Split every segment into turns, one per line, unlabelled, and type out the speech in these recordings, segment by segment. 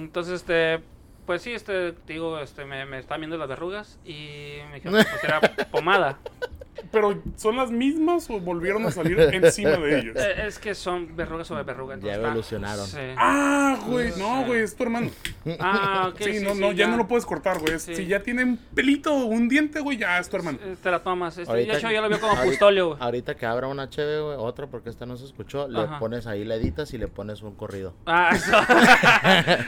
Entonces, este, pues sí, este, te digo, este, me, me están viendo las verrugas y me dijeron que pusiera pomada.
Pero ¿son las mismas o volvieron a salir encima de ellos?
Eh, Es que son verrugas sobre verrugas.
Ya evolucionaron.
Ah, güey, no, güey, es tu hermano.
Ah, ok.
Sí, no, no, ya no lo puedes cortar, güey. Es-
Sí.
Si ya tiene un pelito o un diente, güey, ya es tu hermano.
Eh, Te la tomas. Este,
Ahorita-
de hecho, yo lo veo como
ahorita-
Pustolio,
Ah.
güey.
Ahorita que abra una chévere, güey, otra porque esta no se escuchó, le
Ajá.
pones ahí, la editas y le pones un corrido.
Ah, eso.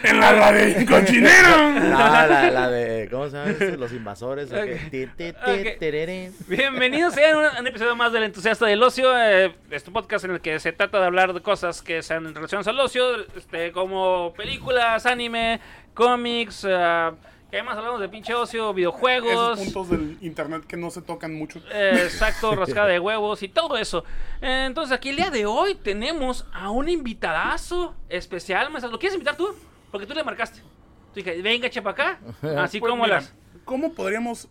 ¡En la, la de
No,
cochinero!
la, la de, ¿cómo se llama? este? Los invasores. ¿o qué?
Ok.
Ti, ti, ti,
Ok.
tereré.
Bienvenidos a un, a un episodio más del entusiasta del ocio. eh, este podcast en el que se trata de hablar de cosas que sean relacionadas al ocio, este, como películas, anime, cómics. ah, que además hablamos de pinche ocio,
Esos
videojuegos.
puntos del internet que no se tocan mucho.
eh, Exacto, rascada de huevos y todo eso. Eh, Entonces, aquí el día de hoy tenemos a un invitadazo especial. maestro. ¿Lo quieres invitar tú? Porque tú le marcaste. Tú dije, venga, chepa acá. Así
Pues,
como
mira,
las.
¿Cómo podríamos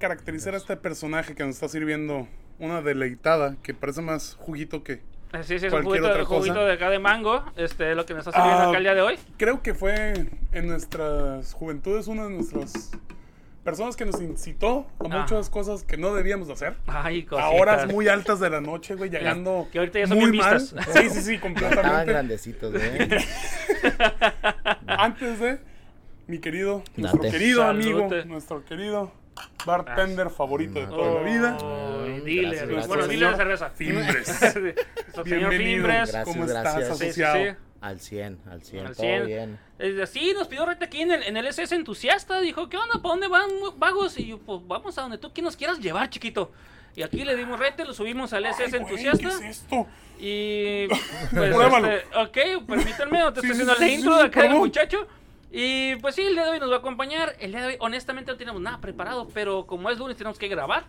caracterizar a este personaje que nos está sirviendo una deleitada que parece más juguito que...
Eh, Sí, sí, es un
cualquier
juguito,
otra cosa.
juguito de acá de mango, este, lo que nos está sirviendo
Ah.
acá el día de hoy.
Creo que fue en nuestras juventudes una de nuestras personas que nos incitó a
Ah.
muchas cosas que no deberíamos de hacer.
Ay, cositas.
A horas muy altas de la noche, güey, llegando.
que ahorita ya son
muy
bien
mal.
vistas.
Sí, sí, sí,
Estaban
completamente.
grandecitos, güey.
Antes de mi querido, nuestro
Date.
querido
Salute.
amigo, nuestro querido bartender
Ah.
favorito
Ah.
de toda
Oh,
la vida.
Ay,
Gracias,
Dile,
gracias.
bueno, dile de cerveza.
Fimbres.
Sí, señor
Bienvenido.
Fimbres.
Gracias,
¿Cómo
gracias.
estás,
Sí, sí,
asociado?
sí.
Al 100, al 100,
Al
todo
100.
bien.
Eh, Sí, nos pidió ahorita aquí en el, en el SS entusiasta. Dijo, ¿qué onda? ¿Para dónde van vagos? Y yo, pues vamos a donde tú que nos quieras llevar, chiquito. Y aquí le dimos rete, lo subimos al
Ay,
SS
güey,
entusiasta.
¿Qué es esto?
Y. Pues,
Pruébalo.
este, ok, permítanme, o te
Sí,
estoy
sí,
haciendo
sí,
la
sí,
intro
sí,
de acá del
perdón.
muchacho. Y pues sí, el día de hoy nos va a acompañar. El día de hoy, honestamente, no tenemos nada preparado, pero como es lunes, tenemos que grabar.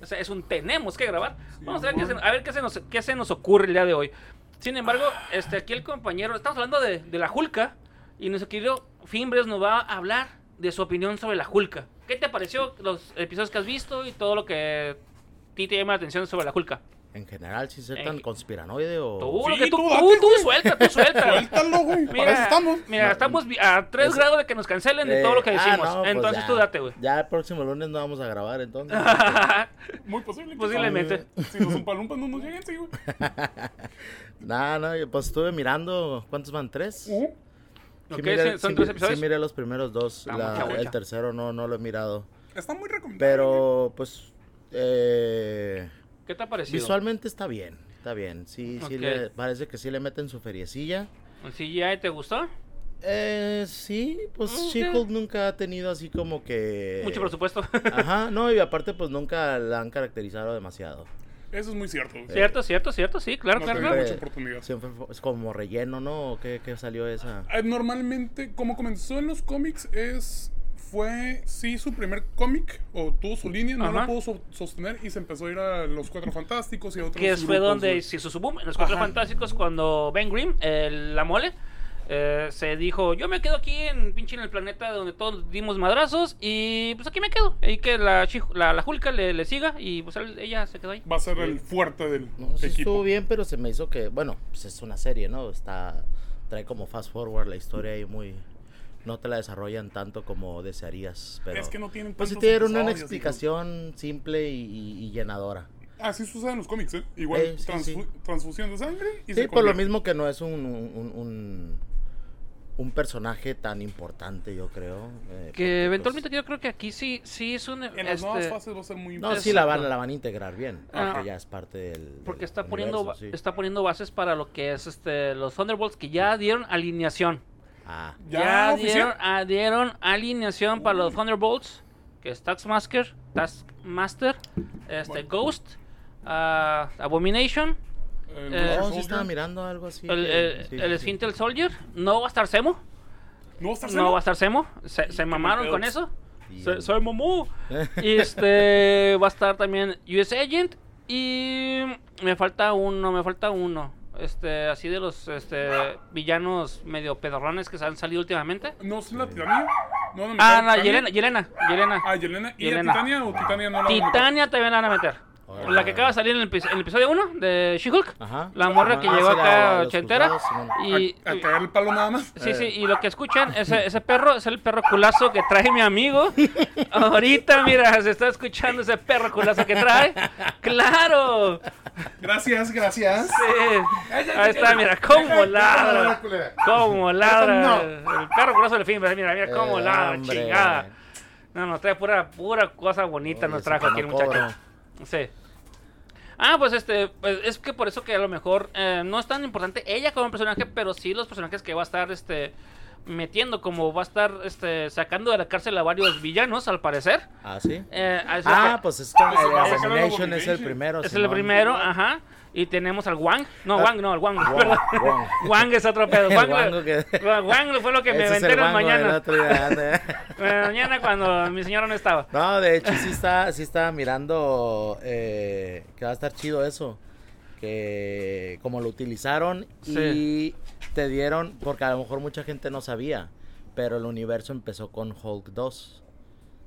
O sea, es un tenemos que grabar. Vamos a ver, qué se,
amor.
a ver qué, se nos, qué se nos ocurre el día de hoy. Sin embargo, este, aquí el compañero, estamos hablando de, de la Julca. Y nuestro querido Fimbres nos va a hablar de su opinión sobre la Julca. ¿Qué te pareció los episodios que has visto y todo lo que a ti te llama la atención sobre la Julca?
En general, si ser
Eh,
tan conspiranoide o...
Tú,
Sí,
lo que tú,
tú
tú,
date,
tú
güey.
suelta, tú suelta.
Suéltalo, güey. Para eso
Mira,
estamos.
mira,
No,
estamos vi- a 3
es-
grados de que nos cancelen de
Eh,
todo lo que
ah,
decimos.
no, pues
entonces
ya.
tú date, güey. Ah.
Ya el próximo lunes no vamos a grabar, entonces.
Muy posible. que-
Posiblemente.
Si los palumpas no nos lleguen, sí, güey.
Nada, no, yo, pues estuve mirando, ¿cuántos van? ¿Tres?
Ujú.
Sí
Ok,
miré-
sí, son
sí
tres
mi-
episodios.
Sí miré los primeros dos,
Ah,
la-
mucha huecha.
el tercero no, no lo he mirado.
Está muy recomendable. güey.
Pero, pues, eh,
¿Qué te ha parecido?
visualmente está bien, está bien. Sí, sí
Ok.
le, parece que sí le meten su feriecilla.
¿El CGI te gustó?
Eh, sí, pues
Ok.
She-Hulk nunca ha tenido así como que...
Mucho presupuesto.
Ajá, no, y aparte pues nunca la han caracterizado demasiado.
Eso es muy cierto.
eh,
güey.
cierto, cierto, cierto, sí, claro,
No
claro.
tengo-
claro.
mucha oportunidad.
Siempre fue- es como relleno, ¿no? ¿O ¿Qué, qué salió esa?
Eh, Normalmente, como comenzó en los cómics, es fue sí su primer cómic o tuvo su línea, no
Ajá.
lo pudo so- sostener y se empezó a ir a los Cuatro Fantásticos y a otros.
Que fue
grupos,
donde
güey.
se hizo su boom en los Cuatro
Ajá.
Fantásticos cuando Ben Grimm, el- la mole, eh, se dijo, yo me quedo aquí en pinche en el planeta donde todos dimos madrazos y pues aquí me quedo. Y que la, chi- la, la Hulka le, le siga y pues él- ella se quedó ahí.
va a ser el fuerte del
No, sí estuvo
equipo.
bien, pero se me hizo que, bueno, pues es una serie, ¿no? Está trae como fast forward la historia ahí muy no te la desarrollan tanto como desearías, pero
Es que no tienen
pues sí
tantos
te dieron una
episodios,
explicación simple y, y- y llenadora.
Así sucede en los cómics, ¿eh? Igual
Eh, sí,
transfu-
sí.
transfusión de sangre y
Sí,
se
por lo
convierte.
mismo que no es un un, un- un personaje tan importante, yo creo. eh, porque,
Que eventualmente
pues,
yo creo que aquí sí, sí es un...
En las nuevas
este,
fases va a ser muy
no,
importante.
sí la
Exacto.
van, la van a integrar bien,
Ah.
porque ya es parte del, del
Porque está poniendo,
universo,
ba-
sí.
está poniendo bases para lo que es este los Thunderbolts que ya dieron alineación.
Ah.
dieron,
Ya, oficial. Uh.
ah, dieron alineación para los Thunderbolts, que es Taskmaster, Taskmaster, este
Bueno.
Ghost, ah, Abomination, eh,
El Winter
No, sí
Soldier.
estaba mirando algo así.
el,
que-
el,
sí,
el
sí, sí.
Sphinx Soldier, no va a estar Semo,
No va a estar
no
sano.
va a estar Semo, se, se mamaron con
pedos.
eso.
Y
Se,
el-
se mamó. Y este va a estar también US Agent y me falta uno, me falta uno. Este, así de los este, villanos medio pedorrones que han salido últimamente.
No es la Titania. No, no,
Ah,
Titania.
no, Yelena, Yelena, Yelena.
Ah, Yelena. ¿Y a
Yelena.
Titania o Titania no la van a meter?
Titania también la van a meter.
Ahora,
La que acaba de salir en el, epi- en el episodio 1 de She-Hulk.
Ajá.
La morra
Ajá,
que llegó
sí, la-
acá
los
ochentera.
juzgados, Simón.
Y,
A, a cagar el palo nada más.
sí, sí,
Eh.
y lo que escuchan, ese, ese perro es el perro culazo que trae mi amigo. Ahorita, mira, se está escuchando ese perro culazo que trae. ¡Claro!
Gracias, gracias.
Sí. Ahí está, mira, cómo ladra. Cómo ladra. El perro culazo del fin, mira, mira cómo
Eh,
ladra,
hombre.
chingada. No, nos trae pura, pura cosa bonita,
Oye,
nos
ese
trajo aquí el
panocobo.
muchacho. Sí. Ah, pues este, pues es que por eso que a lo mejor eh, no es tan importante ella como personaje, pero sí los personajes que va a estar este metiendo, como va a estar este sacando de la cárcel a varios villanos, al parecer.
Ah, sí.
Eh, así
Ah,
que
pues es que
Pues
el
va a ser
Abomination
algo
es el
Abomination.
primero.
es el
Simón.
primero, ajá. Y tenemos al Wang. No,
Ah,
Wang, no, al Wang.
Wang,
perdón.
Wang.
Wang es otro pedo.
El
Wang,
Wango que-
Wang fue lo que me
Ese es
vendieron
el Wango del
mañana.
otro día, anda.
Eh, mañana cuando mi señora no estaba.
No, de hecho sí está, sí está mirando eh, que va a estar chido eso. Que como lo utilizaron
Sí.
y te dieron, porque a lo mejor mucha gente no sabía, pero el universo empezó con Hulk 2.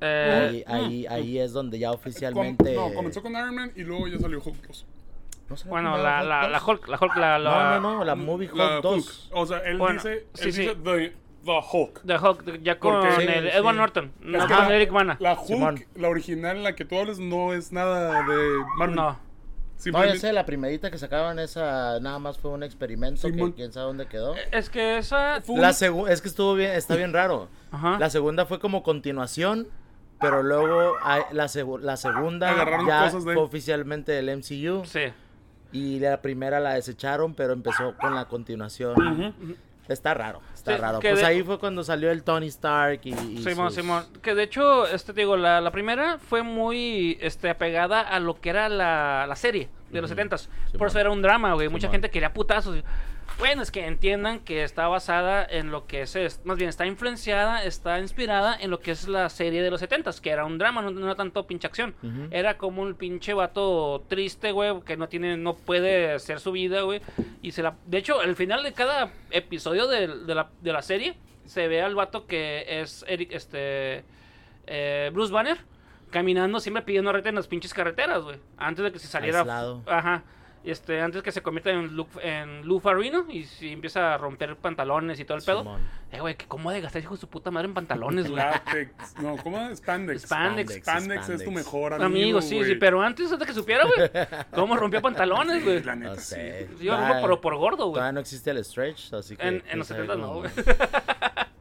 Eh,
ahí, ahí, ahí es donde ya oficialmente...
Com- no, comenzó con Iron Man y luego ya salió Hulk 2.
¿No pues, será
bueno,
primero
la,
Hulk
la,
2?
la Hulk, la Hulk, la, la-
No, no, no, la movie Hulk
Mm, La
2.
Hulk. O sea, él
Bueno,
dice, él
sí, sí.
dice The, the Hulk.
De Hulk, ya con
Porque-
el
Sí,
Edward
sí.
Norton, no
Es que
con
la-
Eric Bana.
La Hulk,
Simón.
la original, la que tú hablas, no es nada de Marvel.
No.
No,
Simplemente-
ya sé, la primerita que sacaron esa nada más fue un experimento
Simón. Eh,
que quién sabe dónde quedó.
Es que esa.
Fue
La
un-
segu- es que estuvo bien, está bien raro.
Ajá.
La segunda fue como continuación, pero luego a- la, segu- la segunda
Agarraron
ya
cosas de-
fue oficialmente del MCU
Sí.
y la primera la desecharon, pero empezó con la continuación. Está raro, está
Sí,
raro.
que
Pues
de-
ahí fue cuando salió el Tony Stark y, y
Simón,
sus-
Simón. Que de hecho, este te digo, la, la primera fue muy este, apegada a lo que era la, la serie de los
Ujú.
70s. Por
Simón.
eso era un drama, güey. Mucha
Simón.
gente quería putazos. Bueno, es que entiendan que está basada en lo que es, es- más bien está influenciada, está inspirada en lo que es la serie de los 70s, que era un drama, no, no era tanto pinche acción.
Ujú.
Era como un pinche vato triste, güey, que no tiene, no puede hacer su vida, güey. Y se la. De hecho, al final de cada episodio de, de la, de la serie, se ve al vato que es Eric, este. eh, Bruce Banner, caminando siempre pidiendo reta en las pinches carreteras, güey. Antes de que se saliera.
Aislado.
Ajá. Este, antes que se convierta en Lu, en Lou Ferrigno y, si empieza a romper pantalones y todo el pedo.
Simón.
Eh, güey, que cómo ha de gastar hijo de su puta madre en pantalones, güey.
Látex. No, ¿cómo es? Spandex.
Spandex.
Spandex es tu mejor amigo.
Amigo, sí,
güey.
sí, pero antes, antes que supiera, güey, cómo rompió pantalones, güey.
La neta,
No sé.
sí.
Yo
Todavía-
rumbo, pero por gordo, güey.
Todavía no existe el stretch, así que.
En, en
quién
los
sabe
70 no,
cómo-
güey.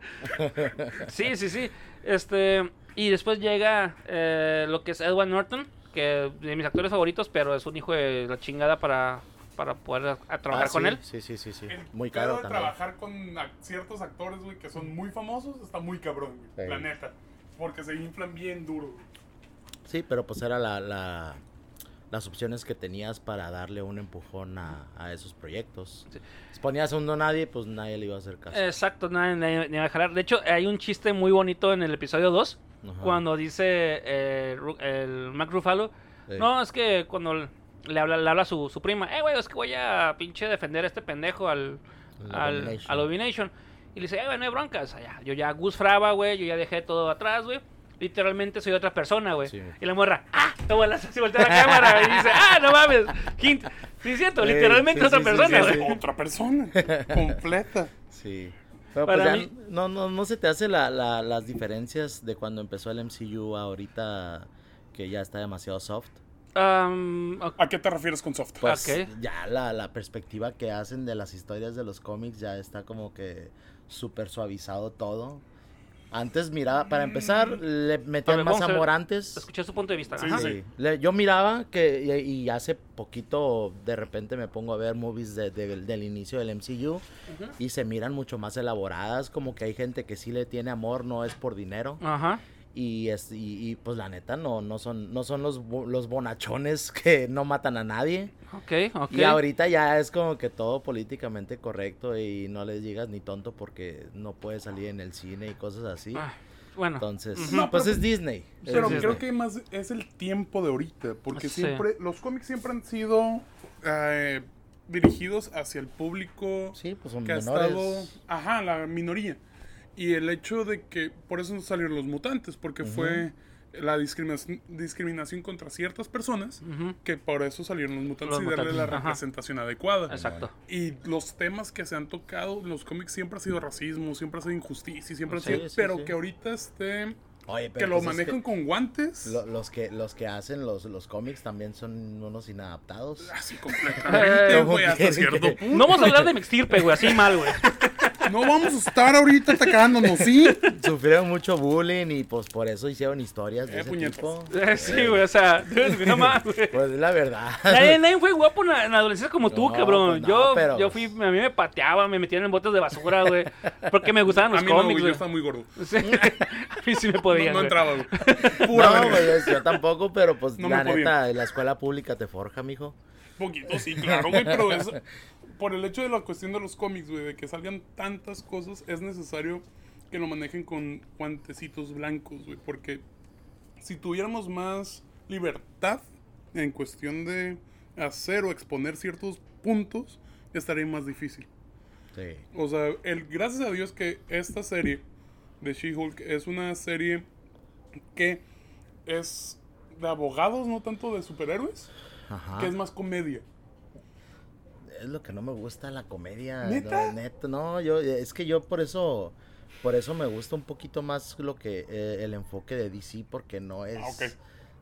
sí, sí, sí. Este, y después llega eh, lo que es Edward Norton, que de mis actores favoritos, pero es un hijo de la chingada para, para poder a- a trabajar
Ah,
con
sí,
él.
Sí, sí, sí, sí.
El
Muy
pedo
caro
de
también.
trabajar con ac- ciertos actores, güey, que son muy famosos, está muy cabrón, güey.
Sí.
La neta. Porque se inflan bien duro, güey.
Sí, pero pues era la, la- las opciones que tenías para darle un empujón a, a esos proyectos.
Sí.
Si ponías a un don nadie, pues nadie le iba a hacer caso.
Exacto, nadie nadie- nadie va a jalar. De hecho, hay un chiste muy bonito en el episodio 2,
Ajá.
cuando dice eh, Ru- el Mac Ruffalo,
Sí.
no, es que cuando l- le habla, le habla su, su prima, eh, güey, es que voy a pinche defender a este pendejo al,
Al
al,
Abomination.
al Abomination. Y le dice, eh, güey, no hay broncas. allá. Yo ya gusfraba, güey, yo ya dejé todo atrás, güey. Literalmente soy otra persona, güey.
Sí.
Y la morra, ¡ah! Toma la se voltea la cámara y dice, ¡ah, no mames! Hint. Sí, es cierto,
Sí,
literalmente
sí,
otra
sí, sí,
persona,
sí,
güey.
sí.
Otra persona. completa.
Sí. Pero
Para
pues ya
mí-
no, no, no se te hace la, la- las diferencias de cuando empezó el MCU a ahorita que ya está demasiado soft.
Am, ok.
¿A qué te refieres con soft?
Pues
Ok.
ya la, la perspectiva que hacen de las historias de los cómics ya está como que súper suavizado todo. Antes miraba, para empezar, le metían
ver,
más
vamos a ver.
amor antes.
Escuché su punto de vista.
Sí,
Ajá.
Sí. Le- yo miraba que, y, y hace poquito de repente me pongo a ver movies de- de- del inicio del MCU y se miran mucho más elaboradas, como que hay gente que sí le tiene amor, no es por dinero.
Ajá.
Y, es, y, y, pues la neta, no, no son, no son los, bo- los bonachones que no matan a nadie.
Ok, ok.
Y ahorita ya es como que todo políticamente correcto y no les digas ni tonto porque no puede salir en el cine y cosas así.
Ah, bueno.
Entonces,
Ujú.
No,
pues
pero-
es Disney. es este.
Pero
Disney.
creo que más es el tiempo de ahorita, porque
Sí.
siempre los cómics siempre han sido eh, dirigidos hacia el público
Sí, pues son
que ha
menores.
estado, ajá, la minoría. Y el hecho de que por eso salieron los mutantes, porque fue la discriminación, discriminación contra ciertas personas,
Ujú.
que por eso salieron los mutantes
Los
y darle
mutantes,
la
ajá.
representación adecuada.
Exacto.
Y los temas que se han tocado en los cómics siempre ha sido racismo, siempre ha sido injusticia, siempre ha
Sí,
sido.
sí,
pero
sí.
que ahorita esté.
Oye,
que
pero
lo
pues es
manejan
que
con guantes.
lo- los que los que hacen los, los cómics también son unos inadaptados.
Así completamente,
¿Cómo
güey, hasta
quieren
cierto
que-
punto.
No vamos a hablar de mi extirpe, güey, así mal, güey.
No vamos a estar ahorita atacándonos, ¿sí?
Sufrieron mucho bullying y pues por eso hicieron historias de
Eh,
ese
puñetas.
tipo.
Sí, güey, o sea, dude, no más, güey.
Pues es la verdad.
Nadie, nadie fue guapo en la, en la adolescencia como tú,
No,
cabrón.
pues no,
yo,
pero-
yo fui, a mí me pateaban, me metían en botes de basura, güey. Porque me gustaban
A
los
mí no,
cómics,
güey, yo
güey.
estaba muy gordo.
Sí. a mí sí me
No,
podían.
no
güey.
entraba, güey. Pura
No,
verga.
güey, yo, yo tampoco, pero pues
No me
la
fue
neta, la escuela pública te forja, mijo.
Poquito, sí, claro, güey, pero es por el hecho de la cuestión de los cómics, güey, de que salgan tantas cosas, es necesario que lo manejen con guantecitos blancos, güey, porque si tuviéramos más libertad en cuestión de hacer o exponer ciertos puntos, estaría más difícil.
Sí.
O sea, el, gracias a Dios que esta serie de She-Hulk es una serie que es de abogados, no tanto de superhéroes,
Ajá.
que es más comedia.
Es lo que no me gusta la comedia.
¿Neta?
No, neta, no, yo, es que yo por eso, por eso me gusta un poquito más lo que eh, el enfoque de DC, porque no es,
Ah, ok.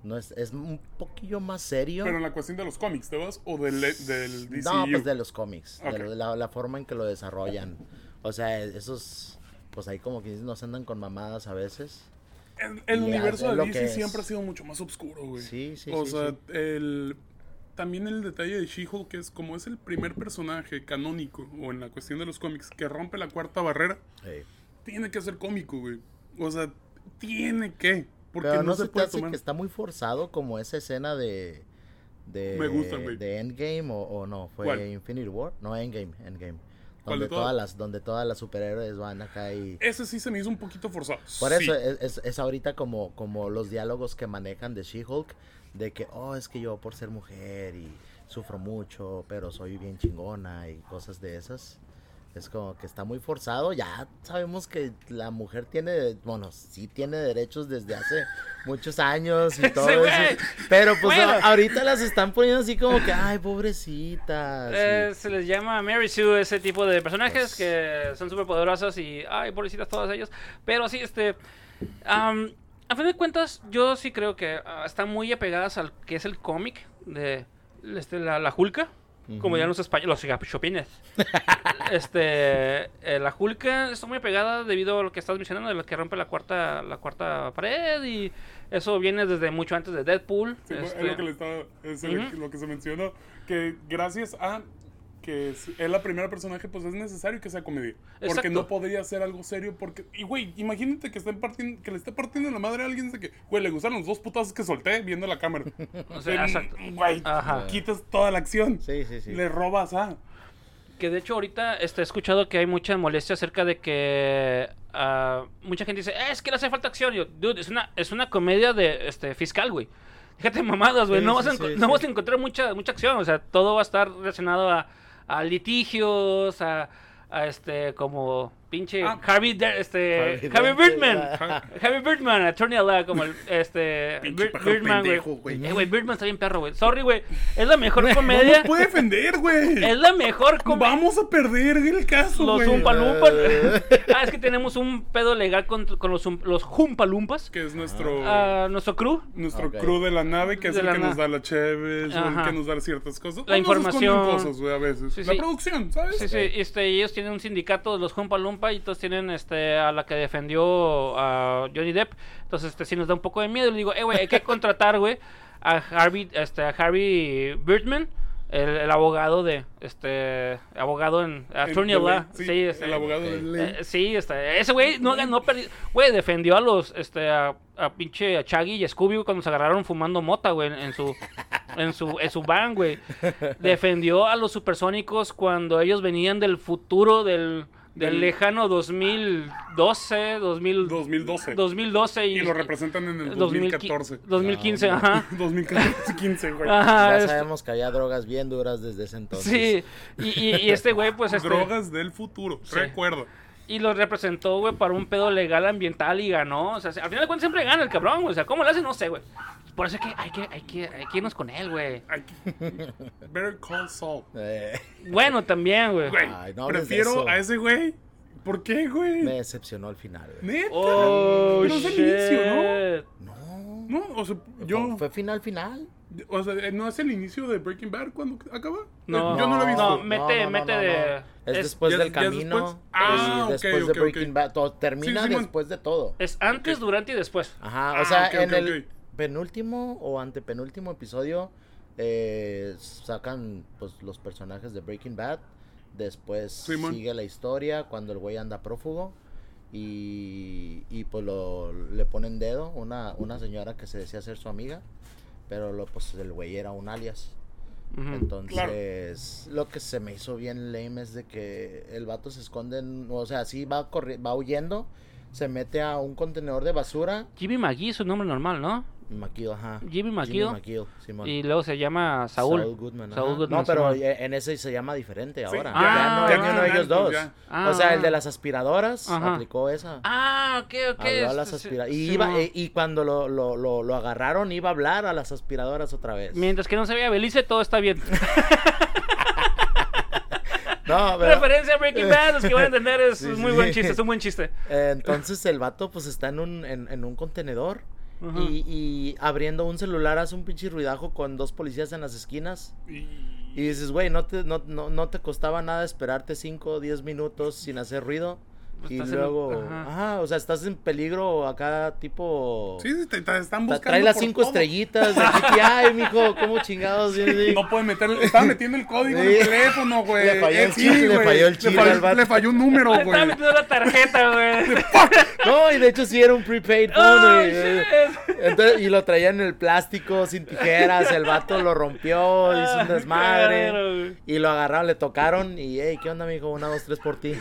no es, es un poquillo más serio.
Pero en la cuestión de los cómics, ¿te vas? ¿O del, del DCU?
no, pues de los cómics, de
Ok.
lo- la, la forma en que lo desarrollan. O sea, esos, pues ahí como que nos andan con mamadas a veces.
El, el
Ya,
universo
es
de
lo
DC
que es.
siempre ha sido mucho más oscuro, güey.
Sí, sí,
O
sí,
sea,
sí.
el... También el detalle de She-Hulk es como es el primer personaje canónico, o en la cuestión de los cómics, que rompe la cuarta barrera,
Ey.
tiene que ser cómico, güey. O sea, tiene que. Porque
Pero
no, se,
te
puede
hace
tomar.
que está muy forzado como esa escena de... De,
Me gusta, güey.
de Endgame o, o no, fue
¿Cuál?
Infinity War, no Endgame, Endgame.
¿Cuál de
Donde todas
todas?
las, donde todas las superhéroes van acá y
Ese sí se me hizo un poquito forzado.
por
sí.
eso es, es- es ahorita como, como los diálogos que manejan de She-Hulk, de que oh es que yo por ser mujer y sufro mucho, pero soy bien chingona y cosas de esas. Es como que está muy forzado, ya sabemos que la mujer tiene, bueno, sí tiene derechos desde hace muchos años y todo
güey.
eso. Pero pues
Bueno.
a- ahorita las están poniendo así como que, ay, pobrecitas. y-
Eh, se les llama Mary Sue ese tipo de personajes que son súper poderosos y ay pobrecitas todos ellos pero sí este am, a fin de cuentas yo sí creo que ah, están muy apegadas al que es el cómic de este, la, la Hulka como ya los españoles los chopines este eh, la Hulka está muy apegada debido a lo que estás mencionando de lo que rompe la cuarta la cuarta pared y eso viene desde mucho antes de Deadpool
Sí,
este,
es lo que le estaba- es el-
Ujú.
lo que se mencionó. Que gracias a que es, es la primera personaje, pues es necesario que sea comedia. Porque
Exacto.
no podría ser algo serio. Porque, y güey, imagínate que, estén partiendo, que le esté partiendo la madre a alguien de que, güey, le gustaron los dos putazos que solté viendo la cámara. Mm,
o sea, exacto.
Güey,
Ajá.
quitas toda la acción.
Sí, sí, sí.
Le robas a.
Que de hecho ahorita este, he escuchado que hay mucha molestia acerca de que ah, mucha gente dice, "Eh, es que le hace falta acción. Y yo, dude, es una, es una comedia de este, fiscal, güey. Fíjate mamadas, güey.
Sí,
no vas,
sí,
a,
sí,
enco-
sí.
no vas a encontrar mucha, mucha acción. O sea, todo va a estar relacionado a, a litigios, a, a, este, como pinche
Ah.
Harvey, de- este,
Harvey
Harvey
Dent,
Birdman. Harvey Birdman, attorney at law, como el, este,
Pinche
Bir-
pájaro
Birdman,
pendejo,
güey.
güey.
Eh, güey, Birdman está bien perro, güey. Sorry, güey. Es la mejor
No
comedia.
puede defender,
Es
güey.
la mejor comedia.
Vamos a perder el caso,
Los
güey.
Zumpalumpas. ah, es que tenemos un pedo legal con, con los, zum- los Jumpalumpas.
Que es nuestro.
Ah, nuestro crew.
Nuestro
Ok.
crew de la nave, que es
De
el
la
que
na-
nos da la Cheves, o el
Ajá.
que nos da ciertas cosas.
La
O nos esconden
información.
cosas, güey, a veces.
Sí,
la
sí.
producción, ¿sabes?
Sí, sí, este, y ellos tienen un sindicato de los Jumpalumpa y todos tienen este, a la que defendió a Johnny Depp. Entonces, este sí nos da un poco de miedo. Le digo, eh, güey, hay que contratar, güey, a Harvey, este, a Harvey Birdman. El, el abogado de este abogado en
El-
attorney
de
at law.
ley, sí,
Sí, este,
el abogado de
ok.
ley.
Eh, sí, este, ese güey no ganó, perdi- Güey, defendió a los, este, a, a pinche a Chaggy y a Scooby güey, cuando se agarraron fumando mota, güey, en, en su, en su, en su van, güey. Defendió a los supersónicos cuando ellos venían del futuro del, del
Del-
lejano 2012, 2000,
2012.
2012 y,
y lo representan en el 2014.
2015, ajá.
2014, 15, güey.
Ajá,
Ah, Ya
este,
sabemos que había drogas bien duras desde ese entonces.
sí, y, y- y este güey, pues este...
Drogas del futuro, recuerdo.
Y lo representó, güey, para un pedo legal ambiental y ganó. O sea, al final de cuentas siempre gana el cabrón, güey. O sea, ¿cómo lo hace? No sé, güey. Por eso es que hay que, hay que, hay que irnos con él, güey.
Better Call Saul.
Eh,
Bueno, también, güey.
Güey,
Ay, no hables de eso.
prefiero a ese güey. ¿Por qué,
me
güey?
decepcionó al final, güey.
Neta.
Oh,
Pero es el inicio, ¿no?
shit.
No.
No, o sea, yo.
Fue final, final.
O sea, eh, no es el inicio de Breaking Bad cuando acaba.
No,
Eh, yo no lo he visto.
no, mete- mete de- es-
Es, después
ya-
del
ya después.
camino.
Ah,
y
ok,
después
ok,
de
ok.
Breaking Bad. todo- termina
Sí, Simón.
después de todo.
Es antes, durante y después.
Ajá,
Ah,
o sea,
ok, ok,
en el
ok.
penúltimo o antepenúltimo episodio eh, sacan pues, los personajes de Breaking Bad. Después
Simón.
sigue la historia cuando el güey anda prófugo. Y, y pues lo, le ponen dedo una, una señora que se decía ser su amiga. Pero lo, pues el güey era un alias.
Ujú.
Entonces, lo que se me hizo bien lame es de que el vato se esconde, en- o sea, sí va, corri- va huyendo, se mete a un contenedor de basura,
Jimmy McGee es su nombre normal, ¿no?
Maquillo, ajá.
Jimmy McGill.
McGill, Simón.
Y luego se llama Saúl.
Goodman,
Saúl
ajá.
Goodman,
No, pero
Simón.
eh, en ese se llama diferente ahora.
Ah,
ya no
ya
es ni uno de
cambiaron,
ellos dos.
pues, ya.
Ah.
o sea, el de las aspiradoras
Ajá.
aplicó esa.
Ah, ok, ok.
Habló a
este,
las
sí,
aspira-
sí,
y, iba-
no.
eh, y cuando lo, lo, lo, lo agarraron, iba a hablar a las aspiradoras otra vez.
Mientras que no se vea Belice, todo está bien.
No, pero-
Referencia a Breaking Bad, los que van a entender, es
Sí,
un
sí,
muy buen
sí.
chiste, es un buen chiste.
Eh, Entonces el vato pues está en un, en, en un contenedor
Ajá.
y, y abriendo un celular hace un pinche ruidajo con dos policías en las esquinas.
Y-
Y dices, güey, no te, no, no, no te costaba nada esperarte 5 o 10 minutos sin hacer ruido.
Pues
y
estás en-
luego,
ajá.
ajá, o sea, estás en peligro acá tipo...
Sí, sí, te, te están
o sea,
buscando.
trae las
por
cinco
todo.
estrellitas de GTI, mijo, ¿cómo chingados? Sí, sí.
No puede meter. Estaba metiendo el código en el
Sí.
teléfono, güey.
Le falló el
Eh, sí,
chip, le
güey.
falló el chip
Le falló,
al vato.
le falló un número,
Ah, Estaba
güey.
metiendo la tarjeta, güey.
No, y de hecho sí era un prepaid eh, phone,
Oh,
güey.
shit.
Entonces, y lo traía en el plástico, sin tijeras, el vato lo rompió, hizo un
Ah,
desmadre.
claro, güey.
Y lo agarraron, le tocaron y, hey, ¿qué onda, mijo? Una, dos, tres por ti.
Eh,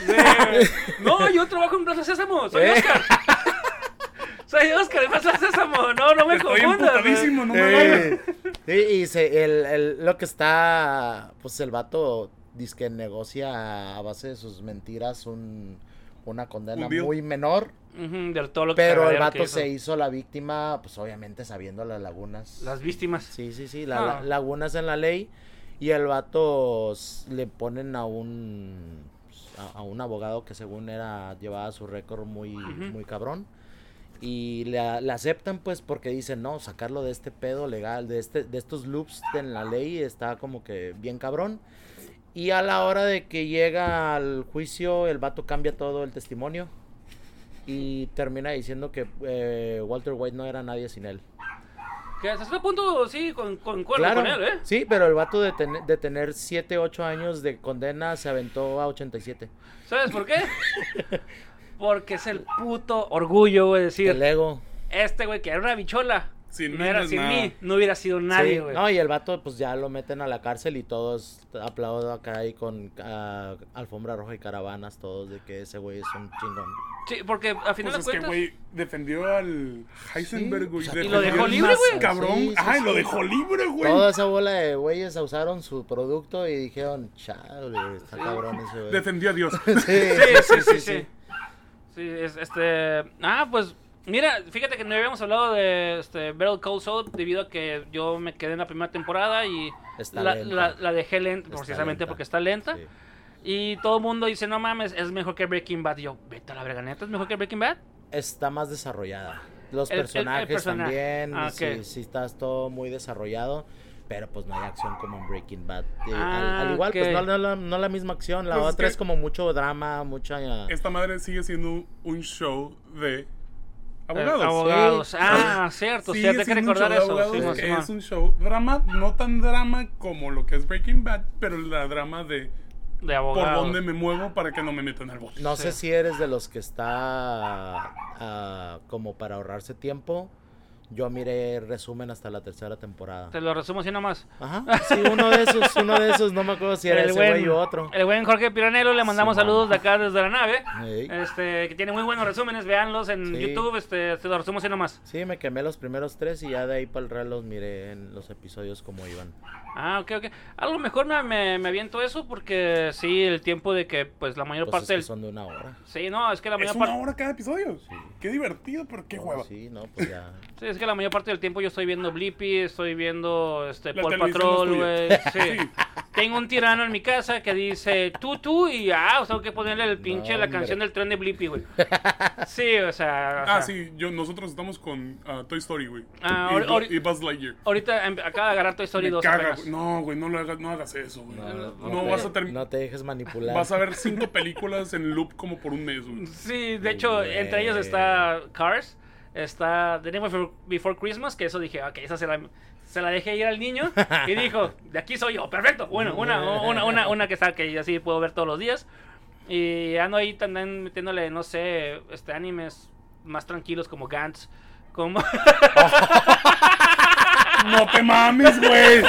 No, yo trabajo en Plaza Sésamo, soy
Eh.
Oscar. Soy Oscar de Plaza Sésamo, no, no me
Estoy
confundas. güey.
emputadísimo, no me vayas.
Eh, Sí, y se- el, el- lo que está, pues el vato dice que negocia a base de sus mentiras un, una condena
Un deal.
muy menor,
Ujú, De todo lo
pero el
cagadero que
vato
hizo.
se hizo la víctima, pues obviamente sabiendo las lagunas.
Las víctimas.
Sí, sí, sí, la-
Ah.
la- lagunas en la ley y el vato s- le ponen a un a, a un abogado que según era llevaba su récord muy
Ujú.
muy cabrón y le, a- le aceptan pues porque dicen, "No, sacarlo de este pedo legal, de este de estos loops de en la ley está como que bien cabrón." Y a la hora de que llega al juicio, el vato cambia todo el testimonio y termina diciendo que eh, Walter White no era nadie sin él.
Que hasta cierto punto, sí, con, concuerdo con él, ¿eh?
Sí, pero el vato de, ten- de tener 7, 8 años de condena se aventó a 87.
¿Sabes por qué? Porque es el puto orgullo, güey,
El e-
decir,
ego.
este güey que era una bichola,
Sin
no
mí no
era
es
sin
nada.
mí, no hubiera sido
Sí,
nadie, güey.
No, y el vato pues ya lo meten a la cárcel y todos aplaudo acá ahí con ah, alfombra roja y caravanas todos de que ese güey es un chingón.
Sí, porque a final
Pues es
de
que,
cuentas,
güey, defendió al Heisenberg,
Sí,
güey.
o sea,
y lo dejó
al
libre,
más
güey.
Cabrón.
Sí, sí,
Ay, lo
sí.
dejó libre, güey.
Toda esa bola de güeyes usaron su producto y dijeron, chale, está cabrón ese güey.
Defendió a Dios.
sí, sí, sí, sí. Sí, es- este. Ah, pues. Mira, fíjate que no habíamos hablado de este, Better Call Saul debido a que yo me quedé en la primera temporada y
Está
la,
lenta.
la- la dejé lenta,
Está
precisamente
lenta.
porque está lenta.
Sí.
Y todo el mundo dice, no mames, es mejor que Breaking Bad. Y yo, vete a la verga, neta, es mejor que Breaking Bad. Eh,
está más desarrollada. Los
El- el- el
personajes
personaje.
también,
Ah,
sí,
ok.
sí estás todo muy desarrollado, pero pues no hay acción como en Breaking Bad. Eh, al-
Ah,
al, igual,
ok.
pues no, no la- no la misma acción, la
Pues es
otra es,
que-
como mucho drama, mucha... eh,
Esta madre sigue siendo un show de
Eh,
abogados.
abogados.
Sí.
Ah, cierto,
Sí,
cierto, hay que
sigue siendo un show
recordar
de
eso.
abogados,
Simón,
que
Simón.
es un show drama, no tan drama como lo que es Breaking Bad, pero la drama de
de
por
abogados.
dónde me muevo para que no me metan al bote.
No
Sí.
sé si eres de los que está ah, como para ahorrarse tiempo, Yo miré resumen hasta la tercera temporada.
Te lo resumo así nomás.
Ajá. Sí, uno de esos, uno de esos, no me acuerdo si era ese güey u otro.
el buen Jorge Piranelo, le mandamos
Sí, man.
saludos de acá desde la nave.
Ey.
Este, que tiene muy buenos resúmenes, véanlos en
Sí.
YouTube, este, te lo resumo así nomás.
Sí, me quemé los primeros tres y ya de ahí para el real los miré en los episodios como iban.
Ah, ok, ok. A lo mejor me, me, me aviento eso porque sí, el tiempo de que, pues, la mayor
Pues es
parte
que
del...
son de una hora.
Sí, no, es que la
Es
mayor
una
parte...
hora cada episodio. Qué divertido, pero qué
No,
hueva.
Sí, no, pues ya.
Sí, es que la mayor parte del tiempo yo estoy viendo Blippi, estoy viendo este,
La
Paul
televisión es
Patrol,
tuya.
güey. Sí.
Sí.
Tengo un tirano en mi casa que dice tú, tú, y ah, o sea, tengo que ponerle el pinche la
hombre.
canción del tren de Blippi, güey. Sí, o sea. o sea,
Ah, sí, yo, nosotros estamos con ah, Toy Story, güey.
Ah,
y,
ahori- ahori-
y Buzz Lightyear.
Ahorita em- acaba de agarrar Toy Story
Me
2.
caga,
apenas.
güey. No, güey, no, lo hagas- no hagas eso, güey. No,
te-
vas a terminar.
No te dejes manipular.
Vas a ver cinco películas en loop como por un mes, güey.
Sí, de hecho,
Güey.
entre ellos está Cars, está The Night Before, Before Christmas, que eso dije, ok, esa se la, se la dejé ir al niño y dijo, de aquí soy yo, perfecto. Bueno, una, una, una, una que está, que así puedo ver todos los días. Y ando ahí también metiéndole, no sé, este animes más tranquilos como Gantz, como...
No te mames, güey.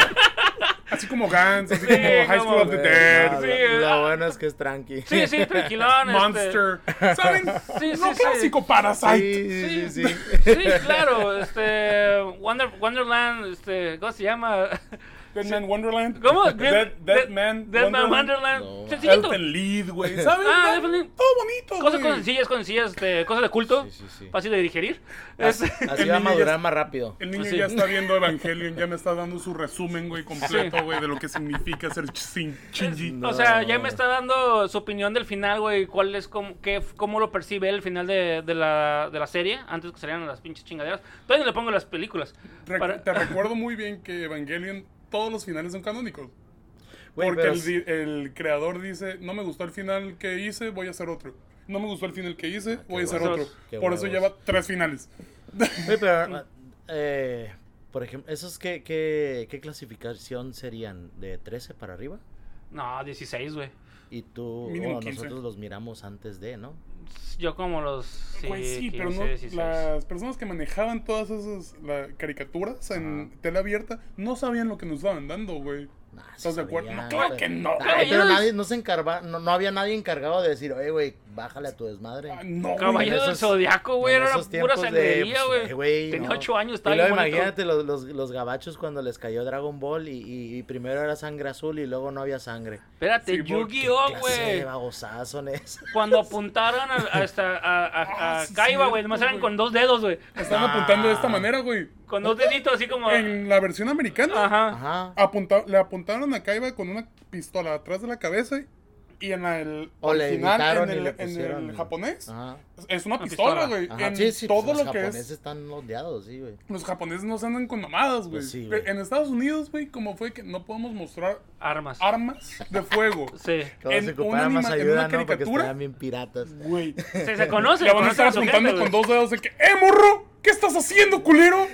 Así como Gans, así como High
como-
School of the
Güey,
Dead,
no,
Sí,
lo,
ah.
lo bueno es que es tranqui.
sí, sí, tranquilón. este,
Monster. ¿Saben?
Sí, sí,
no
sí.
clásico Parasite.
sí, sí, sí. sí.
Sí, claro, este... Wonder, Wonderland, este... ¿Cómo se llama?
Dead Man Wonderland.
¿Cómo?
Dead, Dead,
Dead-
Man.
Dead Man Wonderland.
No.
Sencillito.
Elton Lead, güey. ¿Saben?
Ah,
Todo-
Elton Lead.
Todo bonito,
Cosas
güey.
sencillas, sencillas, este, cosas de culto.
Sí, sí, sí.
Fácil de digerir.
Ah,
Es-
Así, así va
niño ya
a madurar
es-
más rápido.
El niño
Sí.
ya está viendo Evangelion, ya me está dando su resumen, güey, completo, güey, de lo que significa ser chin- chingy.
O sea, ya
No.
me está dando su opinión del final, güey. ¿Cuál es, cómo, qué, cómo lo percibe él el final de, de la, de la serie? Antes que salieran las pinches chingaderas. Todavía no le pongo las películas.
Re-
Para-
Te recuerdo muy bien que Evangelion, todos los finales son canónicos.
Güey,
porque
pero
el,
es-
di- el creador dice, no me gustó el final que hice, voy a hacer otro. No me gustó el final que hice, voy a hacer
huevos.
otro.
Ah, Qué
Por eso
huevos.
lleva tres finales.
Oye, pero, eh, por ejemplo, ¿esos qué, qué, qué clasificación serían? ¿De 13 para arriba?
No, 16, güey.
Y tú,
Mínimo
bueno,
15.
nosotros los miramos antes de, ¿no?
Yo como los.
Güey, Pues sí,
15,
pero no,
16.
las personas que manejaban todas esas la- caricaturas en tela abierta no sabían lo que nos estaban dando, güey.
Nah, sí
¿Estás de acuerdo?
sabían,
No, claro
pero-
que no,
Ay,
güey.
pero nadie, no, se encarva, no, no había nadie encargado de decir, oye, güey, bájale a tu desmadre.
Ah, no, güey.
Caballero del
esos-
Zodiaco, güey.
en
Era
esos
pura
tiempos de,
sangrería,
pues,
güey.
ay, güey,
Tenía
no.
8 años, estaba
Y luego
bien bonito.
imagínate los, los, los gabachos cuando les cayó Dragon Ball y, y- y primero era sangre azul y luego no había sangre.
Espérate,
Sí, porque-
Yu-Gi-Oh,
Clase
güey.
de babosadas son esas.
Cuando apuntaron a, hasta a, a, a
Ah, sí,
Kaiba, güey,
cierto,
nomás eran
güey.
con dos dedos, güey.
Están apuntando de esta manera, güey.
Con dos deditos así como...
En la versión americana,
Ajá.
Ah.
Ajá.
apunta- le apuntaron a Kaiba con una pistola atrás de la cabeza y en el
O le
original,
editaron
en
y
el,
le
en el
pusieron-
japonés,
Ajá.
es una
pistola.
pistola, güey.
Ajá.
En
sí, sí,
todo
pues,
lo
los
que
japoneses
es.
están odiados, sí, güey.
Los japoneses no se andan con mamadas, güey.
Pues sí, güey.
en Estados Unidos, güey, como fue que no podemos mostrar
Armas.
armas de fuego.
Sí.
Todos
En
se
un
ocuparan más
anima- en
ayuda,
una
¿no? Porque
caricatura.
estaban bien piratas.
Güey.
Se, se conoce.
Le van a estar
su gente,
apuntando
güey.
con dos dedos de que, ¡eh, morro! ¿Qué estás haciendo, culero?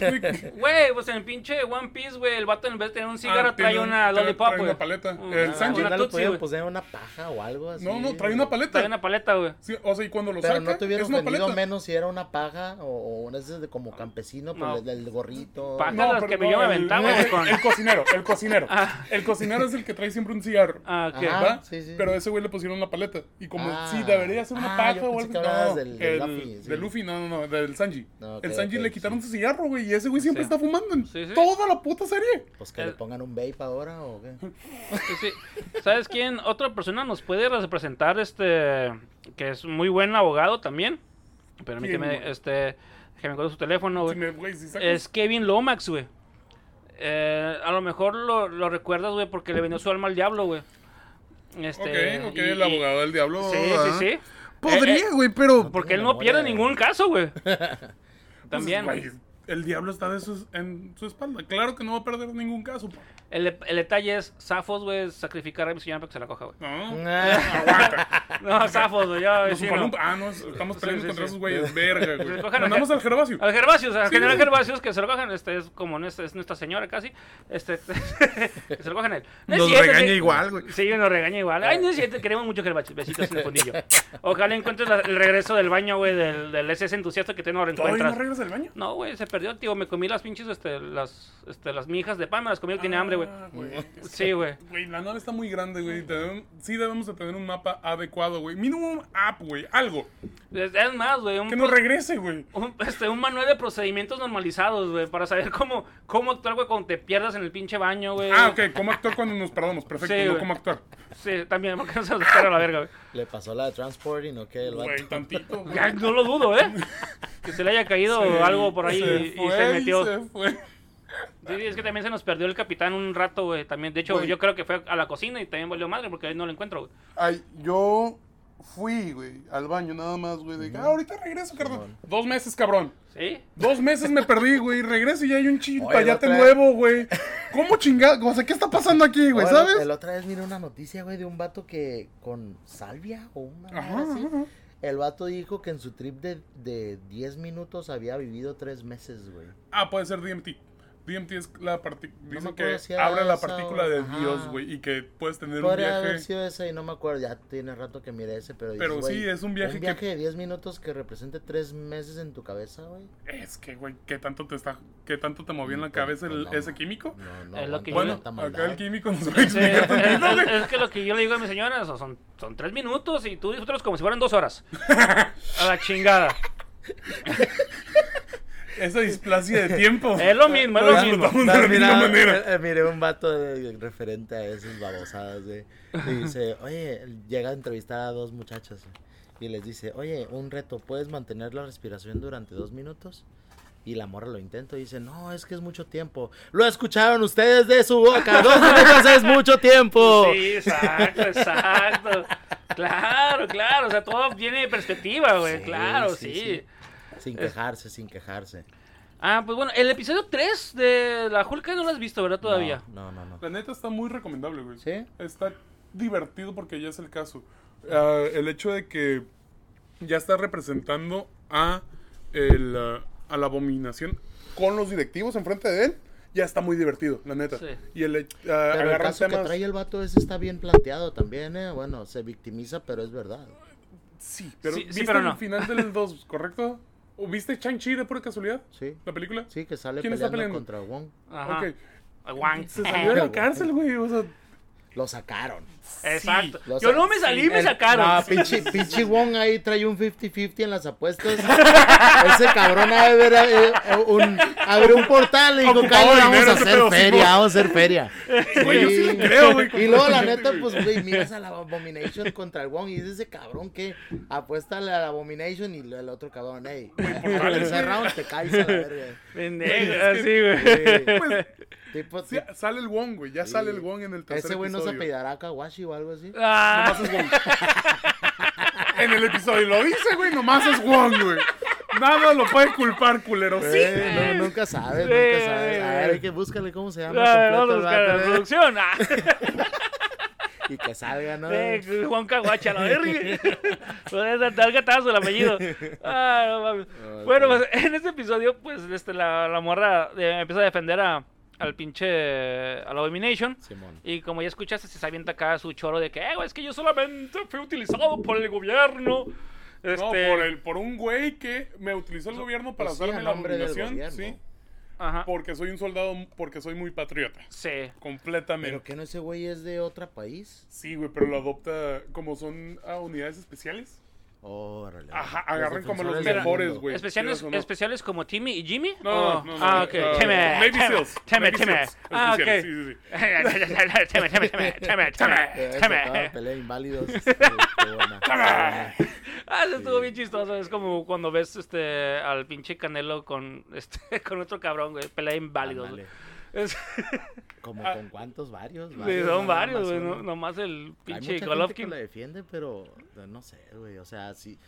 Güey,
Güey, pues en el pinche One Piece, güey, el vato en vez de tener un cigarro
Ah,
trae
tiene-
una
trae-
lollipop,
trae
güey.
una paleta.
Una-
El Sanji.
Una
no le
tutsi,
podían
güey.
poner una paja o algo así.
No, no, trae una paleta.
Trae una paleta, güey.
Sí, o sea, y cuando lo
Pero
saca,
no te
es
hubieran
una
vendido
paleta.
menos si era una paja o, o una de esas de como campesino, pues
No.
el, el gorrito.
Paja.
No,
Las
pero
que
no,
yo me
el-
aventaba,
no,
güey,
el,
con-
el cocinero, el cocinero.
Ah.
El cocinero es el que trae siempre un cigarro.
Ah, ok.
Ajá.
¿va?
sí, sí.
Pero a ese güey le pusieron una paleta. Y como,
Ah.
sí, debería ser una
Ah,
paja
yo
o
pensé
algo
que hablabas
no,
del- del
el-
Luffy, sí.
del Luffy, no, no, no, del Sanji.
No, ok,
el Sanji
ok,
le quitaron
sí.
su cigarro, güey. Y ese güey siempre
Sí.
está fumando en
Sí, sí.
toda la puta serie.
Pues que le
el-
pongan un vape ahora o qué.
Sí, Pues, sí. ¿Sabes quién? Otra persona nos puede representar, este, que es muy buen abogado también. Permíteme,
güey?
este, que me acuerdo su teléfono, güey.
Si me- güey, si sacas-
Es Kevin Lomax, güey. Eh, a lo mejor lo, lo recuerdas, güey, porque le vendió su alma al diablo, güey. Este,
ok, ok,
y-
el
y-
abogado del diablo.
Sí, sí,
¿verdad?
sí. Eh, eh,
Oh, ah. Podría, güey, pero.
Porque él
Tiene
no
memoria,
pierde
güey.
ningún caso, güey.
pues,
También.
güey, el diablo está de sus- en su espalda. Claro que no va a perder ningún caso. pa.
El, el detalle es, Safos, güey, sacrificar a mi señora para que se la coja, güey.
No.
Ah,
Aguanta.
No, Safos, güey, yo
Los
sí, no.
Oompa-Loompa- Ah, no, estamos
Sí,
peleando
sí,
contra
sí.
esos güeyes. Verga, güey.
Se cogen a-
Mandamos al Gervasio.
Al Gervasio, o sea, al
Sí,
general
sí.
Gervasio es que se lo cojan, este, es como nuestra, es nuestra señora casi, este, que se lo cojan a él. No es
Nos
cierto,
regaña
sí.
igual, güey.
Sí, nos regaña igual. Ay, no es cierto, queremos mucho Gervasio, besitos en el fundillo. Ojalá encuentres la- el regreso del baño, güey, del, del SS entusiasta que te no lo
¿Todavía no
encuentras.
regresas del baño?
No, güey, se perdió, tío. Me comí las pinches, este, las, este, las mijas de pan, me las comí, tenía hambre, güey.
Ah, güey.
Sí, güey.
Güey, la nave está muy grande, güey. Debem- Sí debemos de tener un mapa adecuado, güey. Mínimo un app, güey. Algo.
Es, es más, güey, un,
Que nos regrese, güey.
un, este, un manual de procedimientos normalizados, güey, para saber cómo, cómo actuar, güey, cuando te pierdas en el pinche baño, güey.
Ah, ok. ¿Cómo actuar cuando nos perdamos? Perfecto.
Sí,
no
güey.
cómo actuar.
Sí, también, porque no se los espera la verga, güey.
Le pasó la de Transporting o qué, el vato?
Güey, tantito, güey.
Ya, no lo dudo, ¿eh? Que se le haya caído algo por ahí
Se
y- y,
fue,
se metió.
se fue.
Sí, sí, es que también se nos perdió el capitán un rato, güey. También, de hecho,
Güey.
yo creo que fue a la cocina y también volvió madre porque ahí no lo encuentro, güey.
Ay, yo fui, güey, al baño nada más, güey. de que, ah, ahorita regreso, carnal. Dos meses, cabrón.
¿Sí?
Dos meses me perdí, güey. Regreso y ya hay un
Oye,
chimpayate
el otro-
nuevo, güey. ¿Cómo chingado? O sea, ¿qué está pasando aquí, güey?
Oye,
¿Sabes?
El, la otra vez miré una noticia, güey, de un vato que con salvia o una
Ajá,
madre así,
ajá.
El vato dijo que en su trip de, de 10 minutos había vivido 3 meses, güey.
Ah, puede ser DMT. DMT es la partícula. Dicen
acuerdo
que
si era
abre la
esa
partícula
o-
de
ajá.
Dios, güey. Y que puedes tener un
Podría haber
viaje.
sido ese y no me acuerdo, ya tiene rato que miré ese, pero...
Pero
güey,
sí, es un viaje que-
Un viaje de 10 minutos que represente 3 meses en tu cabeza, güey.
Es que, güey, ¿qué tanto te está. ¿Qué tanto te movía en la
Pero,
cabeza el-
pues, no,
ese químico?
No, no,
Es lo
aguanta
que yo-
Bueno,
tanta maldad.
acá el químico nos va a
Sí,
explicar
es, es-
tantito, güey.
es que lo que yo le digo a mi señora son, son, son tres minutos y tú disfrutas como si fueran dos horas. A la chingada.
Esa displasia de tiempo.
Es lo mismo, es lo
Lo
mismo.
disfrutamos de
No,
la misma
mira,
manera.
eh, eh, miré un vato de- referente a esas babosadas, güey. Y dice, oye, llega a entrevistar a dos muchachas güey, y les dice, oye, un reto, ¿puedes mantener la respiración durante dos minutos? Y la morra lo intenta y dice, no, es que es mucho tiempo. Lo escucharon ustedes de su boca, dos minutos es mucho tiempo.
Sí, exacto, exacto. Claro, claro. O sea, todo viene de perspectiva, güey.
Sí,
claro,
sí,
sí.
sí. Sin quejarse, sin quejarse.
Ah, pues bueno, el episodio 3 de La Julka no lo has visto, ¿verdad? Todavía.
No, no, no. no.
La neta está muy recomendable, güey.
¿Sí?
Está divertido porque ya es el caso. Ah, el hecho de que ya está representando a, el, ah, a la abominación con los directivos enfrente de él, ya está muy divertido, la neta.
Sí.
Y el, hech- ah,
Pero el
agarran
caso que
temas-
trae el vato ese está bien planteado también, ¿eh? Bueno, se victimiza, pero es verdad.
Sí, pero
Sí, sí,
¿viste
pero
el
no.
final del 2, correcto? ¿O viste Chang-Chi de pura casualidad?
Sí.
¿La película?
Sí, que sale
¿Quién está
peleando,
peleando?
contra Wong.
Ajá.
Ok.
Wang.
Se salió de la cárcel, güey. O sea,
Lo sacaron.
Exacto.
Lo
Yo
sa-
no me salí, me
El-
sacaron.
No, pinche, pinche Wong ahí trae un 50-50 en las apuestas. Ese cabrón ha de ver eh, eh, un, abre un portal y dijo,
Ocupaba
"Cállate, vamos
dinero
a
ese
hacer
pedo,
feria,
Simón".
vamos a hacer feria.
Güey, yo sí le creo, güey,
Y luego la
completamente,
neta,
güey.
pues, güey, miras a la Abomination contra el Wong y dices, ese cabrón que apuesta a la Abomination y el otro cabrón, ey,
pues,
al tercer round te caes a la verga.
Pendejo, así,
Sí,
güey.
Este, tipo,
Pues, sí, sale el Wong, güey. Ya sale el Wong en el tercer
ese güey no se
episodio.
apellidará Kawashi o algo así.
Ah,
Nomás es Wong. en el episodio lo dice, güey. Nomás es Wong, güey. Nada lo puede culpar, culero. Sí.
Eh, no, nunca sabes,
Sí,
nunca sabes.
güey.
A ver, hay que búscale cómo se llama.
a ver,
completo
vamos a
el
buscar
vato,
la
eh,
producción. Ah,
Y que salga, ¿no?
sí, Juan Caguacha, la verga. Pues es tal gatazo el apellido. Ah, no mames.
Ah,
Bueno,
ok.
pues en este episodio, pues este, la, la morra eh, empieza a defender a, al pinche. a la Domination.
Simón.
Y como ya escuchaste, se avienta acá su choro de que, eh, güey, es que yo solamente fui utilizado por el gobierno. Este,
No, por, el, por un güey que me utilizó el gobierno para
Pues sí,
hacerme
a
la
nombre del
nominación.
gobierno.
Sí.
Ajá.
Porque soy un soldado, porque soy muy patriota.
Sí.
Completamente.
Pero que no ese güey es de otro país.
Sí, güey, pero lo adopta como son ah, unidades especiales.
Órale.
Ajá,
Los
agarran como los
defensores del
mejores,
mundo.
güey.
Especiales,
¿quieres o no?
especiales como Timmy y Jimmy.
No,
¿O-
no, no,
Ah,
no,
ok.
no,
Timmy.
no, Navy
Timmy,
Seals,
Timmy,
Navy
Timmy.
Seals,
Ah, ok.
especiales, sí, sí, sí.
Timmy, Timmy, Timmy, Timmy,
Eh,
Timmy,
se
Timmy.
acaba de pelea de inválidos. este, qué buena.
Ah, eso estuvo bien chistoso. Es como cuando ves este al pinche Canelo con este con otro cabrón, güey. Pelea inválido.
Ándale. Como
Ah.
con cuántos, varios.
son
¿no?
varios,
Nada
güey.
más
no-
uno.
Nomás el
Hay
pinche
mucha gente que
Golovkin.
lo defiende, pero eh, no- no sé, güey. O sea, sí.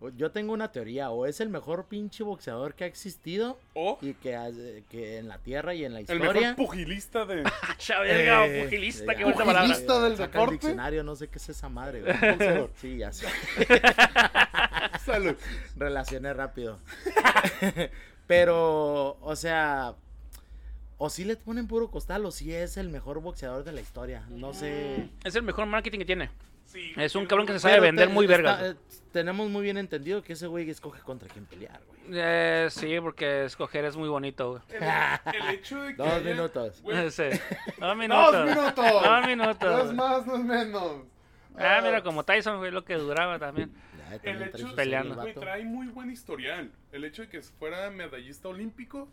o- Yo tengo una teoría, o es el mejor pinche boxeador que ha existido
O
y que, hace- que en la tierra y en la
el
historia.
mejor pugilista de.
Chaverga,
Eh,
pugilista, qué
Ya,
buena
ya,
palabra.
pugilista. del
saca el
deporte.
diccionario, no sé qué es esa madre, güey. Sí, ya sé.
Salud.
Relacioné rápido. Pero, o sea, o si le ponen puro costal o si es el mejor boxeador de la historia. No sé.
Es el mejor marketing que tiene.
Sí,
Es un
el-
cabrón que se sabe
Pero
vender
te-
muy
está-
vergas.
eh, tenemos muy bien entendido que ese güey escoge contra quién pelear, güey.
Eh, sí, porque escoger es muy bonito, güey.
El, el hecho de que.
Dos
haya-
minutos.
güey,
Sí. Dos minutos.
¡Dos minutos!
Dos minutos.
No es más, no es menos.
Ah, mira, como Tyson, güey, lo que duraba también.
Ya,
el
también trae
hecho
su
peleando.
serie,
Güey,
el vato.
trae muy buen historial. El hecho de que fuera medallista olímpico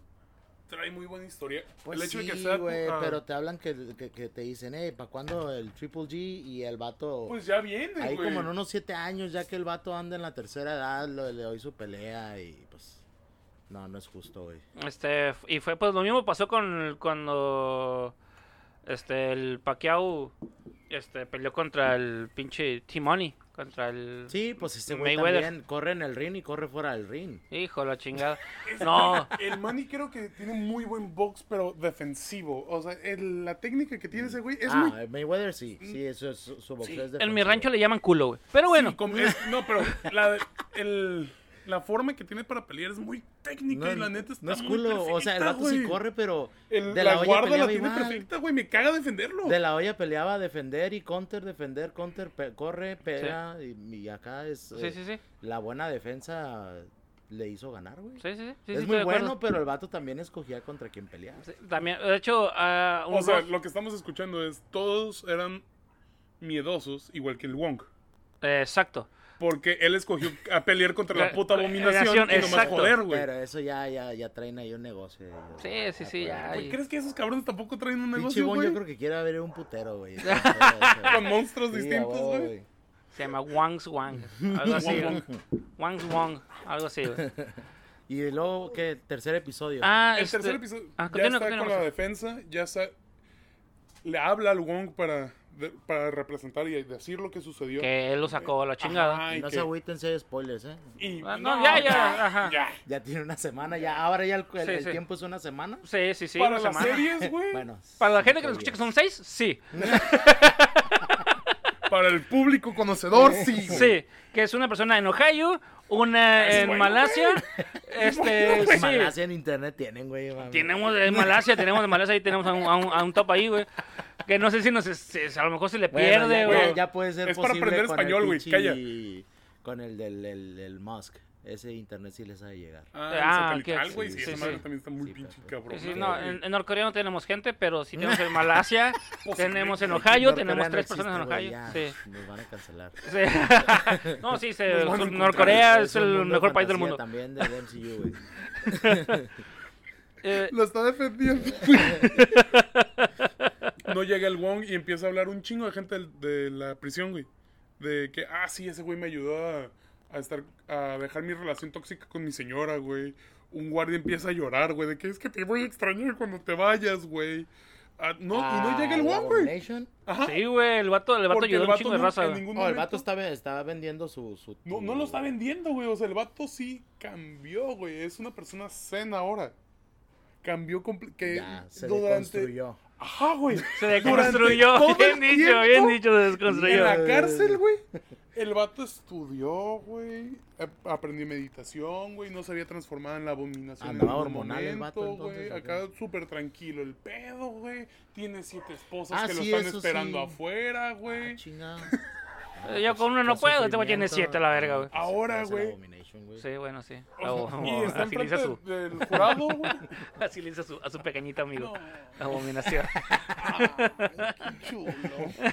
trae muy buen historial.
Pues
el hecho
sí,
de que sea.
güey,
ah,
pero te hablan que, que- que te dicen, eh, ¿para cuándo el Triple G y el vato?
Pues ya viene,
ahí
güey.
como en unos siete años, ya que el vato anda en la tercera edad, lo, le doy su pelea y pues... No, no es justo, güey.
Este, f- y fue pues lo mismo pasó con cuando este el Pacquiao este peleó contra el pinche T-Money, contra el
Sí, pues este güey
Mayweather.
también corre en el ring y corre fuera del ring.
Hijo de la chingada. No,
El Manny creo que tiene muy buen box, pero defensivo. O sea, el- la técnica que tiene ese güey es
ah,
muy.
Mayweather sí, sí, eso es su, su boxeo es
en mi
defensivo.
rancho le llaman culo, güey. Pero bueno,
Sí, como es- no, pero la, el- la forma que tiene para pelear es muy técnica
No,
y la neta está
no es
muy
culo, o sea, el
perfecta,
vato sí
güey.
corre, pero
El-
de
la,
la, olla
guarda la
peleaba
tiene
igual.
perfecta, güey. Me caga defenderlo.
De la olla peleaba defender y counter, defender, counter, pe- corre, pega. Y, y acá es.
sí,
eh,
sí, sí.
La buena defensa le hizo ganar, güey.
Sí, sí, sí. sí,
es
sí,
muy
estoy de acuerdo.
bueno, pero el vato también escogía contra quién pelear.
Sí, También, de hecho, ah, un
O sea,
Ross-
lo que estamos escuchando es todos eran miedosos, igual que el Wong.
eh, exacto.
Porque él escogió a pelear contra
La-
la puta abominación y nomás
exacto.
joder, güey.
Pero eso ya, ya, ya traen ahí un negocio.
Sí,
ya-
sí, sí, ya,
traen.
ya.
¿Crees que esos cabrones tampoco traen un
Pinche
negocio,
Bon,
güey?
yo creo que quiere haber un putero, güey.
Con monstruos
Sí, a
distintos,
huevo,
güey.
Se llama Wangs Wang. Algo así. güey. Wangs Wang. Algo así, güey.
Y luego, ¿qué? Tercer episodio.
Ah,
El
este-
tercer episodio
Ah,
ya
continúa,
está
continúa,
con la
José.
defensa, ya está... Le habla al Wong para, de- para representar y decir lo que sucedió.
Que él lo sacó a la chingada.
Ajá, y
no
que-
se agüiten si hay spoilers, ¿eh?
y-
Ah, no, ya, ya, ajá.
ya.
Ya tiene una semana, ya. Ahora ya el, el-
Sí,
el
sí.
tiempo es una semana.
Sí, sí, sí. una
para las
semana.
series, güey.
Bueno.
Para la gente que nos
cinco
escucha que
días.
son seis, sí.
Para el público conocedor, sí. güey.
Sí. Que es una persona en Ohio, una
Es
en
bueno,
Malasia. Este,
En
sí.
Malasia en internet tienen, güey. mami.
Tenemos en Malasia, tenemos en Malasia, ahí tenemos a un, a un- a un top ahí, güey. Que no sé si nos, si- si a lo mejor se le
Bueno,
pierde,
ya,
güey.
ya- ya puede ser
Es para
posible
aprender
con el
español, güey,
pinche- Con el del el, el Musk. Ese internet sí les ha de llegar.
Ah,
Ah, el satelital,
ok,
güey.
sí,
Sí,
sí,
esa
sí.
madre también está muy
Sí,
pinche
pero-
cabrón.
Sí,
güey.
no, en, en Norcorea no tenemos gente, pero sí tenemos en Malasia, tenemos en
En
Ohio,
Norcorea
tenemos
no
tres
existe,
personas en
güey,
Ohio.
ya,
Sí.
Nos van a cancelar.
Sí. no, sí, se-
Nos van a encontrar.
Norcorea es
un
el
mundo de
mejor país del
fantasía
mundo.
También del MCU, güey.
Eh,
Lo está defendiendo.
Pues
no llega el Wong y empieza a hablar un chingo de gente del- de, la prisión, güey. De que, ah, sí, ese güey me ayudó a, a estar, a dejar mi relación tóxica con mi señora, güey. Un guardia empieza a llorar, güey, de que es que te voy a extrañar cuando te vayas, güey. Ah, no, y no llega el
Ah,
Wong, güey.
Abomination.
Ajá.
sí, güey, el vato, el vato
porque
ayudó un chingo de
nu-
raza.
en
güey.
ningún
No, el
momento-
vato estaba, estaba vendiendo su... su
No, no lo está vendiendo, güey. O sea, el vato sí cambió, güey. Es una persona zen ahora. Cambió comple- que
Ya, se
durante.
deconstruyó.
Ajá, güey.
Se
Durante
desconstruyó,
todo
bien
el
dicho, bien
tiempo
dicho, se
En
desconstruyó.
la cárcel, güey. El vato estudió, güey. a- Aprendió meditación, güey. No se había transformado en la abominación. en
Andaba
ningún
hormonal el vato, entonces,
güey.
¿o
Acá súper tranquilo el pedo, güey. Tiene siete esposas
Ah,
que
sí,
lo están
eso
esperando
sí.
afuera,
Ah,
güey.
chinga.
Eh, Yo con uno no puedo, este güey tiene siete a la verga, güey.
Ahora,
Es el
güey.
Abomination, güey.
Sí, bueno, sí.
O sea,
oh,
Abo-
y está
agiliza,
enfrente
su,
del jurado, güey.
agiliza su- a su pequeñito amigo.
No.
Abominación.
Ay, qué chulo.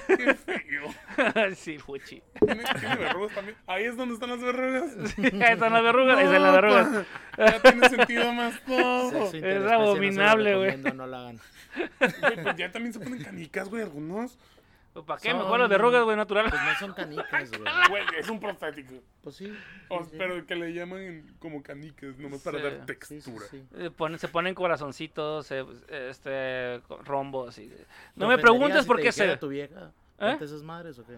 Qué feo.
sí, fuchi.
Tiene, tiene verrugas también. Ahí es donde están las verrugas.
Ahí están las verrugas, ahí están las
No,
verrugas.
pa, Ya tiene sentido más todo.
Sexo
Güey,
interespecie no se lo
abominable, güey.
recomiendo, No lo hagan.
pues ya también se ponen canicas, güey, algunos.
¿Para qué?
Son-
Mejor las verrugas, güey, natural.
Pues no son canicas, güey.
Güey, es un prostático.
Pues sí.
O-
sí, sí.
Oh, Pero que le llaman como canicas, nomás para
Sí.
dar
Sí, sí,
textura.
sí.
Eh, ponen- se ponen corazoncitos, eh, este, con rombos. y-
¿Te
no me
ofenderías
preguntes
si
por
te
qué
dijera
se.
tu vieja?
¿Eh?
¿Antes esas madres o qué?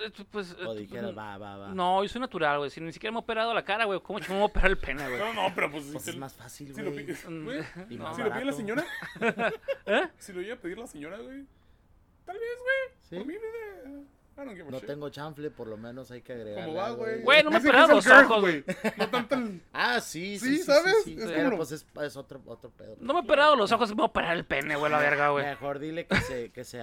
eh, Pues, eh,
O dijeras,
mm,
va, va, va.
no, yo soy natural, güey. Si ni siquiera me he operado la cara, güey. ¿Cómo chingo me voy a operar el pene, güey?
No, no, pero pues,
Pues
si,
es
te-
más fácil,
si lo
güey.
pides.
Mm.
güey,
Y
No.
más
Si lo pide la
barato.
señora.
¿Eh?
Si lo llega a pedir la señora, güey. Tal vez, güey.
¿Sí?
Por mí, güey, I don't give a
No
shit.
tengo chanfle, por lo menos hay que agregar.
¿Cómo va, güey?
Güey, no me
Dicen
esperaban
que es el
los
girl,
ojos.
güey. No tanto el...
Ah, sí, sí.
Sí, ¿sabes?
sí.
Es
Pero,
como lo-
pues es, es otro, otro pedo.
No me he operado los ojos, me voy a operar el pene, güey, la verga, güey.
Mejor dile que se, que se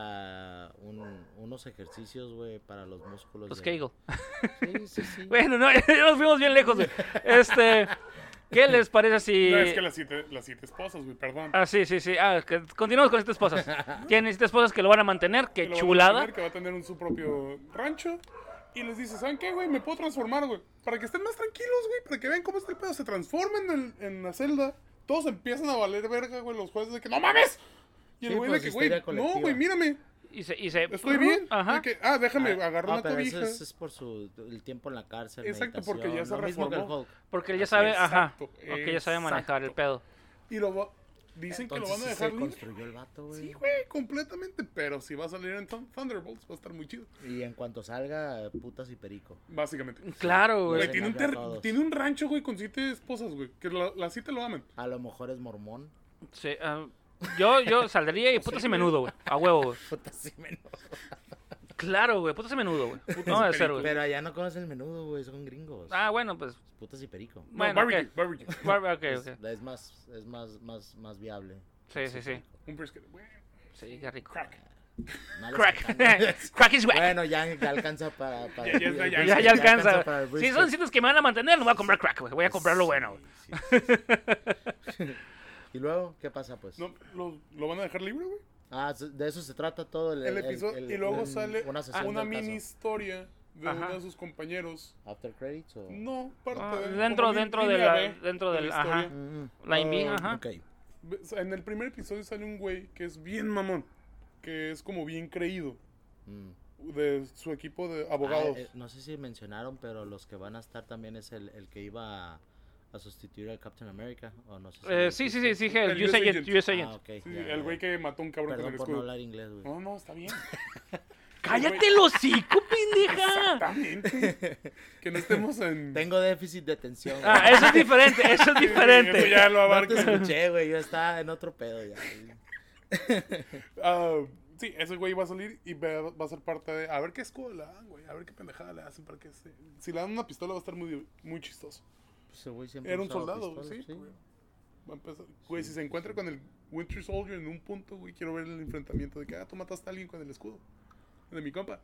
haga un- unos ejercicios, güey, para los músculos.
Los
de-
Kegel.
Sí, sí, sí.
Bueno, no, ya nos fuimos bien lejos, güey. Este, ¿qué les parece si...?
No, es que las siete, las siete esposas, güey, perdón.
Ah, sí, sí, sí. Ah, que- continuamos con estas esposas. Tienen estas esposas que lo van a mantener,
Que
que
lo van a
chulada.
tener, Que va a tener un, su propio rancho. Y les dice, ¿saben qué, güey? Me puedo transformar, güey. Para que estén más tranquilos, güey. Para que vean cómo está el pedo. Se transformen en, en la celda. Todos empiezan a valer verga, güey. Los jueces de que, ¡no mames! Y el
Sí,
güey
pues,
de que, güey,
histeria
no,
colectiva.
güey, mírame.
Y se, y se...
Estoy bien.
Ajá.
De que, ah, déjame,
Ah,
agarrar
ah,
una
pero eso
cobija.
es, es por su, el tiempo en la cárcel.
Exacto, porque ya
meditación,
se
lo mismo que el
reformó.
Hulk.
Porque él ya sabe, ajá.
Exacto,
Porque ya sabe manejar el
exacto.
pedo.
Y lo va- Dicen que lo van
Entonces
a
sí
dejar
se
libre.
construyó el vato, güey.
Sí, güey, completamente. Pero si va a salir en Thun- Thunderbolts, va a estar muy chido.
Y en cuanto salga, putas y perico.
Básicamente.
Claro,
Güey,
güey.
se
tiene, un
cambió a
ter-
todos.
tiene un rancho, güey, con siete esposas, güey. Que la, la siete lo amen.
A lo mejor es mormón.
Sí, ah, yo, yo saldría y putas y menudo, güey. A huevo, güey.
Putas y menudo.
Claro, güey. Putas y menudo, güey. No,
y
de ser,
perico.
güey.
Pero allá no conocen el menudo, güey. Son gringos.
Ah, bueno, pues...
Putas y perico.
No,
Bueno,
barbecue,
ok.
barbecue.
Bar- ok,
Es,
ok.
es más, es más, más, más viable.
Sí, sí, sí.
Un brisket, güey.
Sí, qué rico.
Crack.
No les
Crack.
alcanza.
Crack is whack.
Bueno, ya, ya alcanza para. para
Ya- ya está, ya-
Ya, ya alcanza.
para el
Si
brisket.
son sitios que me van a mantener, no voy a comprar crack, güey. Voy a comprar lo bueno, güey.
Sí, sí, sí, sí. y luego, ¿qué pasa, pues?
No, lo, lo van a dejar libre, güey.
Ah, s- de eso se trata todo el,
El
el-
episodio.
el-
y luego
un-
sale una,
sesión del
mini
caso.
historia de
Ajá.
uno de sus compañeros.
After credits o.
No, parte
Ah,
de-
dentro-
como
dentro
línea
de la-
B
dentro
de
del-
la historia.
ajá.
Mm,
La envía,
ah,
ajá.
ok.
Ves, En el primer episodio sale un güey que es bien mamón. Que es como bien creído.
Mm.
De su equipo de abogados.
Ah, eh, no sé si mencionaron, pero los que van a estar también es el, el que iba a, a sustituir al Captain America. O no sé si
Eh,
lo
sí, sí, sí,
dijiste.
sí, dije el
El
US
US
Agent,
agent.
US
Ah,
Agent.
ok,
Sí,
ya,
el
ya.
güey que mató a un cabrón con
Perdón
el
por no
escudo. Ah,
hablar inglés, güey.
No, no, está bien.
¡Cállate el hocico, pendeja!
Exactamente. que no estemos en.
Tengo déficit de atención.
Ah,
güey.
eso es diferente, eso es
Eso
diferente.
ya lo
No
abarca.
te escuché, güey. Yo estaba en otro pedo ya. güey.
Ah, sí, ese güey va a salir y va, va a ser parte de. A ver qué escudo le dan, güey. A ver qué pendejada le hacen para que se. Si le dan una pistola va a estar muy, muy chistoso.
Pues el güey siempre
Era un
usaba
soldado, güey,
pistola,
sí. Güey, Va a empezar- güey, si se encuentra con el Winter Soldier en un punto, güey, quiero ver el enfrentamiento de que, ah, tú mataste a alguien con el escudo. De mi compa.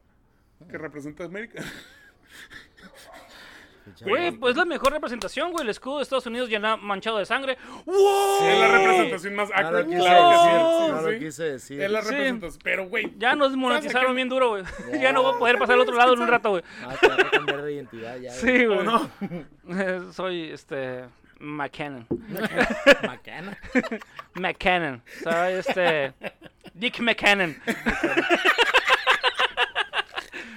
Que representa a América.
Pinche
Güey,
güey.
pues es la mejor representación, güey. El escudo de Estados Unidos llena manchado de sangre. ¡Wow!
es la representación más
No lo
accurate,
quise
claro
decir.
que sí,
No
sí,
lo
sí.
quise decir.
Es la
Sí.
representación. Pero, güey,
Ya nos
¿Sabes a
monetizaron
qué?
bien duro, güey.
Ya.
Ya no voy a poder pasar al otro lado en un rato, güey.
Ah, te voy a cambiar de identidad ya.
Sí, güey.
no.
Soy, este... McKinnon.
Macana.
McKinnon. Soy, este... Dick McKinnon.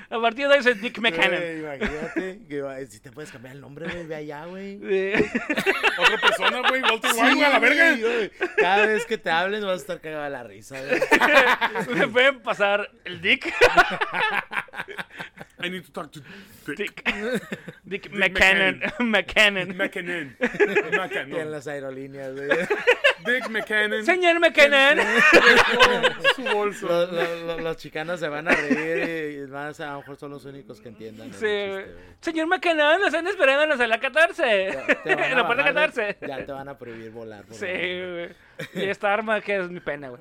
A partir de ahí soy Dick McKinnon.
Güey, Imagínate. que va- si te puedes cambiar el nombre, güey, ve allá, güey.
Eh,
otra persona, güey, Walter
Sí,
White, güey, a la
güey,
verga.
güey. Cada vez que te hablen vas a estar cagado de la risa, güey.
Me pueden pasar el Dick.
I need to talk to
Dick. Dick McKinnon. McKinnon.
McKinnon.
Y en
McKinnon.
las aerolíneas, güey.
Dick McKinnon.
Señor McKinnon.
dejó su bolso.
Los, los- los- los chicanos se van a reír y van a ser, a lo mejor son los únicos que entiendan. el
Sí,
chiste,
güey.
güey.
Señor McKinnon, nos están esperándonos en la 14.
Te van
En
a
la puerta
bajar de-
14.
Ya te van a prohibir volar. por
Sí,
favor.
güey. Y esta arma que es mi pena, güey.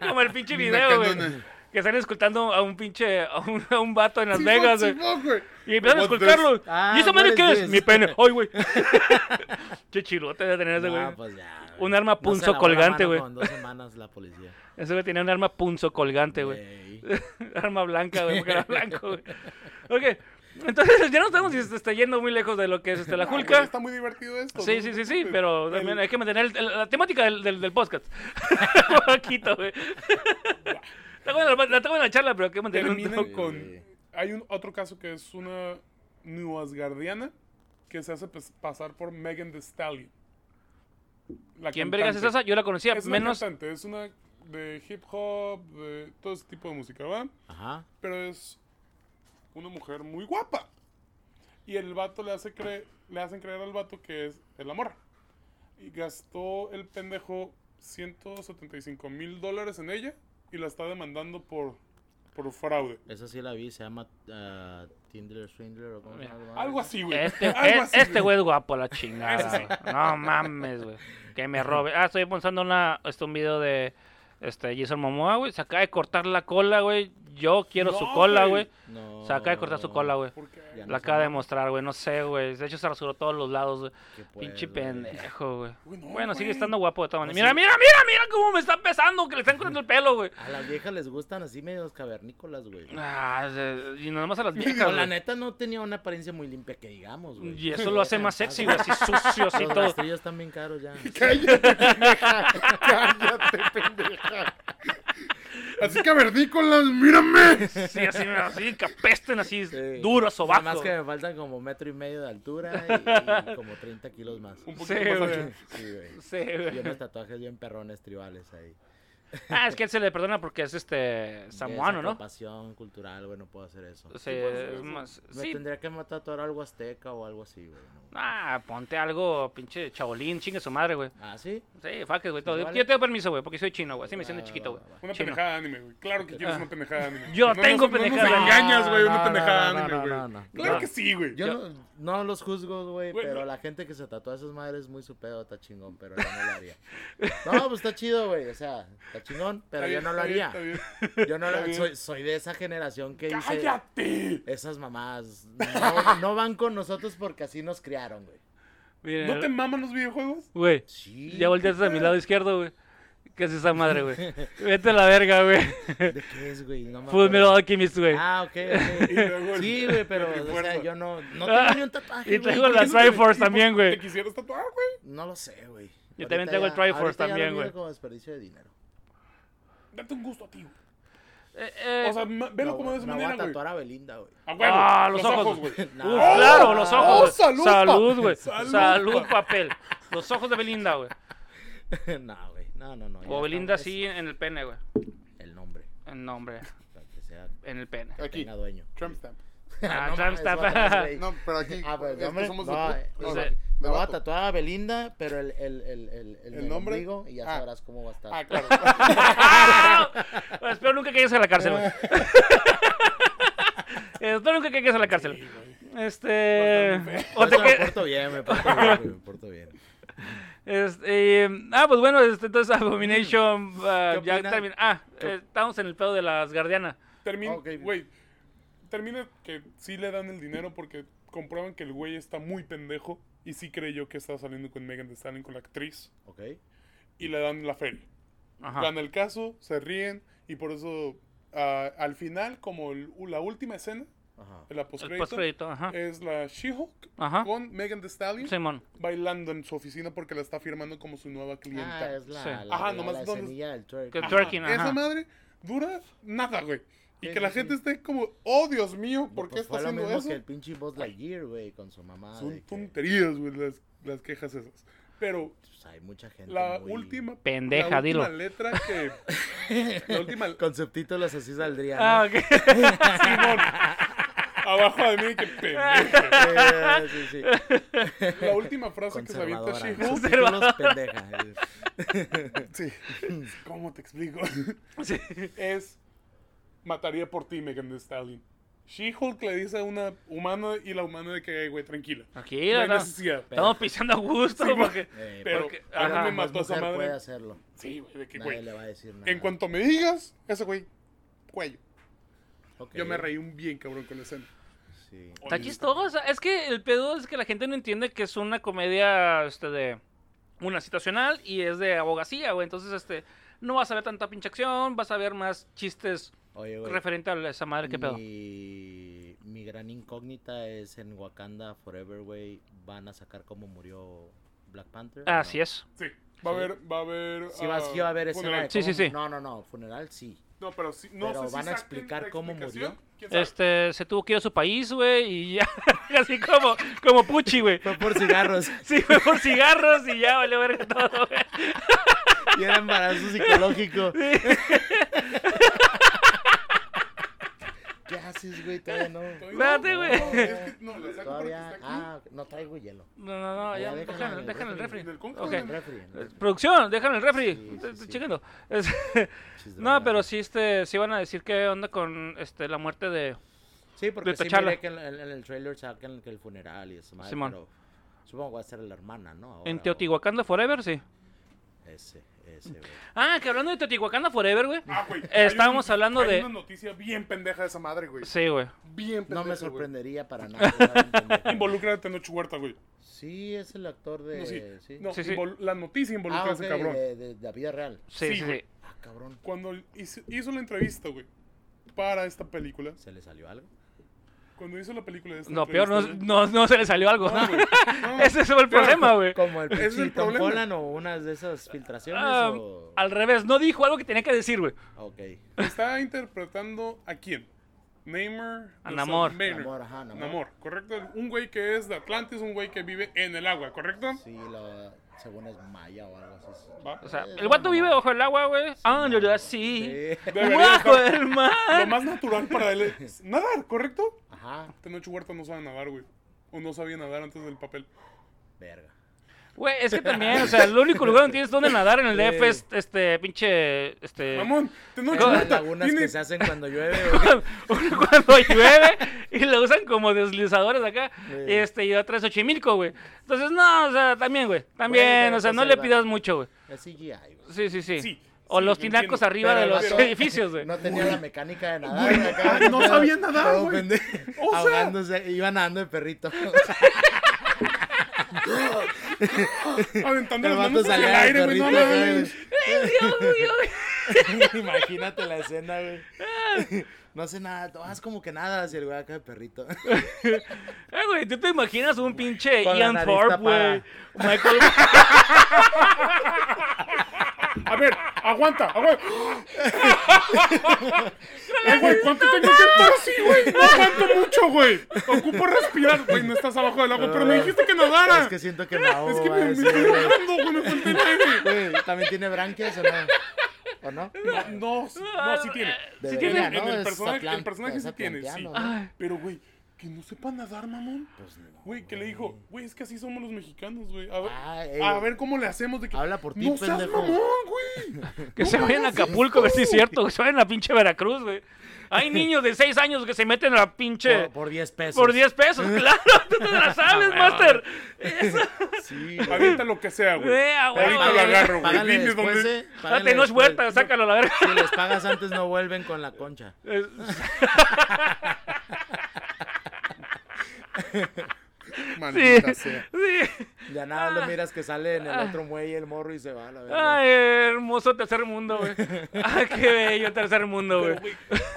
Como el pinche video, güey.
McKinnon.
Que están escultando a un pinche, a un, a un vato en Las
Sí,
Vegas,
sí,
güey.
güey.
Y empiezan a
What
escultarlo.
Ah,
¿Y esa
what
madre
is
qué es?
this?
Mi pene. Ay, güey. Qué chilote de tener ese, güey.
No, pues ya, güey.
Un arma
se
punzo
lavó la
colgante,
mano
güey.
Con dos semanas la policía.
Ese güey tenía un arma punzo colgante, güey.
Ey.
Arma blanca, güey, porque era blanco, güey. Ok, entonces ya no estamos este, yendo muy lejos de lo que es este, la
Ah, güey,
Julka.
Está muy divertido esto.
Sí,
¿no?
sí, sí, sí, pero
El-
también hay que mantener el- el- la temática del, del, del podcast. Un poquito, güey. Está buena la, está buena la charla, pero hay que mantener un
Terminan
toque.
con. Hay un otro caso que es una neoasgardiana que se hace pues, pasar por Megan Thee Stallion. La
¿Quién
cantante.
vergas es esa? Yo la conocía
Es una
menos.
cantante, es una de hip hop, de todo ese tipo de música, ¿verdad?
Ajá.
pero es una mujer muy guapa. Y el vato le hace creer, le hacen creer al vato que es el amor. Y gastó el pendejo 175 mil dólares en ella y la está demandando por por fraude.
Esa sí la vi, se llama ah, Tinder Swindler o cómo se llama.
Algo así, güey.
Este,
Algo
es-
así,
este güey es guapo a la chingada. güey. No mames, güey. Que me robe. Ah, estoy pensando una, este, un video de este, Jason Momoa, güey. Se acaba de cortar la cola, güey. Yo quiero su
No,
cola,
güey.
güey.
No.
Se acaba de cortar su cola, güey.
¿Por qué?
Ya.
La acaba de mostrar, güey. No sé, güey. De hecho, se rasuró todos los lados, güey.
Que pues,
Pinche
güey.
pendejo, güey.
Güey, no,
Bueno, sigue
güey.
estando guapo de todas maneras.
No,
Mira,
Pues sí.
mira, mira, mira cómo me está pesando, que le están cortando el pelo, güey.
A las viejas les gustan así medios cavernícolas, güey.
Ah, se- y nada más a las
Pero
viejas,
la
güey.
neta no tenía una apariencia muy limpia que digamos, güey.
Y eso lo hace más sexy, güey. Así sucio, así
Los
todo.
rastrillos están bien caros ya.
Cállate, pendeja. Así que verdícolas, mírame.
Sí, así, así, que apesten así,
Sí.
duro, sobaco.
Nada más que me faltan como metro y medio de altura y, y como 30 kilos más.
Un
Sí,
poquito más
güey.
ancho.
Sí, güey.
Sí, güey.
Y unos tatuajes bien perrones tribales ahí.
Ah, es que él se le perdona porque es este samoano, ¿no?
Pasión cultural, güey, no puedo hacer eso.
Sí,
pues,
es
sí.
más.
Me
Sí.
tendría que matar a algo azteca o algo así, güey. ¿no?
Ah, ponte algo, pinche chabolín, chingue su madre, güey.
Ah, sí.
Sí, faques, güey. Todo.
Vale.
Yo tengo permiso, güey, porque soy chino, güey. Así me siento
Ah,
chiquito,
va,
güey.
va, va.
Una
Chino. Ah.
pendejada de anime, güey. Claro que quieres una pendejada de anime.
Yo
No nos-
tengo
No
pendejada.
nos engañas, güey,
No,
una
no,
pendejada
no,
de anime,
no,
güey.
no, no.
Claro
No.
que sí, güey.
Yo
Yo-
no, no los juzgo, güey,
Güey,
pero
no.
la gente que se tatúa esas madres es muy su pedo, está chingón, pero yo no lo haría. No, pues está chido, güey, o sea, está chingón, pero
Está
yo
bien,
no lo
está bien,
haría.
está bien.
Yo no lo
Está bien.
soy, soy de esa generación que dice
¡Cállate!
esas mamás no, no van con nosotros porque así nos criaron, güey.
Mira,
¿No te maman los videojuegos?
Güey,
Sí.
ya volteaste a mi lado izquierdo, güey. ¿Qué es esa madre, güey? Vete a la verga, güey.
¿De qué es, güey? No me
Full Metal
acuerdo.
Alchemist, güey.
Ah, ok, ok.
Y luego el-
Sí, güey, pero
el
o sea,
recuerdo.
yo no no
Ah,
tengo ni un tatuaje,
y
güey.
traigo la-
¿Por qué no te-
Triforce
y por-
también, güey.
¿Te quisieras tatuar, güey?
No lo sé, güey.
Yo
Ahorita
también tengo el
ya-
Triforce
ahorita ya lo
también,
miro
güey.
como desperdicio de dinero.
Date un gusto a ti, güey.
Eh, eh,
O sea, ma- velo
No,
como de esa
me voy
manera,
a
güey.
tatuar a Belinda, güey.
A huevo,
Ah, los ojos.
güey.
Uf,
No.
claro, los
¡Oh,
ojos. güey.
salud, pa-
salud, güey.
salud,
Salud,
pa-
papel. Los ojos de Belinda, güey.
no, güey. No, no, Eh, no. ya
O
estamos-
Belinda
es
sí en el pene, güey.
El nombre.
En nombre,
Para que sea.
en el pene.
Aquí,
Tenga dueño.
Tramp stamp.
Ah,
No
Trump
mames,
está-
va atrás, güey.
no, pero aquí.
Ah, pero
es
el
que
nombre.
somos
no,
de-
eh,
no,
o
de-
sea,
de
Me voy a
vato.
tatuar a Belinda, pero el, el, el, el, el, del
nombre?
ombligo, y ya
Ah.
sabrás cómo va a estar.
Ah, claro.
¡Ah! Bueno, Espero nunca que llegues a la cárcel, güey. Espero nunca que llegues a la cárcel. Este. O
Por
te
eso me
que-
porto bien, me porto bien, güey, me porto bien.
este, eh, ah, pues bueno, este, entonces Abomination ah,
¿Qué
ya
opinas?
terminó. Ah, eh, estamos en el pedo de las guardianas.
Termina,
Ok.
güey. Termina que sí le dan el dinero porque comprueban que el güey está muy pendejo y sí creyó que estaba saliendo con Megan de Stalin, con la actriz,
¿Ok?
y le dan la feria.
Ajá.
Gana el caso, se ríen y por eso ah, al final, como el- la última escena,
Ajá.
la
El
postcrédito,
postcrédito, ajá.
eh,
es la She-Hulk
Ajá.
con Megan Thee Stallion
Simón.
bailando en su oficina porque la está firmando como su nueva clienta.
Ah, es la,
Sí.
la,
Ajá,
la,
nomás
la
donde-
escenilla del twerk.
Que-
Ajá,
twerking,
Esa
ajá.
madre dura nada, güey. Y
Sí,
que la
sí,
gente
sí.
esté como, oh Dios mío, ¿por qué
Pues
está
fue lo
haciendo
mismo
eso?
que el pinche Buzz Lightyear, güey, con su mamá.
Son
de que,
tonterías, güey, las, las quejas esas. Pero
pues, hay mucha gente
la
muy-
última.
Pendeja,
la última
dilo.
letra que. la última.
Con subtítulos así saldría, ¿no?
Ah, ok.
Simón, abajo de mí, que pendeja.
Eh, sí, sí.
La última frase que se avienta
Conservadora.
She-Hulk.
Subtítulos pendeja.
Sí. ¿Cómo te explico?
Sí.
es mataría por ti, Megan Thee Stallion. She-Hulk le dice a una humana y la humana de que, "Ey, güey, tranquila.
Aquí,
no hay
¿no?
necesidad.
Estamos pisando a gusto porque.
Eh,
Pero
porque-
a mí
ajá,
me
más
mató esa
mujer
madre.
puede hacerlo.
Sí, güey, de que,
Nadie
güey.
le va a decir nada.
En cuanto me digas, ese güey, cuello.
Ok,
Yo me reí un bien cabrón con la escena.
sí.
Está chistosa. Es que el pedo es que la gente no entiende que es una comedia este, de una situacional y es de abogacía, güey. Entonces, este, no vas a ver tanta pinche acción, vas a ver más chistes
Oye, güey.
referente a esa madre que pedo.
Mi... mi gran incógnita es en Wakanda Forever, güey. Van a sacar cómo murió Black Panther. o
Ah, Así
no?
es.
Sí, va a
Sí.
haber, va a haber.
Sí, va,
ah,
sí va a haber escena
funeral.
de
Sí, sí,
cómo-
sí.
No, no, no. Funeral sí.
No, pero sí, no
Pero
sé si
van a
saquen
explicar
la
cómo
explicación.
murió.
¿Quién sabe?
Este, se tuvo que ir a su país, güey, y ya, así como, como Puchi, güey.
Fue por cigarros.
Sí, fue por cigarros y ya valió verga todo, güey.
y era embarazo psicológico. ¿Qué Catarsis, güey, todavía no.
Espérate,
no,
güey.
No, es que no, la saco
Todavía.
porque está aquí.
Ah, no traigo hielo.
No, no, no, ya,
Ya, déjala
déjala,
en el
déjala en el refri.
refri.
En el congelador,
Ok.
en el
En refri, en
Eh,
refri.
Producción, déjala en el refri.
Sí,
Estoy-
sí,
estoy
sí.
checando. Es-
Chis, de
no,
verdad.
pero sí, este, sí van a decir qué onda con este, la muerte de...
Sí, porque
de
sí
T'Challa.
miré que en, en- en el trailer sacan que el funeral y eso, madre,
Simón.
pero supongo que va a ser la hermana, ¿no? Ahora,
En
o-
Teotihuacán de Forever, sí.
Ese, ese, güey.
Ah, que hablando de Teotihuacán de Forever, güey.
Ah, güey.
Estábamos
hay un-
hablando
hay
de-
una noticia bien pendeja de esa madre, güey.
Sí, güey.
Bien pendeja.
No me
güey.
sorprendería para nada. ¿saben?
Involucra a Tenoch Huerta, güey.
Sí, es el actor de...
No, sí.
Eh, sí.
No,
Sí, sí.
invol- la noticia involucra
Ah,
a
ok,
ese cabrón.
de, de- de la vida real.
Sí,
Sí,
sí, sí.
güey.
Ah, cabrón.
Cuando hizo, hizo la entrevista, güey, para esta película.
¿Se le salió algo?
Cuando hizo la película de esta
No, peor, no,
entrevista,
no, no se le salió algo.
güey. No,
Ese fue el
Pero-
problema, güey.
Como el
Ese es el
pinche Tom
problema.
Holland o unas de esas filtraciones
Ah,
o...
al revés, no dijo algo que tenía que decir, güey.
Ok.
Está interpretando a quién? Namor.
A
de
Namor.
Sandman.
Namor, ajá, Namor.
¿correcto? Un güey que es de Atlantis, un güey que vive en el agua, ¿correcto?
Sí, la- según es maya o algo así.
Va.
O sea,
Eh,
el guato
no,
vive
no.
bajo el agua, güey. Ah, yo
Sí.
así.
Debería
Bajo
estar-
el
Lo
mar.
más natural para él es nadar, ¿correcto?
Ajá,
Tenoch Huerta no sabe nadar, güey. O no sabía nadar antes del papel.
verga.
Güey, es que también, o sea, el único lugar donde tienes donde nadar en el DF es este pinche. Este.
Mamón, Tenoch
No,
Las
Huerta
lagunas
tiene
que se hacen cuando llueve. güey.
cuando llueve y lo usan como deslizadores acá.
Sí.
Este, y otra es Ochimilco, güey. Entonces, no, o sea, también, güey. También,
Bueno,
o sea, no
pues,
le
ahí va.
pidas mucho, güey.
Es CGI, güey.
Sí, sí, sí.
Sí,
O
sí,
los
lo
tinacos
entiendo.
arriba
Pero
de
el
los
vato-
edificios, güey.
No tenía la mecánica de nadar. acá,
no
todo-
sabía nadar,
todo
güey.
pendejo.
O sea-
Ahogándose, iba nadando de perrito.
aventando
El
las
vato
manos en el
salía de
aire, güey.
perrito.
No mames.
Ay, Dios mío, güey.
güey. Imagínate la escena, güey. No hace nada, tú haz como que nada hacia el güey acá de perrito.
Ay, Ah, güey, ¿tú te imaginas un pinche
Con la
Ian
nariz
Thorpe,
tapada.
güey? Michael,
A ver, aguanta, aguanta. Eh, güey, ¿cuánto tengo que estar así, güey? No aguanto mucho, güey. Ocupo respirar. Güey, no estás abajo del agua, pero me dijiste que nadara.
Es que siento que me ahogo.
Es que
va a
me, me
decir,
estoy
güey.
ahogando, güey, me falta el aire.
Güey, ¿También tiene branquias o no? ¿O no?
No, no, no, sí tiene.
Debería,
tiene, en
¿no?
el
Es
personaje,
atlan-
el personaje
es
sí tiene, sí.
atlanteano, ¿no?
Ay.
Pero, güey, que no sepa nadar, mamón.
Pues
Güey, que le dijo, güey, es que así somos los mexicanos, güey. A ver,
Ah, eh.
a ver cómo le hacemos de que.
Habla por ti,
no seas
pendejo.
mamón, güey.
que
No
se
me
vayan a
hagas
Acapulco, que sí es
esto.
cierto, que se vayan a pinche Veracruz, güey. Hay niños de 6 años que se meten a la pinche...
Por, por 10 pesos.
Por 10 pesos, claro, tú te la sabes, Master. Eso,
Sí, güey.
Avienta lo que sea, güey.
Eh, a huevo,
Ahorita lo
güey.
agarro, güey.
Págale
Dime
después,
dónde.
eh. Págale
date, no es
después.
vuelta, sácalo a la verga.
Si les pagas antes no vuelven con la concha.
Es- Sí,
Maldita sea.
sí.
Ya nada, lo miras que sale en el otro muelle el morro y se va a la verga.
Ay, hermoso tercer mundo, güey. Ay, qué bello tercer mundo, güey.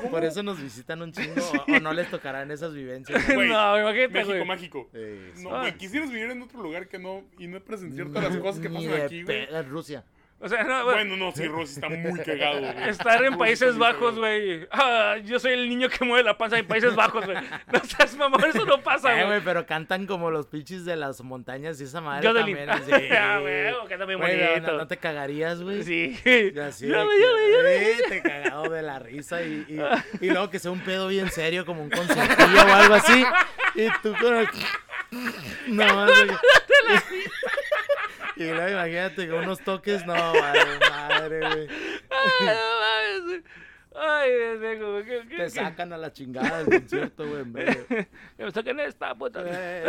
Por eso nos visitan un chingo o- o no les tocarán esas vivencias.
güey,
No, imagínate,
México
güey.
mágico.
Eh,
No,
Ah.
güey, quisieras vivir en otro lugar que no y no presenciar todas las cosas que
Ni
pasan
de
aquí, güey.
pe- en Rusia.
O sea, no, güey.
Bueno, no, sí, Rosy está muy cagado, güey.
Estar en
Rosy
Países
está muy
Bajos,
cagado.
güey. Ah, yo soy el niño que mueve la panza en Países Bajos, güey. No seas mamón, eso no pasa,
Eh, güey,
Ah, güey.
pero cantan como los pinches de las montañas y esa madre
Jodelin.
también. sí.
Ah, güey, que está bien
Güey, no-
bonito.
no, te cagarías, güey.
Sí.
Así de
Yo le-
que,
yo le- yo le-
eh, te cagado de la risa y, y,
Ah.
y luego que sea un pedo bien serio, como un concertillo o algo así. Y tú con el... No, mames, güey. Y luego imagínate con unos toques, no, madre, madre, güey.
Ay, no mames. Ay, pendejo, güey. ¿Qué- qué-
Te
qué-
sacan a la chingada del concierto, güey, en breve.
Que me saquen esta puta.
Eh,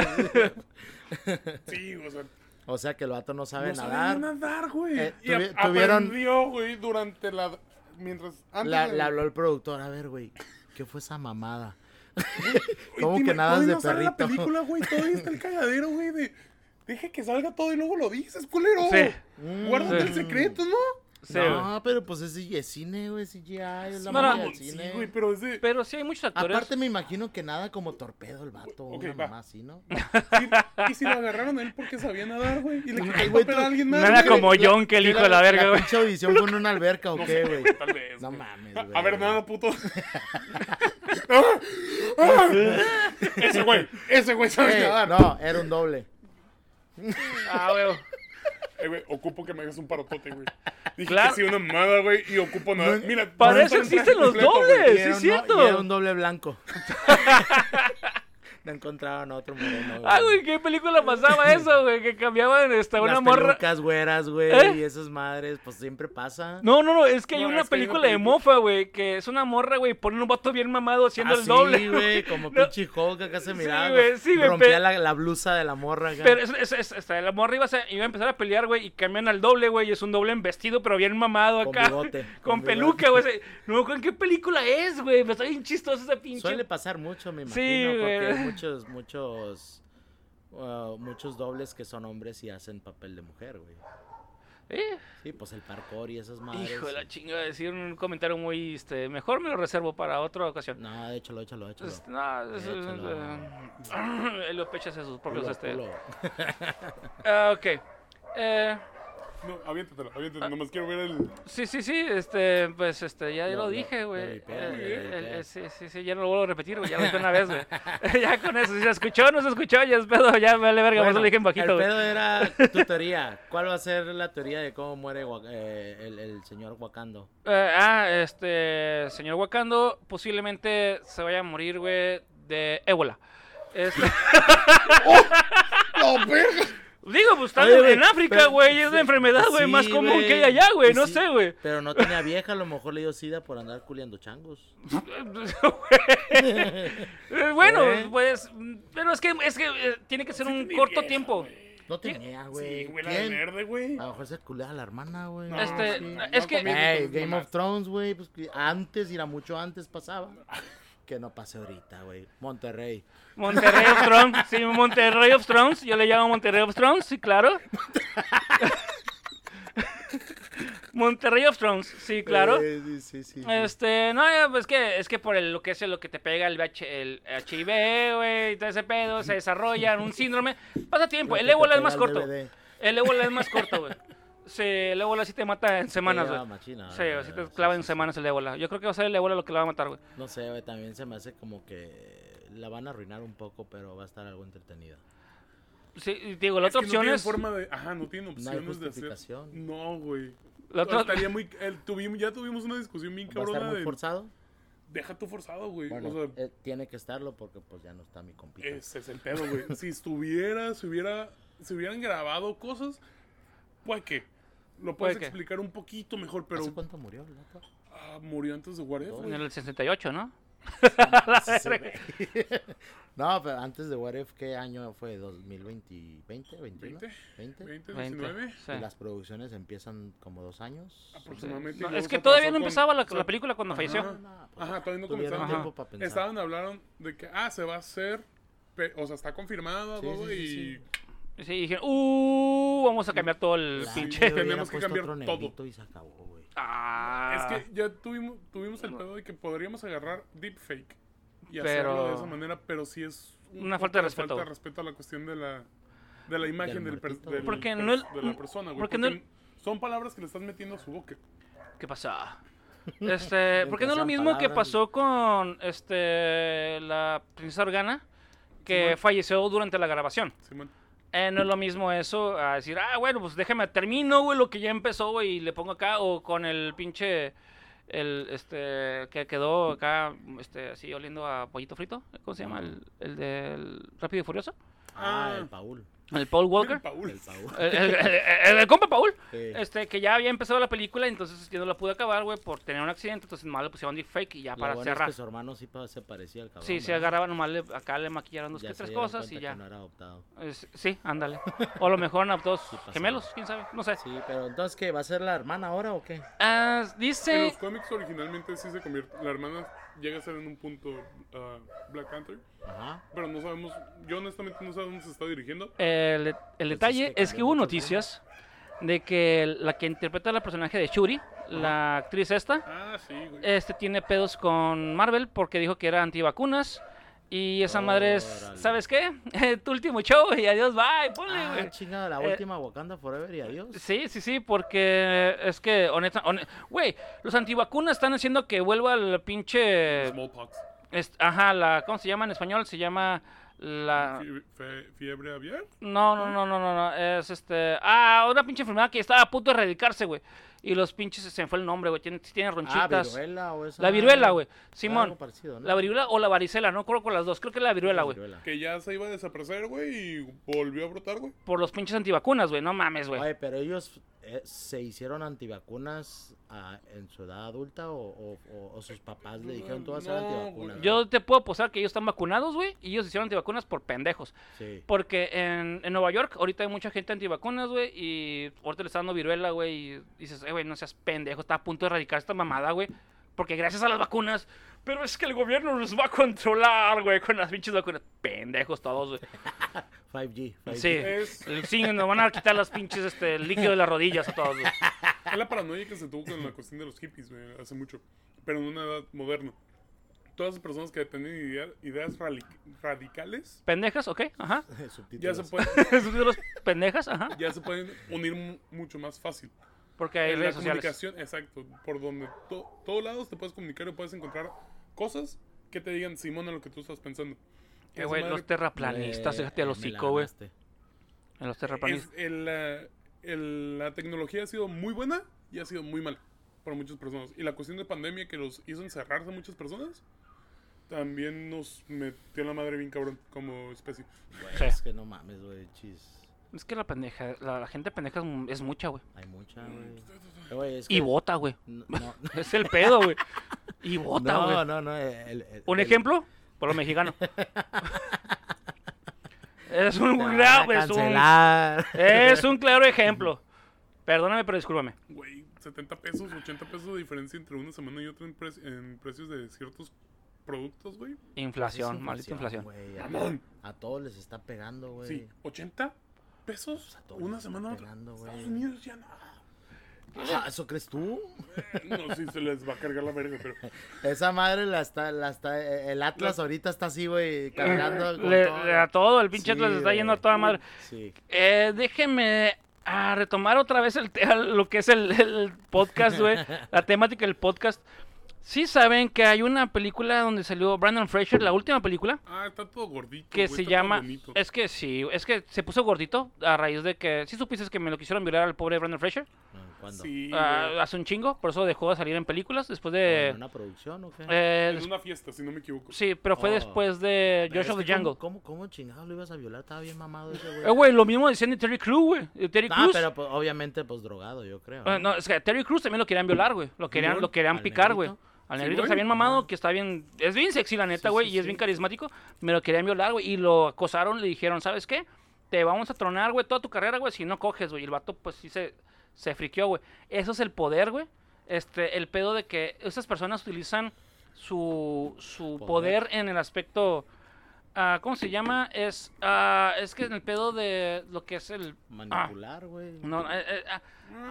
Sí, o sea,
O sea que el vato no sabe
no
nadar.
sabía nadar, güey.
Eh,
y
tuvi-
a-
tuvieron-
aprendió, güey, durante la mientras antes
La-
de-
le habló el productor, a ver, güey, ¿qué fue esa mamada?
Oye,
¿Cómo
te
que
ima-
nadas
todavía
de
no sale la
perrito?
película, güey, todavía está el cagadero, güey, de deja que salga todo y luego lo dices, culero.
Sí.
Mm.
Guárdate
Sí.
el secreto, ¿no?
Sí, güey.
no, pero pues es, es cine, güey, CGI, es la
No, no,
magia
Mamón,
del
sí,
cine.
güey, pero es de
Pero sí hay muchos actores.
Aparte me imagino que nada como torpedo el vato,
Ok,
una
va.
mamá así, ¿no?
Y, y si lo agarraron a él porque sabía nadar, güey. Y le quitó el papel a alguien más.
Nada
güey.
como John, que el hijo de la verga,
La
güey.
pinche audición fue en una alberca o
No sé,
qué, güey.
Tal vez.
No
güey.
mames,
A-
güey.
A ver, nada, puto. Ah, ah. ese güey, ese güey sabe
Eh,
nadar.
no, era un doble.
Ah, güey.
Eh, güey, ocupo que me hagas un parotote, güey. Dije
Claro.
que sí, una mamada, güey, y ocupo nada. Mira,
Para
no
eso
encontré
existen los
completo, güey.
dobles.
Y
Sí,
era
es
un do-
cierto.
y era un doble blanco. no encontraron otro moreno,
Ah, güey, ¿qué película pasaba eso, güey? Que cambiaban esta, una
Las
morra.
pelucas güeras, güey,
¿Eh?
y esas madres, pues siempre pasa.
No, no, no, es que hay
No,
una
es que hay una
película de
película.
mofa, güey, que es una morra, güey, ponen un vato bien mamado haciendo el
Así,
doble.
Ah, güey, como
No.
pinche Hulk acá se
Sí,
miraba.
güey, sí, güey,
rompía
pero-
la, la blusa de la morra acá.
Pero es, es, es- es- la morra iba a, ser- iba a empezar a pelear, güey, y cambian al doble, güey, y es un doble en vestido, pero bien mamado
Con
acá.
bigote,
con
con
peluca, güey. ese- No me acuerdo en qué película es, güey, pero está bien chistosa esa pinche.
Suele pasar mucho, me
Sí,
imagino, porque
güey.
hay muchos, muchos, uh, muchos dobles que son hombres y hacen papel de mujer, güey.
Eh,
Sí, pues el parkour y esas madres.
hijo de la chinga, decir un comentario muy, este, mejor me lo reservo para otra ocasión.
No, échalo, échalo, échalo.
Es- No, es-
Échalo.
eh, él lo pecha hacia sus propios,
Culo,
este.
culo.
Ah, ok. Eh,
No, aviéntatelo, aviéntatelo. Nomás quiero ver el.
Sí, sí, sí, este, pues, este, ya
Lo-
lo
lo-
dije,
lo
güey.
vipeas,
Eh,
lo
eh, el-
vipeas.
Sí, sí, sí, ya no lo vuelvo a repetir, güey, ya lo dije una vez, güey. ya con eso, si se escuchó o no se escuchó, ya es pedo, ya vale verga, más
Bueno,
lo dije en bajito,
el
güey.
pedo era tu teoría. ¿Cuál va a ser la teoría de cómo muere Wa- eh, el, el señor Wakando?
Eh, ah, este, señor Wakando, posiblemente se vaya a morir, güey, de ébola. Este,
¡No, verga!
digo, pues, está
Oye,
en-
güey,
en África,
pero-
güey, es la enfermedad, Ah, güey,
Pues Sí,
más común
güey.
que hay allá, güey,
Y
no
sí,
sé, güey.
Pero no tenía vieja, a lo mejor le dio sida por andar culiando changos.
Eh, bueno,
Eh.
pues, mm, pero es que, es que eh, tiene que ser un corto tiempo.
No tenía, güey.
Sí, güey, la de
¿Quién? Ah.
verde, güey.
A lo mejor se culea a la hermana, güey.
No,
Este,
sí,
es
no
que-
conviene
Ey,
con tus
Game
mamás.
of Thrones, güey, pues que antes, era mucho antes pasaba. Que no pase ahorita, güey. Monterrey.
Monterrey of Thrones, sí, Monterrey of Thrones, yo le llamo Monterrey of Thrones, sí, claro. Monterrey of Thrones, sí, claro.
Eh, sí, sí, sí, sí.
Este, no, eh, pues que es que por el, lo que es lo que te pega el, VH el HIV, güey, y todo ese pedo, se desarrolla en un síndrome. Pasa tiempo,
Lo que
el
te
ébola es
pega
más
el
corto.
DVD.
El ébola es más corto, güey. Sí, el ébola sí te mata en semanas,
lleva
güey.
machina,
Sí,
güey,
sí te
Ah, sí,
clava en
sí, sí.
semanas el ébola. Yo creo que va a ser el ébola lo que lo va a matar, güey.
No sé, güey, también se me hace como que la van a arruinar un poco, pero va a estar algo entretenida.
Sí, y digo, la
Es que
otra opción
no tienen
es...
forma de, ajá, no tienen
No hay
opciones de hacer.
justificación.
No, güey.
La otra-
Estaría muy el- tuvimos- ya tuvimos una discusión bien
¿Va a estar
cabrona
muy
de
forzado?
deja tú forzado, güey.
Bueno,
o sea,
eh, tiene que estarlo porque pues ya no está mi compita.
ese es el pedo, güey. si estuviera, si hubiera si hubieran grabado cosas, pues que lo puedes
Puede que.
explicar un poquito mejor, pero
¿Hace cuánto murió el vato?
ah, murió antes de What If,
En
güey.
el 68, ¿no?
Sí, sí, güey. no, pero antes de What If, ¿qué año fue? ¿2020? ¿20? ¿21?
¿Veinte?
¿20?
20,
20,
19.
sí.
Las producciones empiezan como dos años.
Ah, pues,
Aproximadamente. y
No,
luego
es que
se
todavía no
atrasó con-
empezaba la,
se-
la película cuando
Ajá.
falleció.
Ah, pues,
Ajá, todavía no
Tuvieron
comenzaron.
tiempo
Ajá.
para pensar.
Estaban hablaron de que ah, se va a hacer, pe- o sea, está confirmada
Sí,
todo
sí, sí,
y
sí.
Sí, y dijeron, uh, vamos a cambiar todo el
La
pinche.
neta, yo
Tenemos
hubiera
que
puesto
cambiar
otro
todo.
negrito Y se acabó, güey.
Ah,
Es que ya tuvimos, tuvimos el pedo de que podríamos agarrar deepfake y
Pero-
hacerlo de esa manera, pero sí es un
Una
poco
falta de respeto.
Falta de respeto a la cuestión de la, de la imagen
Del
del, per-
muertito,
del
güey. Porque
per-
no el-
de la persona, güey.
porque
Porque
no
son palabras que le estás metiendo a su boca.
¿Qué pasa? Este, porque no es lo
Empezaron
mismo que
palabras.
pasó con este la princesa Organa que
Simón.
falleció durante la grabación.
Simón.
Eh, no es lo mismo eso a decir, ah, bueno, pues déjame, termino, güey, lo que ya empezó, güey, y le pongo acá, o con el pinche, el, este, que quedó acá, este, así, oliendo a pollito frito, ¿cómo se llama? El, el del Rápido y Furioso,
Ah,
Ah.
el Paul.
el Paul Walker,
El Paul.
El Paul.
el, el- el- el- el compa Paul,
Sí.
este, que ya había empezado la película, entonces este, yo no la pude acabar, güey, por tener un accidente, entonces nomás le pusieron fake y ya
Lo
para
bueno es
cerrar.
que su hermano sí pa- se parecía al cabrón.
Sí, se
¿verdad?
agarraban nomás, le- acá le maquillaron dos
Ya
que
se
tres
dieron
cosas y
cuenta
ya.
que no era adoptado.
Eh, sí, ándale. O a lo mejor a todos
pasó.
gemelos, quién sabe, no sé.
Sí, pero entonces, ¿qué? ¿Va a ser la hermana ahora o qué?
Ah,
En
dice.
los cómics originalmente sí se convierte. La hermana llega a ser en un punto ah, Black Panther,
Ajá.
pero no sabemos. Yo honestamente no sé a dónde se está dirigiendo.
eh, El, el
pues
detalle
que
es que
cambió
hubo
mucho el
noticias de que la que interpreta la personaje de Shuri, la actriz esta,
Ah, sí, güey.
este tiene pedos con Marvel porque dijo que era antivacunas. Y esa madre es,
Órale.
¿sabes qué? tu último show y adiós, bye, ponle,
Ah,
güey.
chingada, la
Eh,
última Wakanda Forever y adiós.
Sí, sí, sí, porque es que, honesta, hone- güey, los antivacunas están haciendo que vuelva el pinche,
Smallpox.
est- ajá, la, ¿cómo se llama en español? Se llama La...
Fie- fe- ¿Fiebre aviar?
No, no, no, no, no, no, es este... Ah, una pinche enfermedad que estaba a punto de erradicarse, güey. Y los pinches, se me fue el nombre, güey, tiene, tiene
Ah,
ronchitas.
viruela o esa
la
madre.
viruela, güey.
Algo
Simón,
parecido, ¿no?
la viruela o la varicela, no creo con las dos, creo que es la viruela, güey.
Viruela.
Que ya se iba a desaparecer, güey, y volvió a brotar, güey.
Por los pinches antivacunas, güey, no mames, güey.
Oye, pero ellos eh, se hicieron antivacunas ah, en su edad adulta o, o- o- o sus papás le dijeron tú vas a ser
No, güey.
antivacunas.
Yo te puedo posar que ellos están vacunados, güey, y ellos hicieron antivacunas por pendejos.
Sí.
Porque en, en Nueva York ahorita hay mucha gente antivacunas, güey, y ahorita le está dando viruela, güey, y dices, eh, güey, no seas pendejo, está a punto de erradicar esta mamada, güey, porque gracias a las vacunas, pero es que el gobierno nos va a controlar, güey, con las pinches vacunas. Pendejos todos, güey.
5G. 5G.
Sí.
Es,
Sí, nos van a quitar las pinches, este, el líquido de las rodillas a todos, güey.
es la paranoia que se tuvo con la cuestión de los hippies, güey, hace mucho. Pero en una edad moderna. Todas las personas que tenían idea- ideas rali- radicales
¿Pendejas? ¿Ok? Ajá.
ya
Subtítulos.
se, pueden,
Subtítulos, pendejas, ajá.
ya se pueden unir mu- mucho más fácil.
Porque hay
En la
redes sociales.
comunicación, exacto. Por donde to- todos lados te puedes comunicar y puedes encontrar cosas que te digan, Simón, a lo que tú estás pensando.
Eh,
Esa
güey,
madre-
los terraplanistas,
Me-
fíjate el
Eh, me la
hocico, güey.
ganaste.
En los
es-
terraplanistas.
el, eh, el- la tecnología ha sido muy buena y ha sido muy mala para muchas personas. Y la cuestión de pandemia que los hizo encerrarse a muchas personas también nos metió en la madre bien cabrón como especie.
Güey,
Sí.
Es que no mames, güey, chis.
Es que la pendeja, la, la gente pendeja es mu- es mucha, güey.
Hay mucha, güey. Eh, güey. es
Y
que-
vota, güey.
No, no,
Es el pedo, güey. Y vota, güey.
no, no, no, el- el-
Un
el-
ejemplo, por lo mexicano. es un
te van a
claro, es un,
Ah, cancelar.
es un claro ejemplo. Perdóname, pero discúlpame.
Güey, 70 pesos, 80 pesos de diferencia entre una semana y otra en, pre- en precios de ciertos productos, güey.
Inflación,
Es
maldita inflación.
güey,
Ramón.
a, a todos les está pegando, güey.
Sí, 80 pesos
A todos les
una
está
semana a otra.
pegando, güey.
Estados Unidos ya no.
Ah, ¿Eso crees tú?
No, sí, se les va a cargar la verga, pero.
Esa madre la está, la está, eh, el Atlas ahorita está así, güey, cargando con
Eh, Le-
todo.
le- a todo, el pinche
Sí,
Atlas está
güey.
yendo a toda madre.
Sí.
Eh, déjenme ah, retomar otra vez el te- lo que es el, el podcast, güey. la temática del podcast. Sí saben que hay una película donde salió Brandon Fraser, la última película,
Ah, está todo gordito.
que
güey,
se
está todo
llama...
bonito.
Es que sí, es que se puso gordito a raíz de que... ¿Sí supiste que me lo quisieron violar al pobre Brandon Fraser?
No, ¿Cuándo?
Sí,
Ah,
güey.
hace un chingo, por eso dejó de salir en películas después
¿En
de...
una producción o qué?
eh,
En
des-
una fiesta, si no me equivoco.
Sí, pero fue
Oh.
después de
Pero
Josh
es
of the
que
Jungle.
¿cómo, cómo, cómo chingado lo ibas a violar? Estaba bien mamado ese,
Eh,
güey.
güey, lo mismo decían de Terry Crews, güey. de Terry
Ah,
Crews.
pero pues, obviamente, pues drogado, yo creo.
Ah, no, es que a Terry Crews también lo querían violar, güey. Lo querían,
¿Simón?
lo querían
¿Al
picar, güey.
negrito?
Al negrito que
¿Simón?
está bien mamado, que está bien. Es bien sexy, la neta,
Sí,
güey.
sí,
y es
sí.
bien carismático. Me lo querían violar, güey. Y lo acosaron, le dijeron, ¿sabes qué? Te vamos a tronar, güey, toda tu carrera, güey, si no coges, güey. Y el vato, pues sí se, se friqueó, güey. Eso es el poder, güey. Este, el pedo de que esas personas utilizan su, su
Poder.
poder. en el aspecto. ah, ¿Cómo se llama? Es, ah, es que en el pedo de lo que es el. ah,
Manipular, güey.
no, eh, eh, ah,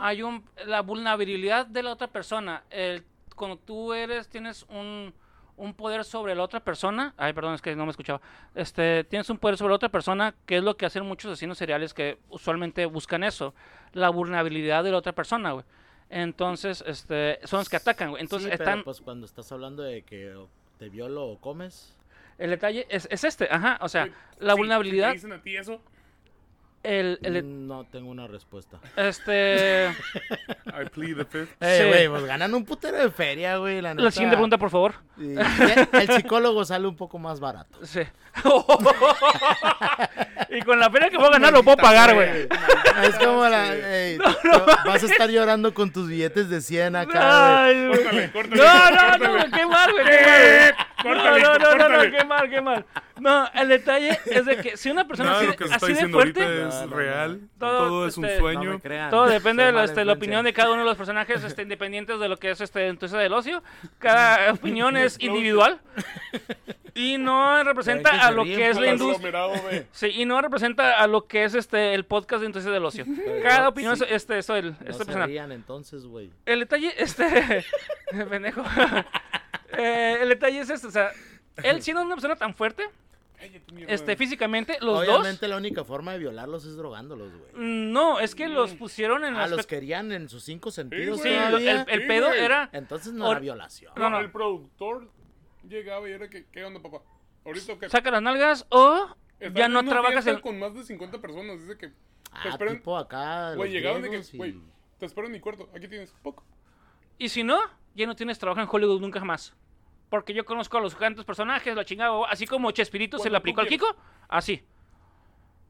hay un la vulnerabilidad de la otra persona. El, cuando tú eres tienes un, un poder sobre la otra persona. Ay, perdón, es que no me escuchaba. Este, tienes un poder sobre la otra persona, que es lo que hacen muchos asesinos seriales que usualmente buscan eso, la vulnerabilidad de la otra persona, güey. Entonces, este, son los que atacan, güey. Entonces,
Sí, pero,
están
pues cuando estás hablando de que o te violo o comes,
el detalle es, es este, ajá, o sea,
Güey,
la
sí, Mm.
vulnerabilidad,
Si te dicen a ti eso,
el, el-
no tengo una respuesta.
este,
I plead the fifth.
Eh, güey, pues ganan un putero de feria, güey, la neta.
la siguiente pregunta, por favor.
Y- y el psicólogo sale un poco más barato.
Sí. y con la pena que voy a ganar lo puedo pagar, güey.
Es como la... ey, tú- vas a estar llorando con tus billetes de 100 acá, güey.
Ay, güey.
Córtale, córtale,
No, no,
córtale.
no,
Eh,
güey, qué mal, güey. qué mal, güey.
Córtale,
no, no, no, no, no,
córtale.
qué mal, qué mal. No, el detalle es de que si una persona
Nada de
así,
lo que
de-
se está
así de
diciendo
fuerte,
ahorita eh. es
No, no, no.
real.
Todo,
Todo, es un
este,
No
sueño.
me crean.
todo depende de,
Soy
la-
mala
este, la
influencia.
opinión de cada uno de los personajes, este, independientes de lo que es este entonces del ocio. Cada opinión es individual y no representa a lo que es la industria.
Aglomerado de-
Sí, y no representa a lo que es este el podcast de Entonces del Ocio. Cada opinión
sí.
es este, eso el,
No
este
se
personal.
rían entonces, güey.
El detalle, este. pendejo. Eh, el detalle es este, o sea, él siendo una persona tan fuerte,
Cállate, mierda.
este, físicamente, los
Obviamente la única forma de violarlos es drogándolos, güey.
dos. No, es que los pusieron en
Ah,
las
los querían en sus cinco sentidos
Sí,
güey.
el,
todavía.
el
Sí,
pedo
güey.
era.
Entonces no era
Or-
violación.
No, no.
El productor llegaba y era que, ¿qué onda, papá? Ahorita que.
Saca las nalgas o
Estás
Ya no
en una
trabajas
fiesta
en-
con más de 50 personas. Dice que. Te
Ah,
esperan.
tipo acá.
Güey,
los
llegaron de que.
griegos y-
Güey, te espero en mi cuarto. Aquí tienes. Poco.
Y si no, ya no tienes trabajo en Hollywood nunca más. Porque yo conozco a los tantos personajes, la chingada, así como Chespirito se
Cuando
le
tú
aplicó al
quieras.
Kiko, así.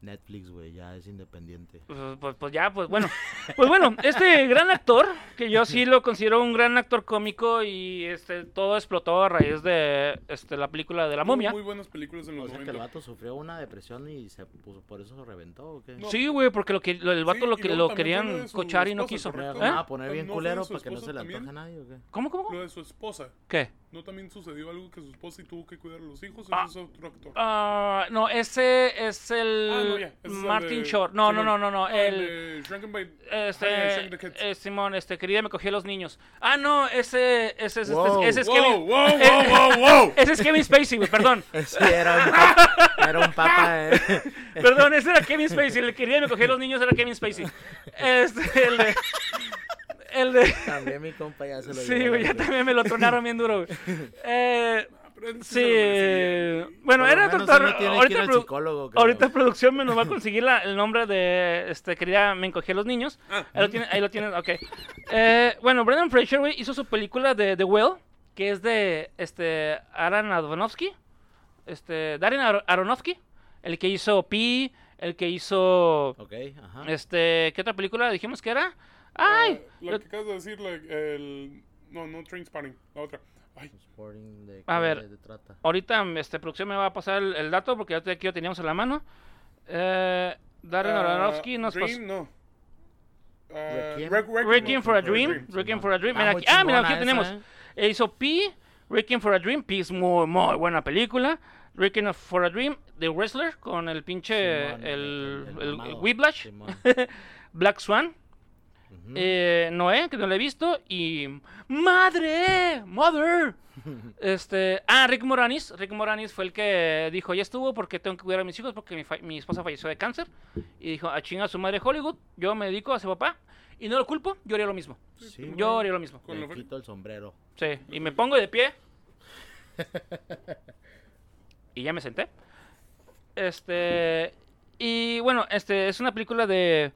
Netflix, güey, ya es independiente.
Pues, pues- pues ya, pues bueno. Pues bueno, este gran actor, que yo sí lo considero un gran actor cómico y este todo explotó a raíz de este, la película de la
Tuvo
momia.
Muy buenas películas en
O
los
sea que el
90.
vato sufrió una depresión y se puso, por eso se reventó, ¿o qué?
No,
Sí, güey, porque lo que, lo- el vato
Sí,
lo,
y
que,
luego
lo
también fue lo
querían
de su
cochar y no
esposa,
quiso.
¿correcto?
¿Eh?
¿Me van a poner
¿No
bien
fue
culero
de su
para que no
esposa
se le
también?
antoje a nadie, ¿o qué?
¿Cómo, cómo?
Lo
cómo?
de su esposa.
¿Qué?
¿No también sucedió algo que su esposa y tuvo que cuidar a los hijos?
Ah.
¿Eso es otro actor?
Ah, no, ese es el
Ah, no, ya, ese es el
Martin
de-
Short. No,
sí,
no, no, no, no, el...
de Shrunken by- Honey, I Shrunk the Kids.
Este, eh, Simón, este, querida, me cogió los niños. Ah, no, ese, ese, ese,
Wow.
ese es
wow,
Kevin.
wow, wow, wow, wow.
Ese es Kevin Spacey, güey, perdón.
Sí, era un papa, era un papa, eh.
Perdón, ese era Kevin Spacey. El querida, me cogió los niños era Kevin Spacey. Este, el de. El de.
También mi compa ya se lo
Sí,
llevó,
güey, ya también me lo tronaron bien duro, güey. Eh.
Ah, pero él
Sí,
se lo merecía.
bueno,
Por lo
era
menos
doctor-
uno tiene que ir
Ahorita,
al
produ-
psicólogo, creo.
ahorita producción me nos va a conseguir la- el nombre de este querida Me encogí a los niños.
Ah.
Ahí lo tienen, ahí lo tienen, ok. Eh, bueno, Brendan Fraser güey, hizo su película de The Well, que es de este Aaron Aronofsky, este Darren Ar- Aronofsky, el que hizo Pi, el que hizo
Ok, ajá.
este, ¿qué otra película dijimos que era? Ay,
Ah, La
lo-
que acabas de decir, la, el... No, no Train Spotting, la otra. Ay,
Sporting de
A
qué
ver.
se trata.
ahorita este producción me va a pasar el, el dato porque ya te- aquí lo teníamos en la mano. Eh, Darren
ah,
Aronofsky nos pasó.
Dream, no. Ah,
Requiem.
Requ- Requiem.
Requiem for a Dream,
Requiem.
Requiem for a Dream.
Ah,
Mira
muy
aquí, ah, mira, aquí
chingona
lo
esa,
tenemos. E hizo P, Requiem for a Dream. P es muy, muy buena película. Requiem for a Dream, The Wrestler, con el pinche,
Simón,
eh, el, el, el
mamado.
Whiplash,
Simón.
Black Swan,
Ujú.
eh, Noé, que no la he visto, y ¡Madre! ¡Mother! este, ah, Rick Moranis. Rick Moranis fue el que dijo, ya estuvo porque tengo que cuidar a mis hijos porque mi, fa- mi esposa falleció de cáncer. Y dijo, a chingar a su madre Hollywood, yo me dedico a su papá. Y no lo culpo, yo haría lo mismo.
Sí,
Yo haría lo mismo.
Con
le
la-
quito el sombrero.
Sí, y me pongo de pie. y ya me senté. Este. Y bueno, este es una película de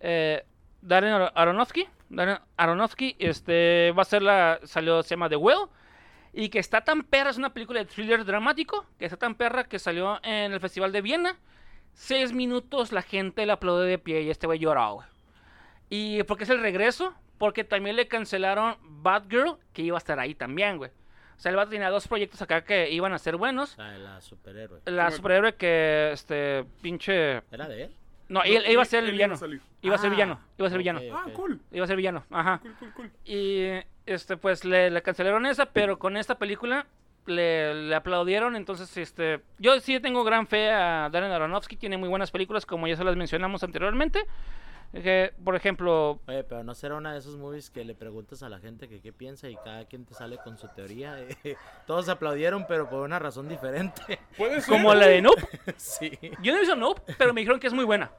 eh, Darren Ar- Aronofsky. Darren Aronofsky, este va a ser la. Salió, se llama The Well. Y que está tan perra, es una película de thriller dramático. Que está tan perra que salió en el Festival de Viena. Seis minutos la gente le aplaude de pie y este güey lloraba. güey. Y porque es el regreso, porque también le cancelaron Bad Girl, que iba a estar ahí también, güey. O sea, el vato tenía dos proyectos acá que iban a ser buenos.
La de la superhéroe.
La superhéroe que, este, pinche...
¿Era de él?
No,
No,
él, él iba a ser el
él iba a
villano.
salir.
Iba a ser
Ah,
villano, iba a ser villano.
ok.
Ah, cool.
Iba a ser villano, ajá.
Cool, cool, cool.
Y este, pues le, le cancelaron esa, pero con esta película le, le aplaudieron. Entonces, este, yo sí tengo gran fe a Darren Aronofsky. Tiene muy buenas películas, como ya se las mencionamos anteriormente. Que, por ejemplo,
Oye, pero no será una de esos movies que le preguntas a la gente que qué piensa y cada quien te sale con su teoría. Todos aplaudieron, pero por una razón diferente.
Puede ser.
como la de Nope.
sí.
Yo no he visto Nope, pero me dijeron que es muy buena.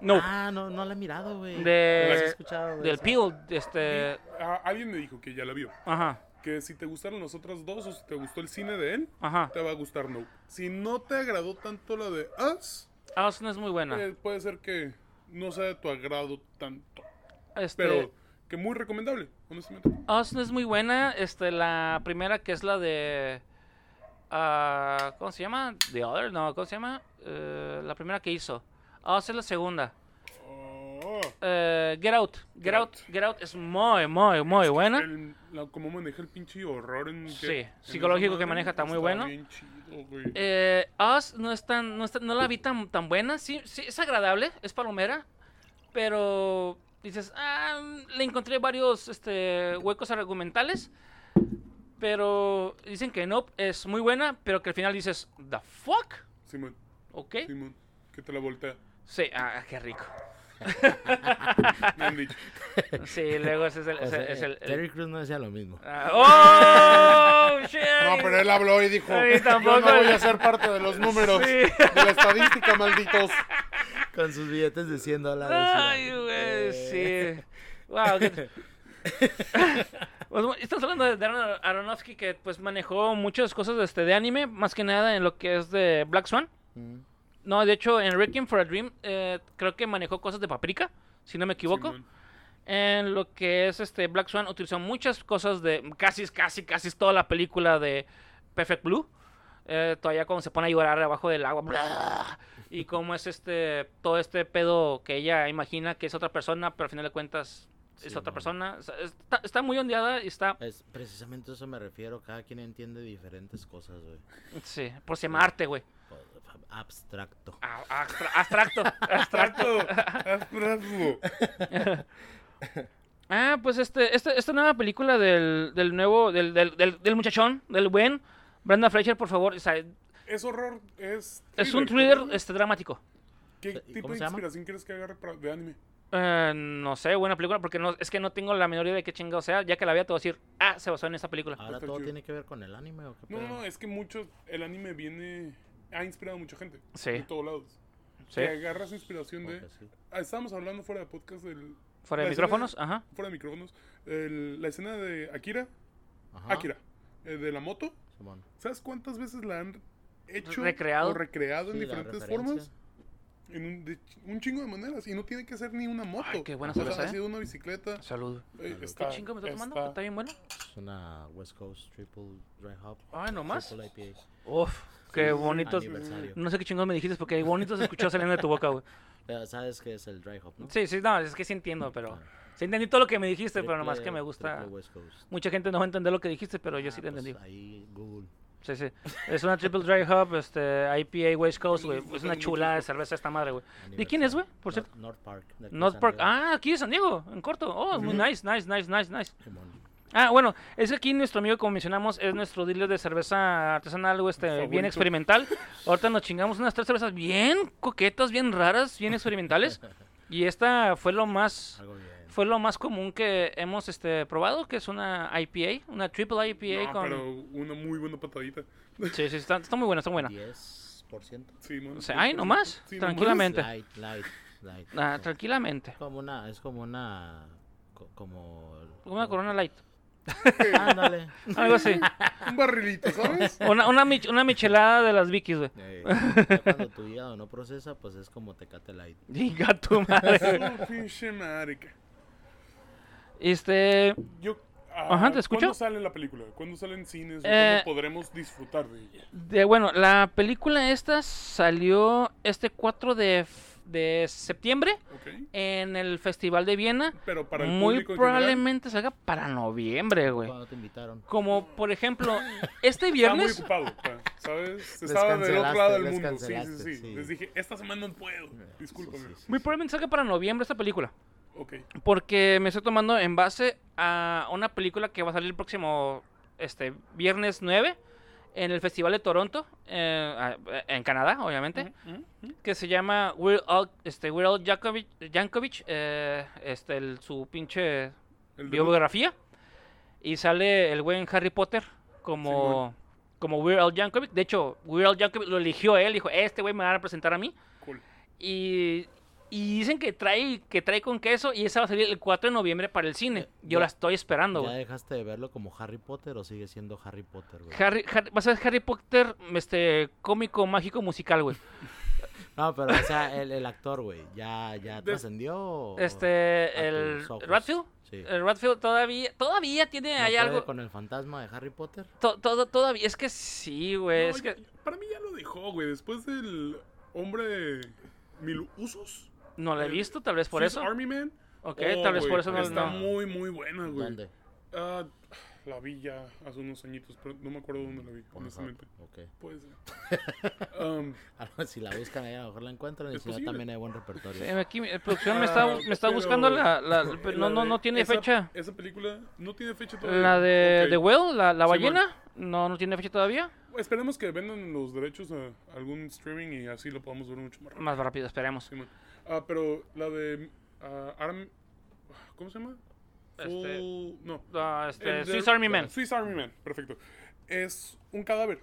Nope.
Ah, no, no la he mirado, güey.
De-
No la he escuchado, güey,
Del
esa.
Peel, este...
Ah, alguien me dijo que ya la vio.
Ajá,
Que si te gustaron las otras dos o si te gustó el cine de él,
ajá.
te va a gustar No. Si no te agradó tanto la de Us,
Ah, no es muy buena.
eh, puede ser que no sea de tu agrado tanto.
Este,
Pero que muy recomendable, honestamente.
Us no Ah, es muy buena. Este, la primera que es la de. ah, ¿Cómo se llama? The Other, no, ¿cómo se llama? Eh, la primera que hizo. Us es la segunda.
Oh,
Eh, Get Out. Get,
Get
out. Get Out es muy, muy, muy buena.
el- la- cómo maneja el pinche horror en
Sí,
que- en
psicológico
esa
que
madre,
maneja está muy bueno.
bien chido, güey.
Eh, Us no es tan, no, es tan- no la vi tan, tan buena. Sí, sí, es agradable, es palomera. Pero dices, ah, le encontré varios este, huecos argumentales. Pero dicen que no, es muy buena, pero que al final dices, ¿the fuck?
Simón,
¿Ok?
Simón, que te la voltea.
Sí, ah, qué rico.
Me han dicho.
Sí, luego ese es el.
O sea,
ese es el- el-
Terry Crews no decía lo mismo.
Ah, ¡Oh! shit.
No, pero él habló y dijo,
Ay,
yo no
tampoco.
voy a ser parte de los números,
Sí.
de la estadística, malditos.
Con sus billetes de 100 dólares.
Ay,
güey.
güey,
Eh,
sí. Wow. qué- Pues, bueno, estamos hablando de Darren Aronofsky que pues manejó muchas cosas de, este, de anime, más que nada en lo que es de Black Swan.
mm.
No, de hecho, en Requiem for a Dream eh, creo que manejó cosas de Paprika, si no me equivoco.
Simón.
en lo que es este Black Swan utilizó muchas cosas de casi, casi, casi toda la película de Perfect Blue. Eh, todavía cuando se pone a llorar debajo del agua. bla, y cómo es este todo este pedo que ella imagina que es otra persona, pero al final de cuentas es
Sí,
otra
no.
persona. O sea, está, está muy ondeada y está...
Es, precisamente a eso me refiero. Cada quien entiende diferentes cosas, güey.
Sí, por si Marte, güey.
O- Abstracto.
Ah, abstra- Abstracto, abstracto.
Trato, haz brazo.
Ah, pues este, este- esta nueva película del, del nuevo, del, del, del, del muchachón, del buen Brenda Fletcher, por favor, o sea,
Es horror, es.
es un
thriller,
thriller este, dramático.
¿Qué
¿Cómo
tipo
se
de
llama?
inspiración quieres que agarre para- de anime?
Eh, no sé, buena película, porque no, es que no tengo la menor idea de qué chingado sea, ya que la vea te voy a decir, ah, se basó en esa película.
Ahora
Doctor
todo
Who.
tiene que ver con el anime o qué
No,
pedo?
no, no, es que mucho. El anime viene. Ha inspirado a mucha gente.
Sí.
De todos lados.
Sí,
Que agarras inspiración de.
Porque sí.
Ah, Estábamos hablando fuera de podcast del.
fuera de
la escena-
micrófonos, ajá.
Fuera de micrófonos. el- la escena de Akira.
Ajá,
Akira. eh, de la moto.
Simón.
¿Sabes cuántas veces la han hecho?
Recreado.
O recreado en
Sí, la
diferentes
referencia.
formas. En un, de ch- un chingo de maneras. Y no tiene que ser ni una moto.
Ay, qué buena
O sea,
cerveza,
ha
¿eh?
sido una bicicleta.
Salud.
eh,
Qué
¿Qué
está-
chingo me estoy tomando?
está-
¿Está bien bueno?
Es una West Coast Triple Dry Hop.
Ay, nomás.
Triple IPA.
Uf, qué bonito.
Aniversario.
No sé qué chingón me dijiste, porque bonito se escuchó saliendo de tu boca, güey.
Pero sabes que es el Dry Hop, ¿no?
Sí, sí, no, es que sí entiendo, pero... Sí entendí todo lo que me dijiste, pero nomás que
Triple-
me gusta...
triple West Coast.
Mucha gente no va a entender lo que dijiste, pero yo sí
Ah,
te
pues
entendí.
Ahí, Google.
Sí, sí. Es una Triple Dry Hop, este, IPA West Coast, güey. Es una
Aniversario.
chulada de cerveza esta madre, güey. ¿De quién es, güey? Por
Nor-
cierto.
North Park. de aquí de
North
San
Park.
Diego.
Ah, aquí de San Diego, en corto. Oh, muy nice, nice, nice, nice, nice.
Simón.
Ah, bueno, es que aquí nuestro amigo, como mencionamos, es nuestro dealer de cerveza artesanal, güey, este, bien
Favorito.
experimental. Ahorita nos chingamos unas tres cervezas bien coquetas, bien raras, bien experimentales. Y esta fue lo más,
Algo bien.
fue lo más común que hemos, este, probado, que es una IPA, una triple IPA
No,
con...
pero una muy buena patadita.
Sí, sí, está, está muy buena, está muy buena.
10%.
Sí, man,
O sea, ay, nomás,
Sí,
tranquilamente.
Light, light, light.
Ah,
Sí.
tranquilamente.
como una, es como una, co- como...
Una Corona Light.
Ándale.
Algo así.
Un barrilito, ¿sabes?
Una, una, mich- una michelada de las Vicky's, güey.
Ey, Eh, ya cuando tu hígado no procesa, pues es como Tecate Light.
Diga tu madre. güey.
Su pinche marica.
Este.
Yo, ah,
Ajá, ¿te escucho?
¿Cuándo sale la película? ¿Cuándo sale en cines? ¿Cuándo
Eh,
podremos disfrutar de ella?
de- bueno, la película esta salió este 4 de, f- de septiembre
¿Ok?
en el Festival de Viena.
Pero para el
Muy
público en general,
probablemente salga para noviembre, güey.
Cuando te invitaron.
Como por ejemplo, este
Estaba muy
viernes.
ocupado, pa, ¿sabes? Estaba del otro
cancelaste,
lado del
les
mundo. Sí, sí,
cancelaste,
sí,
sí. Eh,
Les dije, esta semana no puedo. Discúlpame.
Sí, sí, sí.
Muy probablemente salga para noviembre esta película.
Ok.
Porque me estoy tomando en base a una película que va a salir el próximo este, viernes 9 en el Festival de Toronto, eh, ah, en Canadá, obviamente, que se llama We're All, este, We're All Jankovic, Jankovic, eh, este, el- su pinche
El debut.
biografía. Y sale el buen Harry Potter como, como We're All Jankovic. De hecho, We're All Jankovic lo eligió él, dijo, este güey me va a presentar a mí.
Cool.
Y, y dicen que trae, que trae con queso y esa va a salir el 4 de noviembre para el cine. Yo
ya-
la estoy esperando,
¿Ya
güey.
dejaste de verlo como Harry Potter o sigue siendo Harry Potter, güey?
Harry, Harry- va a ser Harry Potter este, cómico, mágico, musical, güey.
No, pero o sea, el, el actor, güey, ¿ya, ya trascendió? o- a
Este, el
tus Oh, ojos?
Radfield.
Sí.
El Radfield todavía, todavía tiene
¿No
ahí
puede
algo.
con el fantasma de Harry Potter?
to- todo, todavía, es que sí, güey.
No,
es que,
ya- Para mí ya lo dejó, güey. Después del hombre mil usos.
no la he
el-
visto, tal vez por
Swiss
eso.
Army Man.
Ok,
Oh,
tal vez por
güey,
eso no,
Está
no-
muy, muy buena, güey.
¿Dónde?
Ah, la vi ya hace unos añitos, pero no me acuerdo dónde la vi, honestamente.
Ok.
Puede ser. Um,
Ahora, si la buscan ahí, a lo mejor la encuentran y
Es
si no,
posible.
también hay buen repertorio.
Eh, Aquí, eh, producción me está,
Ah,
me está
pero-
buscando la. la- pero no,
la
no,
de-
no tiene
esa-
fecha.
Esa película no tiene fecha todavía.
La de
Ok.
The Whale, la, la
Simón.
ballena, no, no tiene fecha todavía.
Esperemos que vendan los derechos a algún streaming y así lo podamos ver mucho más rápido.
Más rápido, esperemos.
Simón. Ah, pero la de ah, Arm... ¿Cómo se llama?
Este-
Full- No.
Ah, este,
El de-
Swiss Army Man.
Swiss Army Man, perfecto. Es un cadáver.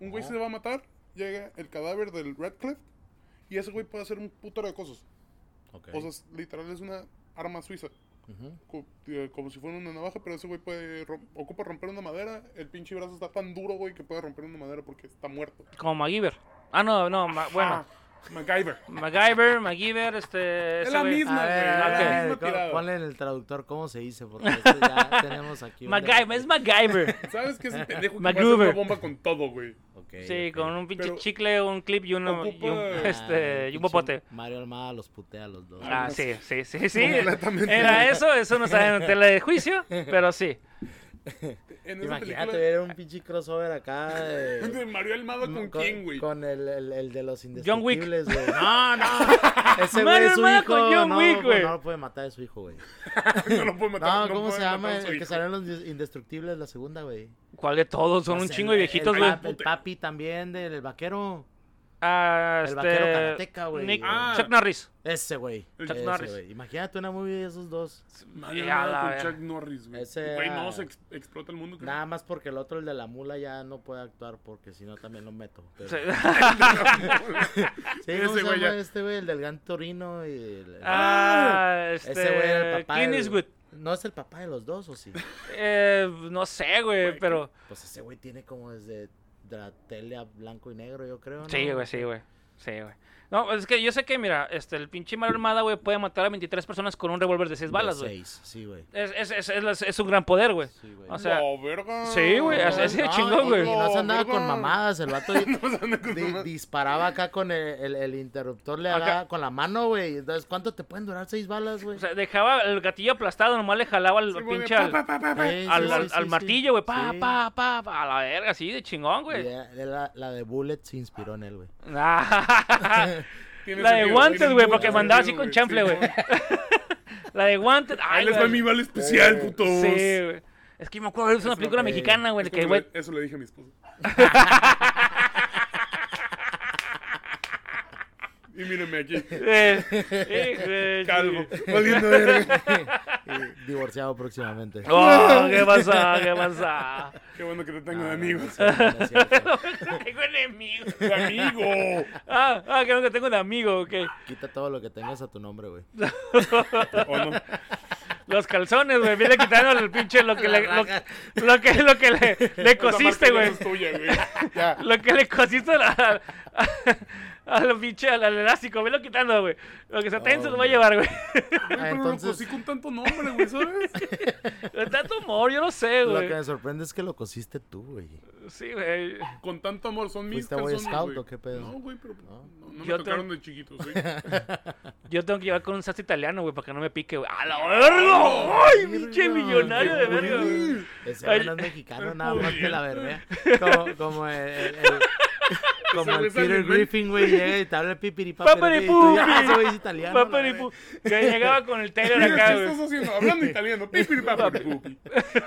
Un
Oh.
güey se va a matar, llega el cadáver del Radcliffe y ese güey puede hacer un putero de cosas.
Ok.
O sea, es- literal es una arma suiza.
Ujú.
co- eh, Como si fuera una navaja, pero ese güey puede rom- ocupa romper una madera. El pinche brazo está tan duro, güey, que puede romper una madera porque está muerto.
Como MacGyver. Ah, no, no, ma- bueno.
MacGyver.
MacGyver, MacGyver, este...
Es
ese
la güey. misma,
A
güey.
ver, a
la
ok.
ver,
misma
¿cómo-
tirada.
ponle en el traductor cómo se dice, porque este ya tenemos aquí. un
MacGyver, es MacGyver.
¿Sabes qué es el pendejo que
MacGruber.
pasa una bomba con todo, güey?
Ok,
Sí,
ok. Ah,
con un pinche
Pero
chicle, un clip y, una- y un,
ocupa-
este, y un popote.
Mario Almada los putea a los dos.
Ah, sí, sí, sí, sí.
Completamente.
Era eso, eso no está en tela de juicio, pero sí.
En esa
Imagínate,
película...
era un pinche crossover acá. de-
De Mario Almada con, quién, güey.
Con el, el, el de los
John Wick.
indestructibles, güey. No, no. Ese güey
Mario
es su
Almada
hijo.
con John
no,
Wick,
no,
güey.
No lo puede matar de su hijo, güey.
No lo puedo matar.
No,
no
¿cómo
puedo
se
matar
llama?
a su
El que
hijo.
salió en los indestructibles, la segunda, güey.
¿Cuál de todos? Son
No
un
sé,
chingo de viejitos,
el
güey.
pap- El, papi también del el vaquero.
Ah,
el
este,
vaquero karateca, güey.
Nick-
Ah.
Chuck Norris.
Ese, güey.
El
Ese,
Chuck Norris.
güey. Imagínate una movie de esos dos.
Ya,
Mario
la
Almada
ver-
con Chuck Norris, güey.
Ese
Güey,
era-
no, se ex- explota el mundo. creo.
Nada más porque el otro, el de la mula, ya no puede actuar porque si no también lo meto. Pero-
Sí.
Ah. Sí,
Ese
¿cómo se
güey
llama
ya.
este güey? El del Gran Torino y el- el-
Ah, este,
Ese güey era el papá.
Clint
del-
Eastwood.
¿No es el papá de los dos o sí?
Eh, no sé, güey, pero...
Pues ese güey tiene como desde de la tele a blanco y negro, yo creo. ¿no?
Sí, güey, sí, güey. Sí, güey. No, pues es que yo sé que, mira, este, el pinche Mario Armada, güey, puede matar a 23 personas con un revólver de 6
De
balas, güey.
seis, Sí, güey.
Es, es, es, es, es un gran poder, güey.
Sí, güey.
O sea,
No, verga.
sí, Ah, güey,
No,
así- así de
No,
chingón,
y-
güey.
Y no se
No,
andaba con
verga.
mamadas, el vato di- di-
mamadas.
disparaba acá con el, el- el interruptor, le
Acá.
agarraba con la mano, güey. Entonces, ¿cuánto te pueden durar seis balas, güey?
O sea, dejaba el gatillo aplastado, nomás le jalaba al
Sí, güey,
pinche
pa,
al,
pa, pa, pa, pa.
Sí, sí,
al-
sí,
al-
sí,
al
sí.
martillo, güey. Pa,
Sí.
pa, pa, pa, a la verga, así de chingón,
Y
güey.
era- era La, la de Bullet se inspiró en él, güey.
Ah,
Tiene
La de
sentido,
guantes,
tiene
güey,
mucho
porque me andaba así
sentido,
con chanfle,
Sí,
güey.
no.
la de Guantes.
Ahí
Ay,
les va
güey.
mi bala especial, putos.
Sí, güey. Es que me acuerdo, es una película
que-
mexicana, güey,
Es
que,
como
güey,
le- Eso le dije a mi esposa. y mírenme aquí.
eh, eh, güey,
Calvo.
sí.
Valiendo verga.
Y divorciado próximamente.
Oh, ¿qué pasa? ¿Qué pasa?
Qué bueno que te tengo
Ah,
de amigos.
No es cierto.
Tengo enemigo.
De amigo.
Ah, ah, creo que tengo un amigo, ok.
Quita todo lo que tengas a tu nombre, güey.
¿O no?
Los calzones, güey. Viene quitando el pinche lo que le, lo, lo que, Pues lo que le, le cosiste,
Esa marca ya
güey.
no es tuya, güey.
Ya.
Lo que le cosiste a, la- a, a la pinche al, al elástico, velo quitando, güey. Lo que se tenso lo va a llevar, güey.
Güey, pero
entonces-
lo cosí con tanto nombre, güey, ¿sabes?
Con Tanto amor, yo no sé,
Lo que
güey.
me sorprende es que lo cosiste tú, güey.
Sí, güey.
Con tanto amor, son mis
¿Fuiste Boy
calzones,
Scout
güey.
o qué pedo?
No, güey, pero no,
No.
no me
Yo te-
tocaron de chiquitos, güey.
Yo tengo que llevar con un sastre italiano, güey, para que no me pique, güey. ¡A la verga! ¡Ay, pinche millonario de verga, güey!
Ese
Ay,
güey no es mexicano,
el
nada más que la
pudiente.
verga. Como, como el, el- el- como
güey sale
el Peter
en-
Griffin, güey, llega y te habla pipiri
Papiripupi.
ah, Ese güey es italiano. la
Papá
verga.
Que llegaba con el Taylor
Mira,
acá,
¿Qué
güey.
estás haciendo? Hablando italiano. Pipiri papi pupi.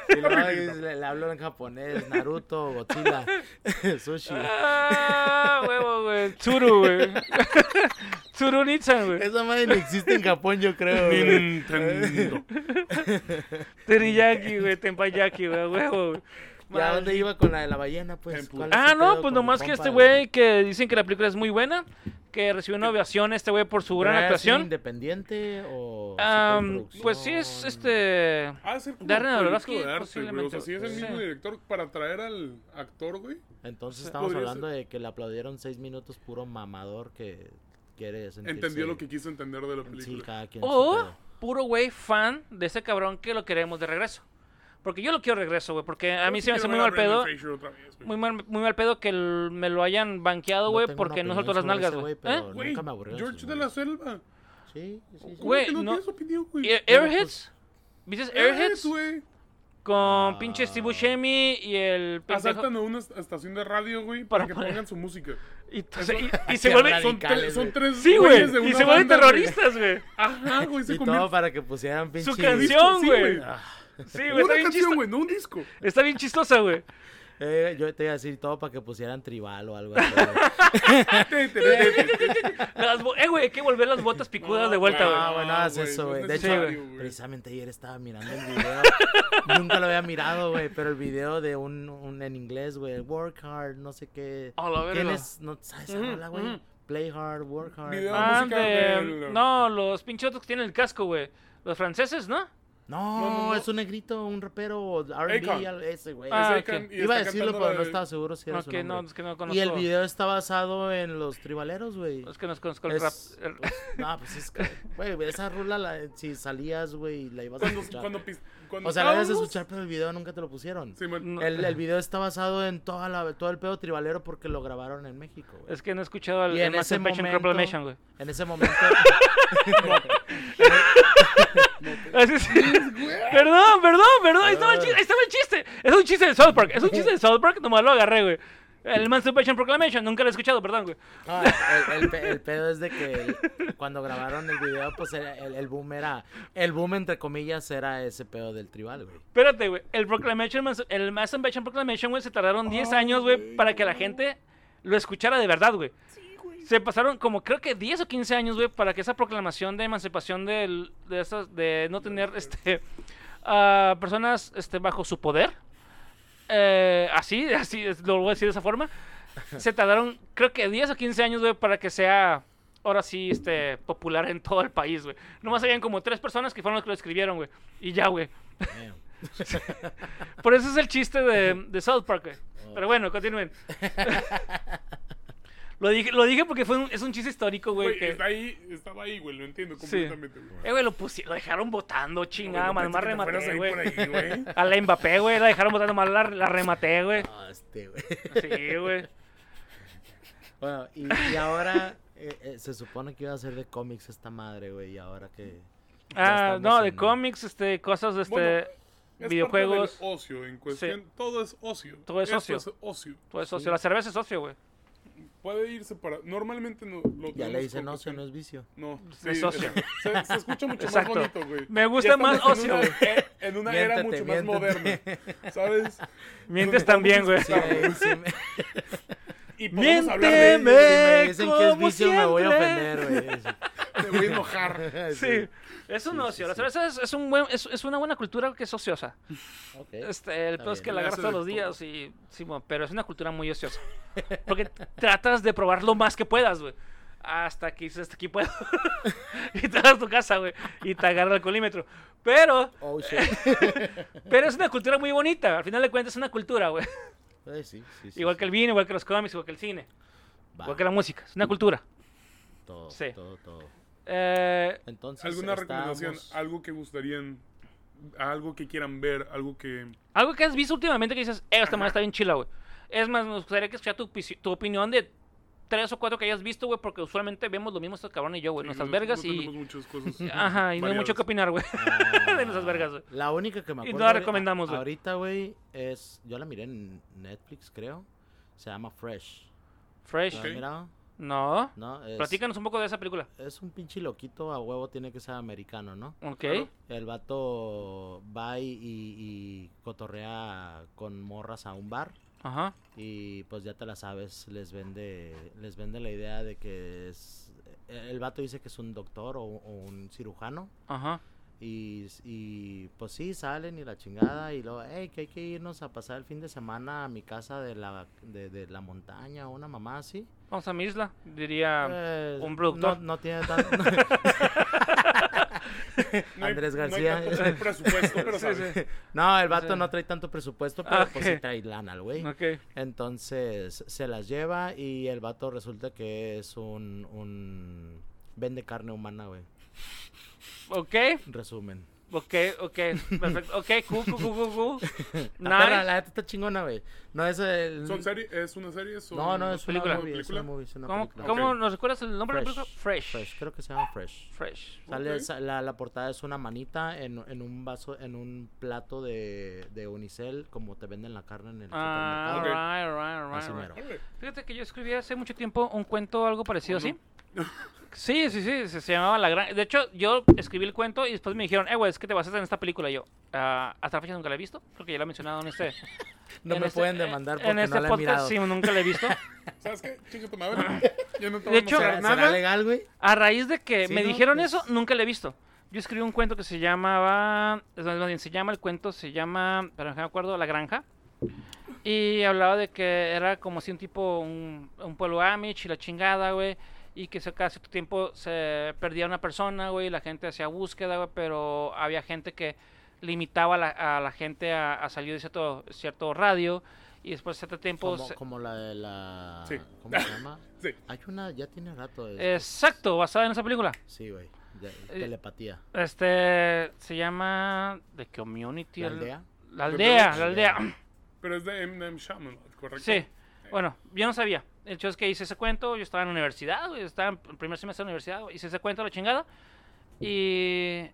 Y luego es- le, le hablo en japonés, Naruto, Godzilla, Sushi.
Ah, huevo, güey. Tsuru, güey. Tsuru Nitsan, güey.
Esa madre no existe en Japón, yo creo. güey.
Nintendo.
Teriyaki, güey. Tempayaki, güey. a Huevo, güey.
¿Y a dónde iba con la de la ballena, pues?
Tempu.
¿Cuál es
Ah,
el
no,
pedo
pues
con
nomás
mi
que este
compa?
güey que dicen que la película es muy buena, que recibió una ovación este güey por su gran
¿Era así
actuación.
independiente o
Ah,
Ah, superproducción?
pues sí es este
Ha de ser como
Darren
un
Aronofsky,
proyecto de arte, güey. O
posiblemente,
sea, si es el
sí.
mismo director para traer al actor, güey.
Entonces estamos
podría
hablando de que le aplaudieron seis minutos puro mamador que quiere sentirse...
Entendió lo que quiso entender de la
Sí,
película.
cada quien su
o
pedo.
puro güey fan de ese cabrón que lo queremos de regreso. Porque yo lo quiero de regreso, güey, porque a mí se me hace muy mal pedo. Muy mal, muy mal pedo que el- me lo hayan banqueado, güey,
tengo una
porque no soltó
opinión
las nalgas,
sobre ese
güey.
pero
¿Eh?
Güey,
nunca me aburrió.
George
sus
de la
movies.
Selva.
Sí, sí, sí.
¿Cómo que
Güey,
no,
no-
tienes opinión, güey?
Eh, Airheads. ¿Viste Airheads?
güey.
Con
Ah.
pinche Steve Buscemi y el pendejo.
Asaltan a una estación de radio, güey,
Para
para que
poner-
pongan su música.
Y, to- se- y- y
Qué
se vuelven.
raro.
Son,
Radicales,
tres, son
güey.
tres
Sí,
güeyes
güey.
de
Y
una
se vuelven
banda, güey.
terroristas, güey.
Ajá, güey, se
Y todo
convierte
para que pusieran pinches...
Su canción,
sí,
güey. Ah.
güey.
Sí,
en
güey. Está
una
bien
canción,
chistosa.
güey, no un disco.
Está bien chistosa, güey.
Eh, yo te iba a decir todo para que pusieran tribal o algo así.
Te- te- te- te-
Las bo- eh, güey, hay que volver las botas picudas de vuelta, güey.
Ah,
Ah, bueno, haz
güey,
eso,
no es
güey. De hecho,
necesario,
güey.
precisamente ayer estaba mirando el video. Nunca lo había mirado, güey, pero el video de un, un en inglés, güey. Work hard, no sé qué.
Ah,
A la verga.
¿Quién es? ¿No sabes esa rola, güey? Play hard, work hard.
Video-
Ah,
música
de-
del-
No, los pinchotos que tienen el casco, güey. Los franceses, ¿no?
No,
No, no, no.
es un negrito, un rapero R&B,
Akon.
al- ese güey.
Ah,
Ese
ok.
can- y
Iba a
está
decirlo,
cantando
pero
la
no
de-
estaba seguro si era
No,
su
que no,
nombre.
es que no conozco.
Y el video está basado en los tribaleros, güey.
Es que no conozco el
Es-
rap. el-
pues, no, pues es que, güey, esa rula, la- si salías, güey, la ibas a
Cuando,
escuchar.
cuando, pis- cuando-
o sea, la ibas a
¡Vamos!
escuchar, pero el video nunca te lo pusieron.
Sí, man.
no,
El, el video está basado en toda la, todo el pedo tribalero porque lo grabaron en México, güey.
Es que no he escuchado el,
Y
el
en ese
Masturbation
momento-
Compilation, güey.
En ese momento...
Así es. Ah, Perdón, perdón, perdón. Ahí
Ah.
estaba, el chiste, ahí estaba el chiste. Es un chiste de South Park. Es un chiste de South Park. Nomás lo agarré, güey. El Emancipation Proclamation. Nunca lo he escuchado, perdón, güey.
No, el, el pe- el pedo es de que el- cuando grabaron el video, pues era- el, el boom era. El boom, entre comillas, era ese pedo del tribal, güey.
Espérate, güey. El Proclamation, Emanci- el Emancipation Proclamation, güey, se tardaron 10 años, güey, para que la gente lo escuchara de verdad, güey. Se pasaron como creo que 10 o 15 años, güey, para que esa proclamación de emancipación del- de, esas, de no tener este, a personas este, bajo su poder, eh, así, así, es- lo voy a decir de esa forma, se tardaron creo que 10 o 15 años, güey, para que sea ahora sí este, popular en todo el país, güey. Nomás habían como tres personas que fueron los que lo escribieron, güey. Y ya, güey.
Damn.
Por eso es el chiste de, de South Park, güey. Pero bueno, continúen. lo, dije, lo dije porque fue un- es un chiste histórico, güey.
Güey,
que-
está ahí, estaba ahí, güey, lo entiendo
Sí.
completamente, güey.
Eh, güey, lo, pusi- lo dejaron votando, chingada,
Güey,
más
no pensé que te fueras
rematé,
a ir
güey.
por ahí, güey.
A la Mbappé, güey, la dejaron votando, más la, la rematé, güey.
Ah, este, güey.
Sí, güey.
Bueno, y, y ahora eh, eh, se supone que iba a ser de cómics esta madre, güey. Y ahora que. ya
Ah,
estamos
no,
en-
de cómics, este, cosas, este,
Bueno, es Es
videojuegos.
parte del ocio en cuestión. Todo es ocio.
Todo es
Esto
ocio.
ocio.
Pues socio, la cerveza es socio, güey.
Puede irse para. Normalmente no, lo
Ya
tenemos
le dicen,
con
no, eso
cuestión-
no es vicio.
No,
es
sí,
ocio.
Se, se escucha mucho
Exacto.
más bonito, güey.
Me gusta
Ya estamos
más
en
ocio,
una- e,
güey.
En una era
Miéntete,
mucho más
miéntete.
moderna, ¿sabes?
Mientes
Donde
también, güey.
podemos
Sí,
disfrutar,
me- sí me-
Y podemos hablar de
Miénteme.
ello.
si me dicen que es
como
vicio, me voy a
siempre.
ofender, güey.
Me voy a enojar.
Sí, es un ocio. La cerveza es, es un buen, es, es una buena cultura que es ociosa.
Ok.
Este, el
Está
peor es
bien.
que la
Le
agarras
hace
todos
de
los días
todo.
y sí, bueno, pero es una cultura muy ociosa. Porque tratas de probar lo más que puedas, güey. Hasta aquí, hasta aquí puedo. y te vas a tu casa, güey. Y te agarra el colímetro. Pero,
Oh, shit.
pero es una cultura muy bonita. Al final de cuentas es una cultura, güey.
Eh, sí, sí, sí,
Igual
sí.
que el vino, igual que los cómics, igual que el cine,
Va,
igual que la música. Es una cultura.
todo,
sí.
todo, todo.
Eh,
Entonces,
¿Alguna recomendación?
estábamos-
Ah.
Algo que gustarían. Algo que quieran ver. Algo que.
Algo que has visto últimamente que dices, eh, esta madre está bien chila, güey. Es más, nos gustaría que escuchara tu, pisi- tu opinión de tres o cuatro que hayas visto, güey, porque usualmente vemos lo mismo estos cabrones y yo, güey, Pues nuestras
no-
vergas
pues, no tenemos
y...
muchas cosas.
Ajá, y no hay mucho que opinar,
variadas.
güey,
Ah,
de nuestras vergas, güey.
La única que
Y
me acuerdo.
no la
ahori-
recomendamos, güey.
Ahorita, güey, es. Yo la miré en Netflix, creo. Se llama Fresh.
Fresh.
¿La has mirado?
No.
No, es,
Platícanos un poco de esa película.
es un pinche loquito a huevo, tiene que ser americano, ¿no?
Ok.
Claro.
El vato va y, y- y cotorrea con morras a un bar.
Ajá.
Y pues ya te la sabes, les vende, les vende la idea de que es. El vato dice que es un doctor o- o un cirujano.
Ajá.
Y, y, pues sí, salen y la chingada. Y luego, hey, que hay que irnos a pasar el fin de semana a mi casa de la, de, de la montaña, una mamá así.
Vamos a mi isla,
Ah, Eh,
diría...
Pues,
un productor.
No, no tiene tanto.
No hay-
Andrés
no hay
García.
tanto presupuesto, pero
Sí,
sabes.
sí.
No, el vato
sea.
no trae tanto presupuesto, pero pues sí
Ok.
trae lana, el güey.
Ok.
Entonces se las lleva y el vato resulta que es un. un vende carne humana, güey.
Ok.
Resumen.
Ok, ok. Perfecto. Ok, cu, cu, cu, cu, cu.
La perra,
Nice.
la neta está chingona, güey. No es el.
¿Son serie? ¿Es una serie? ¿Son-
no, no, es
película.
una movie, es una
¿Película?
movie, es una
¿Cómo,
película.
cómo
Ok.
nos recuerdas el nombre de la
Fresh.
película? Fresh.
Fresh, creo que se llama Fresh.
Fresh.
Sale-
Ok.
sa- la, la portada es una manita en, en un vaso, en un plato de, de unicel, como te venden la carne en el
Ah,
supermercado.
Ok.
right, right, right,
Así
right.
mero.
Órale.
Fíjate que yo escribí hace mucho tiempo un cuento algo parecido
¿O no?
así. Sí, sí, sí, se, se llamaba La Gran... De hecho, yo escribí el cuento y después me dijeron, eh, güey, es que te basas en esta película. Y yo, "Ah, hasta la fecha nunca la he visto, creo que ya la he mencionado en este...
No
en
me
este-
pueden
eh,
demandar porque
En este
no la he mirado.
podcast sí, nunca la he visto.
¿Sabes qué? Chinga tu madre. Ya no te voy
De
a
hecho-
mostrar
¿Será, será
nada.
legal, güey?
A raíz de que
Sí,
me
no,
dijeron
pues-
eso, nunca la he visto. Yo escribí un cuento que se llamaba... es más, más bien, se llama el cuento, se llama... Pero no me acuerdo, La Granja. Y hablaba de que era como si un tipo, un, un pueblo Amish y la chingada, güey. Y que se- cada cierto tiempo se perdía una persona, güey. Y la gente hacía búsqueda, güey. Pero había gente que limitaba a la, a la gente a, a salir de cierto, cierto radio y después cierto tiempo...
Como,
se-
como la de la...
Sí.
¿Cómo se llama?
Sí.
Hay una, ya tiene rato. de esto.
Exacto, basada en esa película.
Sí, güey. de-
Eh,
Telepatía.
Este se llama The Community.
¿La
el-
aldea?
La aldea, la
La
aldea.
aldea.
Pero es de M.M. Shaman, ¿correcto?
Sí. Bueno, yo no sabía. El hecho es que hice ese cuento, yo estaba en la universidad, güey, estaba en el primer semestre de la universidad, güey, hice ese cuento a la chingada. Y,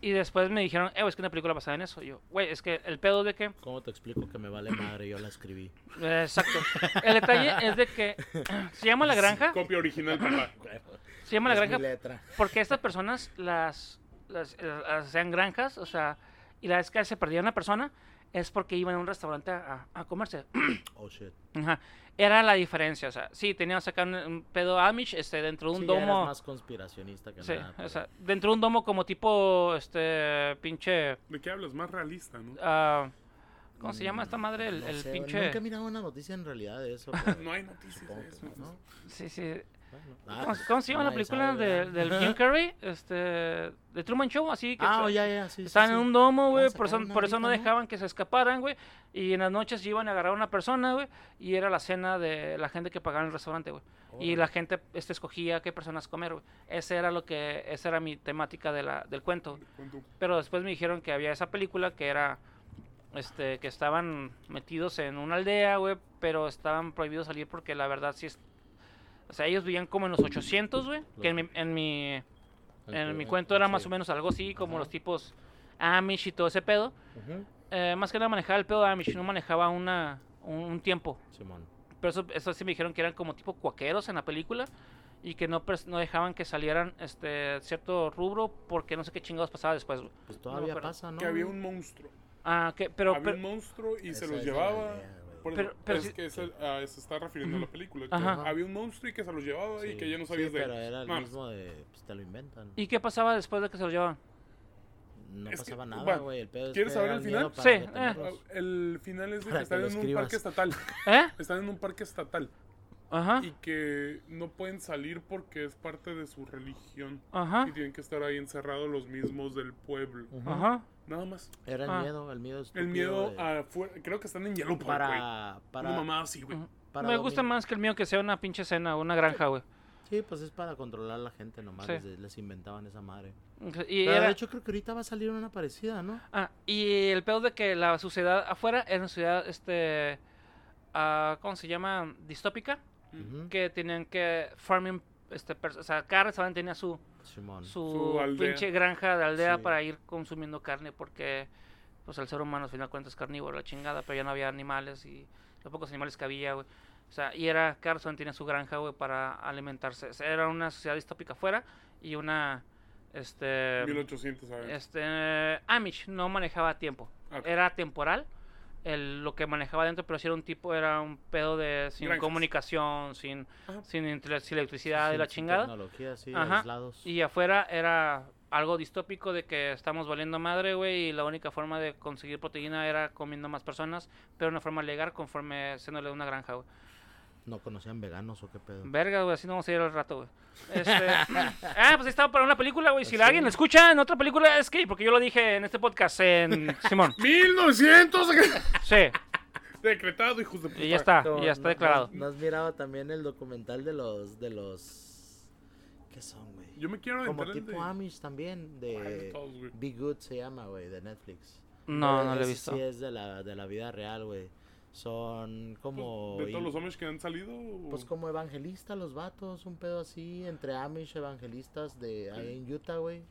y después me dijeron, eh, güey, es que una película basada en eso. Y yo, güey, es que el pedo de que...
¿Cómo te explico que me vale madre? Yo la escribí.
eh, Exacto. El detalle es de que se llama La Granja,
Copia original, papá.
se llama La
Es mi
Granja
letra.
Porque estas personas las, las, eh, las hacían granjas, o sea, y la vez que se perdía una persona es porque iban a un restaurante a, a comerse.
Oh, shit.
Ajá. Era la diferencia, o sea, sí, tenían sacar un, un pedo Amish este, dentro de un
Sí, ya eres
domo.
más pues. conspiracionista que
Sí,
nada. pero-
o sea, dentro de un domo como tipo, este, pinche,
¿De qué hablas? Más realista, ¿no?
ah, ¿cómo se llama esta madre? El,
Mm, No
el
sé, güey,
pinche...
Nunca he mirado una noticia en realidad de eso. pero
No hay noticias
supongo
de
que
eso.
no, ¿no?
Sí, sí.
Bueno.
¿Cómo, cómo se llama la
nadie
película
sabe,
de-
¿verdad?
del Jim Carrey? Este, de Truman Show, así que...
Ah, oh, ya, ya, sí. sí,
Estaban
sí.
en un domo, güey,
Vamos a
por eso,
sacar una
por eso no
ahorita, ¿no?
dejaban que se escaparan, güey. Y en las noches iban a agarrar a una persona, güey, y era la cena de la gente que pagaba en el restaurante, güey. Y
Órale.
la gente este, escogía qué personas comer, güey. Ese era lo que, esa era mi temática de la, del cuento.
Cuando-
Pero después me dijeron que había esa película que era, este, que estaban metidos en una aldea, güey, pero estaban prohibidos salir porque la verdad sí es... O sea, ellos vivían como en los 800, güey, que en mi- en mi
El
en
cu-
mi
el-
cuento era más
sí.
o menos algo así, como
Ajá.
los tipos Amish y todo ese pedo.
Ujú.
Eh, más que nada manejaba el pedo Amish, no manejaba una, un, un tiempo.
Simón.
Pero eso, eso sí me dijeron que eran como tipo cuaqueros en la película y que no, pres- no dejaban que salieran este cierto rubro porque no sé qué chingados pasaba después. güey.
Pues todavía
acuerdo.
pasa, ¿no?
Que había un monstruo.
Ah, que, pero,
había
pero-
un monstruo y se
Esa
los
es la
llevaba.
idea, güey.
Por
Pero-
eso-
pero
es
si-
que es el- a eso está refiriendo la película. que
Ajá.
Había un monstruo y que se los llevaba y
Sí,
que ya no
sí,
sabías de
Pero
él.
era el
Mames.
mismo de. Pues te lo inventan.
¿Y qué pasaba después de que se lo llevaban?
No
Es que,
pasaba nada,
bueno,
güey. El pedo es
¿quieres
que
saber
era
el final?
miedo para
Sí, pues,
detenerlos.
Ah, El final es de
Para
que
que
están
lo
en un
escribas.
parque estatal.
¿Eh?
Están en un parque estatal
Ajá.
y que no pueden salir porque es parte de su religión.
Ajá.
Y tienen que estar ahí encerrados los mismos del pueblo.
Ujú.
Ajá.
Nada más.
Era el
Ah.
miedo, el miedo
El
estúpido
miedo
de-
a fuer- Creo que están en Yellow Park, güey.
Para.
Una
Para.
mamada así, güey.
Ujú.
para
me gusta
domin-
más que el mío que sea una pinche cena, una granja, güey.
Sí, pues es para controlar a la gente nomás.
Sí.
Les, les inventaban esa madre.
Y
Pero de
era-
hecho, creo que ahorita va a salir una parecida, ¿no?
Ah, y el peor de que la sociedad afuera era una sociedad, este, ah, ¿cómo se llama? Distópica,
Mm.
Ujú.
que tenían que farming, este, pers- o sea, cada restaurante tenía su,
Simón.
su,
aldea.
pinche granja de aldea
Sí.
para ir consumiendo carne, porque, pues, el ser humano al final de cuentas es carnívoro, la chingada, pero ya no había animales y los pocos animales que había, güey. O sea, y era, cada restaurante tenía su granja, güey, para alimentarse. O sea, era una sociedad distópica afuera y una, este...
1800, ¿sabes?
Este, Amish no manejaba tiempo.
Ok.
Era temporal. El, lo que manejaba dentro, pero si era un tipo, era un pedo de sin
Granjas.
comunicación, sin,
Ajá.
sin intele- sin electricidad y
Sin-
la
sin
chingada.
Tecnología, sí,
Ajá.
aislados.
Y afuera era algo distópico de que estamos valiendo madre, güey, y la única forma de conseguir proteína era comiendo más personas, pero una forma legal conforme siéndole una granja, güey.
No conocían veganos o qué pedo.
Verga, güey, así no vamos a ir al rato, güey. Este, ah, pues ahí estaba para una película, güey. Si
Pues
la
Sí.
alguien escucha en otra película, es que, porque yo lo dije en este podcast, en Simón.
1900
Sí,
decretado, hijos de puta.
y ya está,
Como,
y ya está
¿no-
declarado.
¿No, no has mirado también el documental de los de los ¿Qué son, güey?
Yo me quiero
Como
aventar el
tipo eh,
de...
Amish también de
todos, güey.
Be Good se llama, güey, de Netflix.
No,
Pero
no lo he
ese
visto.
Sí es de la de la vida real, güey. Son como
de todos
y-
los hombres que han salido. o-
pues como evangelistas los vatos, un pedo así entre Amish evangelistas de ahí en Utah, güey.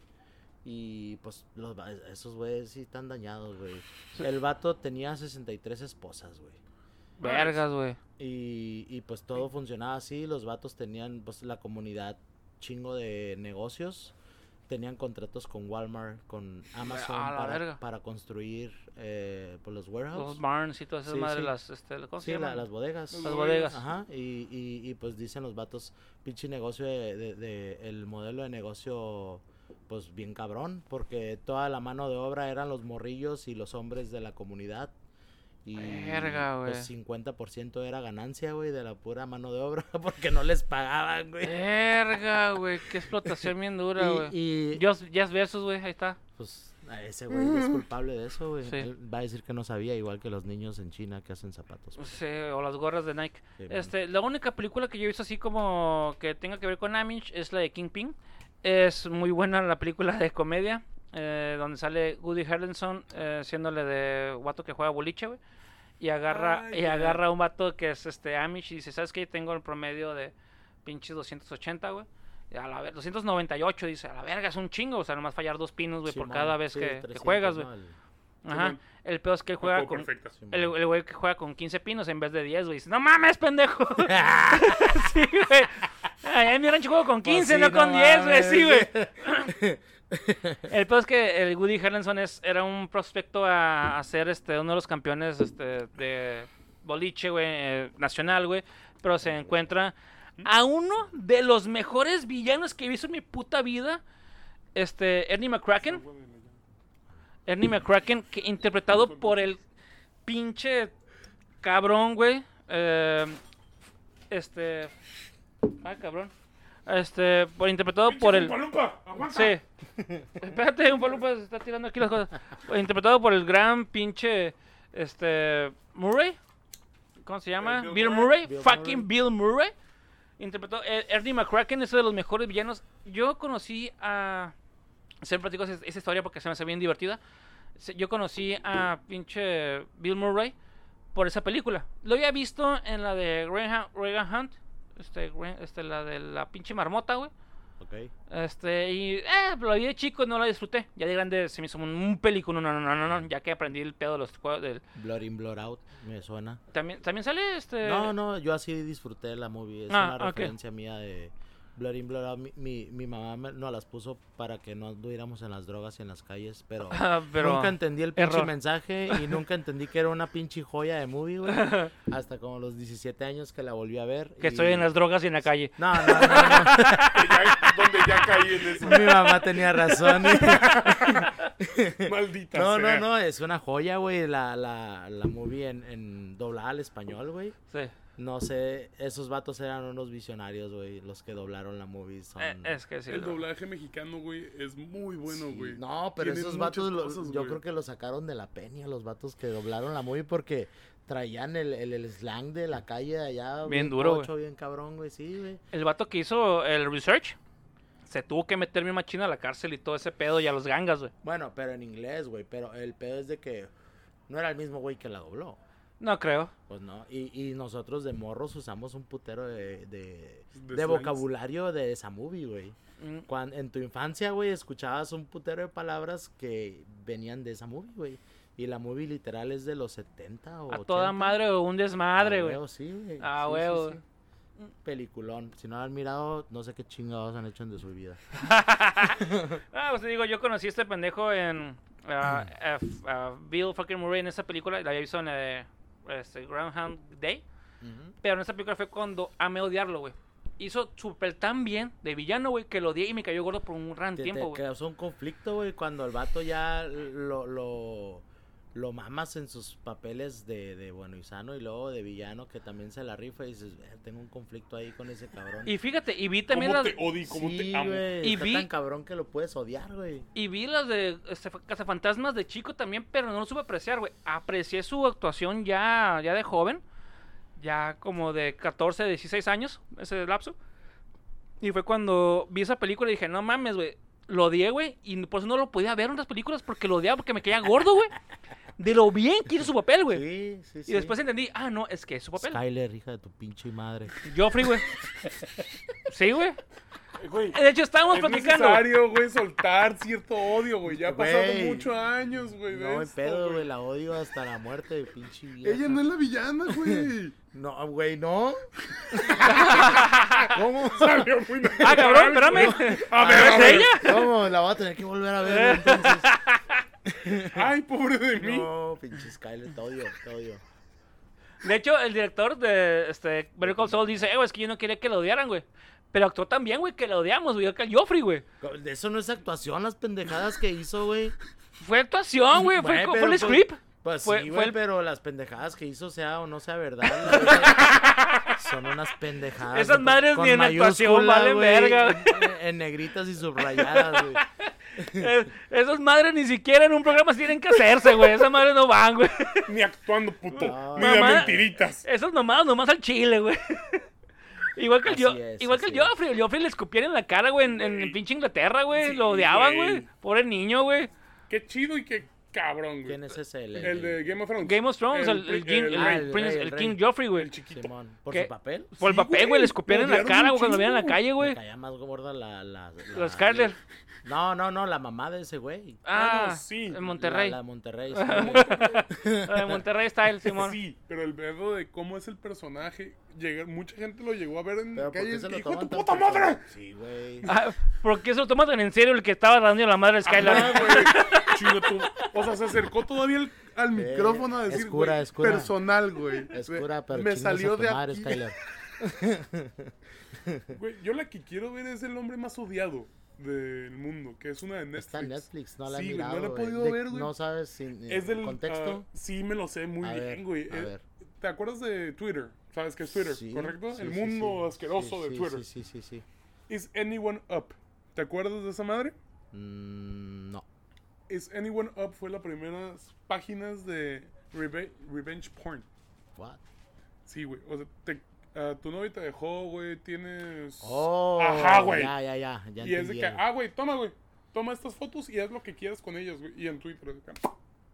Y pues los va- esos güeyes sí están dañados, güey. El vato tenía 63 esposas, güey.
Vergas, güey.
Y, y, pues todo funcionaba así, los vatos tenían, pues la comunidad chingo de negocios, tenían contratos con Walmart, con Amazon
a la
para,
verga.
para construir eh, pues, los warehouses.
Los barns y todas esas
Sí,
madres,
sí.
las, este, ¿cómo
Sí,
se
la-
llaman?
las bodegas.
Las bodegas.
Ajá, y, y- y, pues dicen los vatos, pinche negocio de, de- de- el modelo de negocio, pues bien cabrón, porque toda la mano de obra eran los morrillos y los hombres de la comunidad. Y
Verga,
pues 50% era ganancia, güey, de la pura mano de obra, porque no les pagaban, güey.
Verga, güey, qué explotación bien dura,
Y-
Eh, güey.
y,
Dios, Jazz Versus, güey, ahí está.
pues Ah, Ese güey es culpable de eso, güey.
Sí.
Él va a decir que no sabía, igual que los niños en China que hacen zapatos. güey.
Sí, o las gorras de Nike.
Sí, man.
este, la única película que yo he visto así como que tenga que ver con Amish es la de Kingpin. Es muy buena la película de comedia, eh, donde sale Woody Harrelson eh, siéndole de guato que juega boliche, güey. Y agarra,
Ah,
y
ya.
agarra a un vato que es este Amish y dice, ¿sabes qué? Tengo el promedio de pinches 280, güey. Y A la ver- 298 dice, a la verga, es un chingo, o sea, nomás fallar dos pinos, güey, por
Simón,
cada vez
sí,
que, que
300,
juegas, güey.
¿no? El-
Ajá.
Simón.
El peor es que él juega
Juego
con,
perfecta.
Simón.
el el güey que juega con 15 pinos en vez de 10, güey. Dice, no mames, pendejo. sí, güey. Ay, en mi rancho juego con
Pues
15,
sí,
no con 10, güey.
mames.
Sí, güey. El peor es que el Woody Harrelson es, era un prospecto a, a ser este, uno de los campeones este, de boliche, güey, eh, nacional, güey. Pero se encuentra a uno de los mejores villanos que he visto en mi puta vida. Este, Ernie McCracken. Ernie McCracken, que- interpretado por el pinche cabrón, güey. eh, este. Ah, cabrón. Este, por interpretado por el.
Palumpa, aguanta.
Sí. Espérate, un palupa se está tirando aquí las cosas. Interpretado por el gran pinche. Este. Murray. ¿Cómo se llama?
Eh, Bill
Bill,
Murray.
Murray.
Bill
Fucking
Murray.
Bill Murray. Interpretó. eh, Ernie McCracken es uno de los mejores villanos. Yo conocí a. Siempre platico esa, esa historia porque se me hace bien divertida. Se- Yo conocí a pinche Bill Murray por esa película. Lo había visto en la de Graham, Reagan Hunt. Este, Gre- este, la de la pinche marmota, güey.
Ok.
Este, y eh, lo vi de chico, no la disfruté. Ya de grande se me hizo un, un película, no, no, no, no, no, ya que aprendí el pedo de los juegos del...
Blur in, blur out, me suena.
También, también sale este...
No, no, yo así disfruté la movie. Es
Ah,
una
ok.
referencia mía de Blur in, blur out. Mi, mi, mi mamá me- nos las puso para que no anduviéramos en las drogas y en las calles, pero...
Ah, pero...
Nunca entendí el pinche
error.
mensaje y nunca entendí que era una pinche joya de movie, güey. Hasta como los 17 años que la volví a ver.
Que
y-
estoy en las drogas y en la calle.
No, no, no, no.
Que ya- donde ya caí en eso.
Mi mamá tenía razón.
Maldita
No, no,
sea.
no, es una joya, güey, la, la, la movie en, en doblada al español, güey.
Sí.
No sé, esos vatos eran unos visionarios, güey, los que doblaron la movie. Son...
Eh, es que sí.
El
lo-
doblaje mexicano, güey, es muy bueno,
Sí,
güey.
No, pero
Tienen
esos
muchas
vatos, lo-
cosas,
yo
güey.
creo que lo sacaron de la peña, los vatos que doblaron la movie porque traían el, el, el slang de la calle de allá.
Bien duro, güey.
pocho, Bien cabrón, güey, sí, güey.
El vato que hizo el research se tuvo que meter bien machina a la cárcel y todo ese pedo y a los gangas, güey.
Bueno, pero en inglés, güey, pero el pedo es de que no era el mismo güey que la dobló.
No creo.
Pues no, y, y nosotros de morros usamos un putero de, de,
De
de
slangs.
vocabulario de esa movie, güey.
Mm,
Cuan- en tu infancia, güey, escuchabas un putero de palabras que venían de esa movie, güey. Y la movie literal es de los 70 o
A toda
80.
madre o un desmadre,
A
güey.
huevo, Sí, güey.
A
Sí, sí,
huevo.
sí. Peliculón. Si no lo han mirado, no sé qué chingados han hecho en de su vida.
Ah, pues te digo, yo conocí a este pendejo en ah, a f- a Bill fucking Murray en esa película, la había visto en eh, este, Groundhog Day, pero en esa película fue cuando amé odiarlo, güey. Hizo súper tan bien de villano, güey, que lo odié y me cayó gordo por un gran
Te,
tiempo,
te
güey.
causó un conflicto, güey, cuando el vato ya lo, lo, lo mamas en sus papeles de, de bueno y sano y luego de villano que también se la rifa y dices, "Ver, tengo un conflicto ahí con ese cabrón.
Y fíjate, y vi
¿Cómo
también las,
te odio y cómo
sí,
te amo?
güey,
Y
está
vi-
tan cabrón que lo puedes odiar, güey.
y vi las de este, fa- Cazafantasmas de chico también, pero no lo supe apreciar, güey. Aprecié su actuación ya, ya de joven, ya como de 14, 16 años, ese lapso. Y fue cuando vi esa película y dije, no mames, güey. Lo odié, güey, y por eso no lo podía ver en otras películas porque lo odiaba porque me caía gordo, güey. De lo bien que hizo su papel, güey.
Sí, sí, sí.
Y después entendí, ah, no, es que es su papel.
Skyler, hija de tu pinche madre.
Joffrey, güey. Sí, güey.
Eh, Güey,
De hecho, estábamos
es
Eh, platicando.
necesario, güey, soltar cierto odio, güey. Ya ha pasado
Güey.
muchos años, Pues güey. de
No, hay
esto,
pedo, güey, la odio hasta la muerte de pinche vieja.
Ella no es la villana,
Eh,
güey.
No, güey, no. ¿Cómo?
Salió muy
Ah, cabrón, espérame.
A ver, a
¿Es
ver.
ella?
¿Cómo? La voy a tener que volver a ver entonces.
Ay, pobre de Eh, mí.
No, pinche Skyler, te odio, te odio.
De hecho, el director de este, Better Call Saul dice, eh, güey, es que yo no quería que lo odiaran, güey. Pero actuó tan bien, güey, que lo odiamos, güey, que al Joffrey, güey.
Eso no es actuación, las pendejadas que hizo, güey.
Fue actuación, güey, fue,
Güey,
co-
pero
fue el
pues-
script.
Pues
Fue-
sí,
fue
güey,
el-
pero las pendejadas que hizo, sea o no sea verdad, güey, son unas pendejadas.
Esas
güey,
madres
con
ni en actuación
mayúscula,
valen
güey,
verga,
En, en negritas y subrayadas, güey.
Eh, Esas madres ni siquiera en un programa tienen que hacerse, güey. Esas madres no van, güey.
Ni actuando, puto.
No.
Ni de
Mamá.
mentiritas.
Esos nomás, nomás al chile, güey. Igual que el,
Así
yo,
es,
igual que el
así es.
Joffrey. El Joffrey le escupían en la cara, güey, en, en pinche Inglaterra, güey.
Sí,
Lo odiaban,
güey.
güey. Pobre niño, güey.
Qué chido y qué cabrón, güey.
¿Quién es ese? El,
El de Game of Thrones.
Game of Thrones, el, el King, el
rey, el
Prince-
rey,
el
el
King
rey.
Joffrey, güey.
el chiquito.
Simón, por
¿Qué?
su papel.
Por el
Sí,
papel,
güey,
güey, le escupían
lo
en la
odiaron
cara,
un
güey, cuando veían en la
chingo.
calle,
Me
güey.
caía más gorda la... La, la,
La Scarlett.
No, no, no, la mamá de ese güey.
Ah,
no, sí.
en Monterrey.
La, la
La,
Monterrey.
de Monterrey está el Simón.
Sí, pero el verbo de cómo es el personaje, llega- mucha gente lo llegó a ver en la
Pero ¿por
calle.
qué
y
se lo
¡Hijo de
toman
tu
tan
puta
personal?
madre!
Sí, güey.
Ah, ¿Por qué se lo toman tan en serio el que estaba dando la madre de
Ajá,
Skylar?
güey. Chinga tu- O sea, se acercó todavía al, al micrófono a
es
decir,
cura,
güey,
es cura.
personal, güey.
Es cura, pero
Me salió de
madre,
aquí.
Skyler.
Güey, yo la que quiero ver es el hombre más odiado del mundo, que es una de Netflix.
Está en Netflix, no la he
Sí, güey,
mirado.
no la he
güey.
podido
De-
ver, güey.
No sabes sin
Es del
contexto.
ah, sí, me lo sé muy
A
bien,
ver,
güey.
a
Eh,
ver.
¿Te acuerdas de Twitter? ¿Sabes qué es Twitter?
Sí,
¿Correcto?
sí,
el
sí,
mundo
sí.
asqueroso
Sí,
de
sí,
Twitter.
Sí, sí, sí, sí.
Is anyone up? ¿Te acuerdas de esa madre?
Mm, no.
Is Anyone Up fue la primera páginas de reve- revenge porn.
What?
Sí, güey. O sea, te- ah, tu novio te dejó, güey. Tienes.
Oh,
Ajá, güey.
Ya, ya, ya. ya
Y es de
entendí
que,
el-
ah, güey, toma, güey. Toma estas fotos y haz lo que quieras con ellas, güey. Y en Twitter, de que,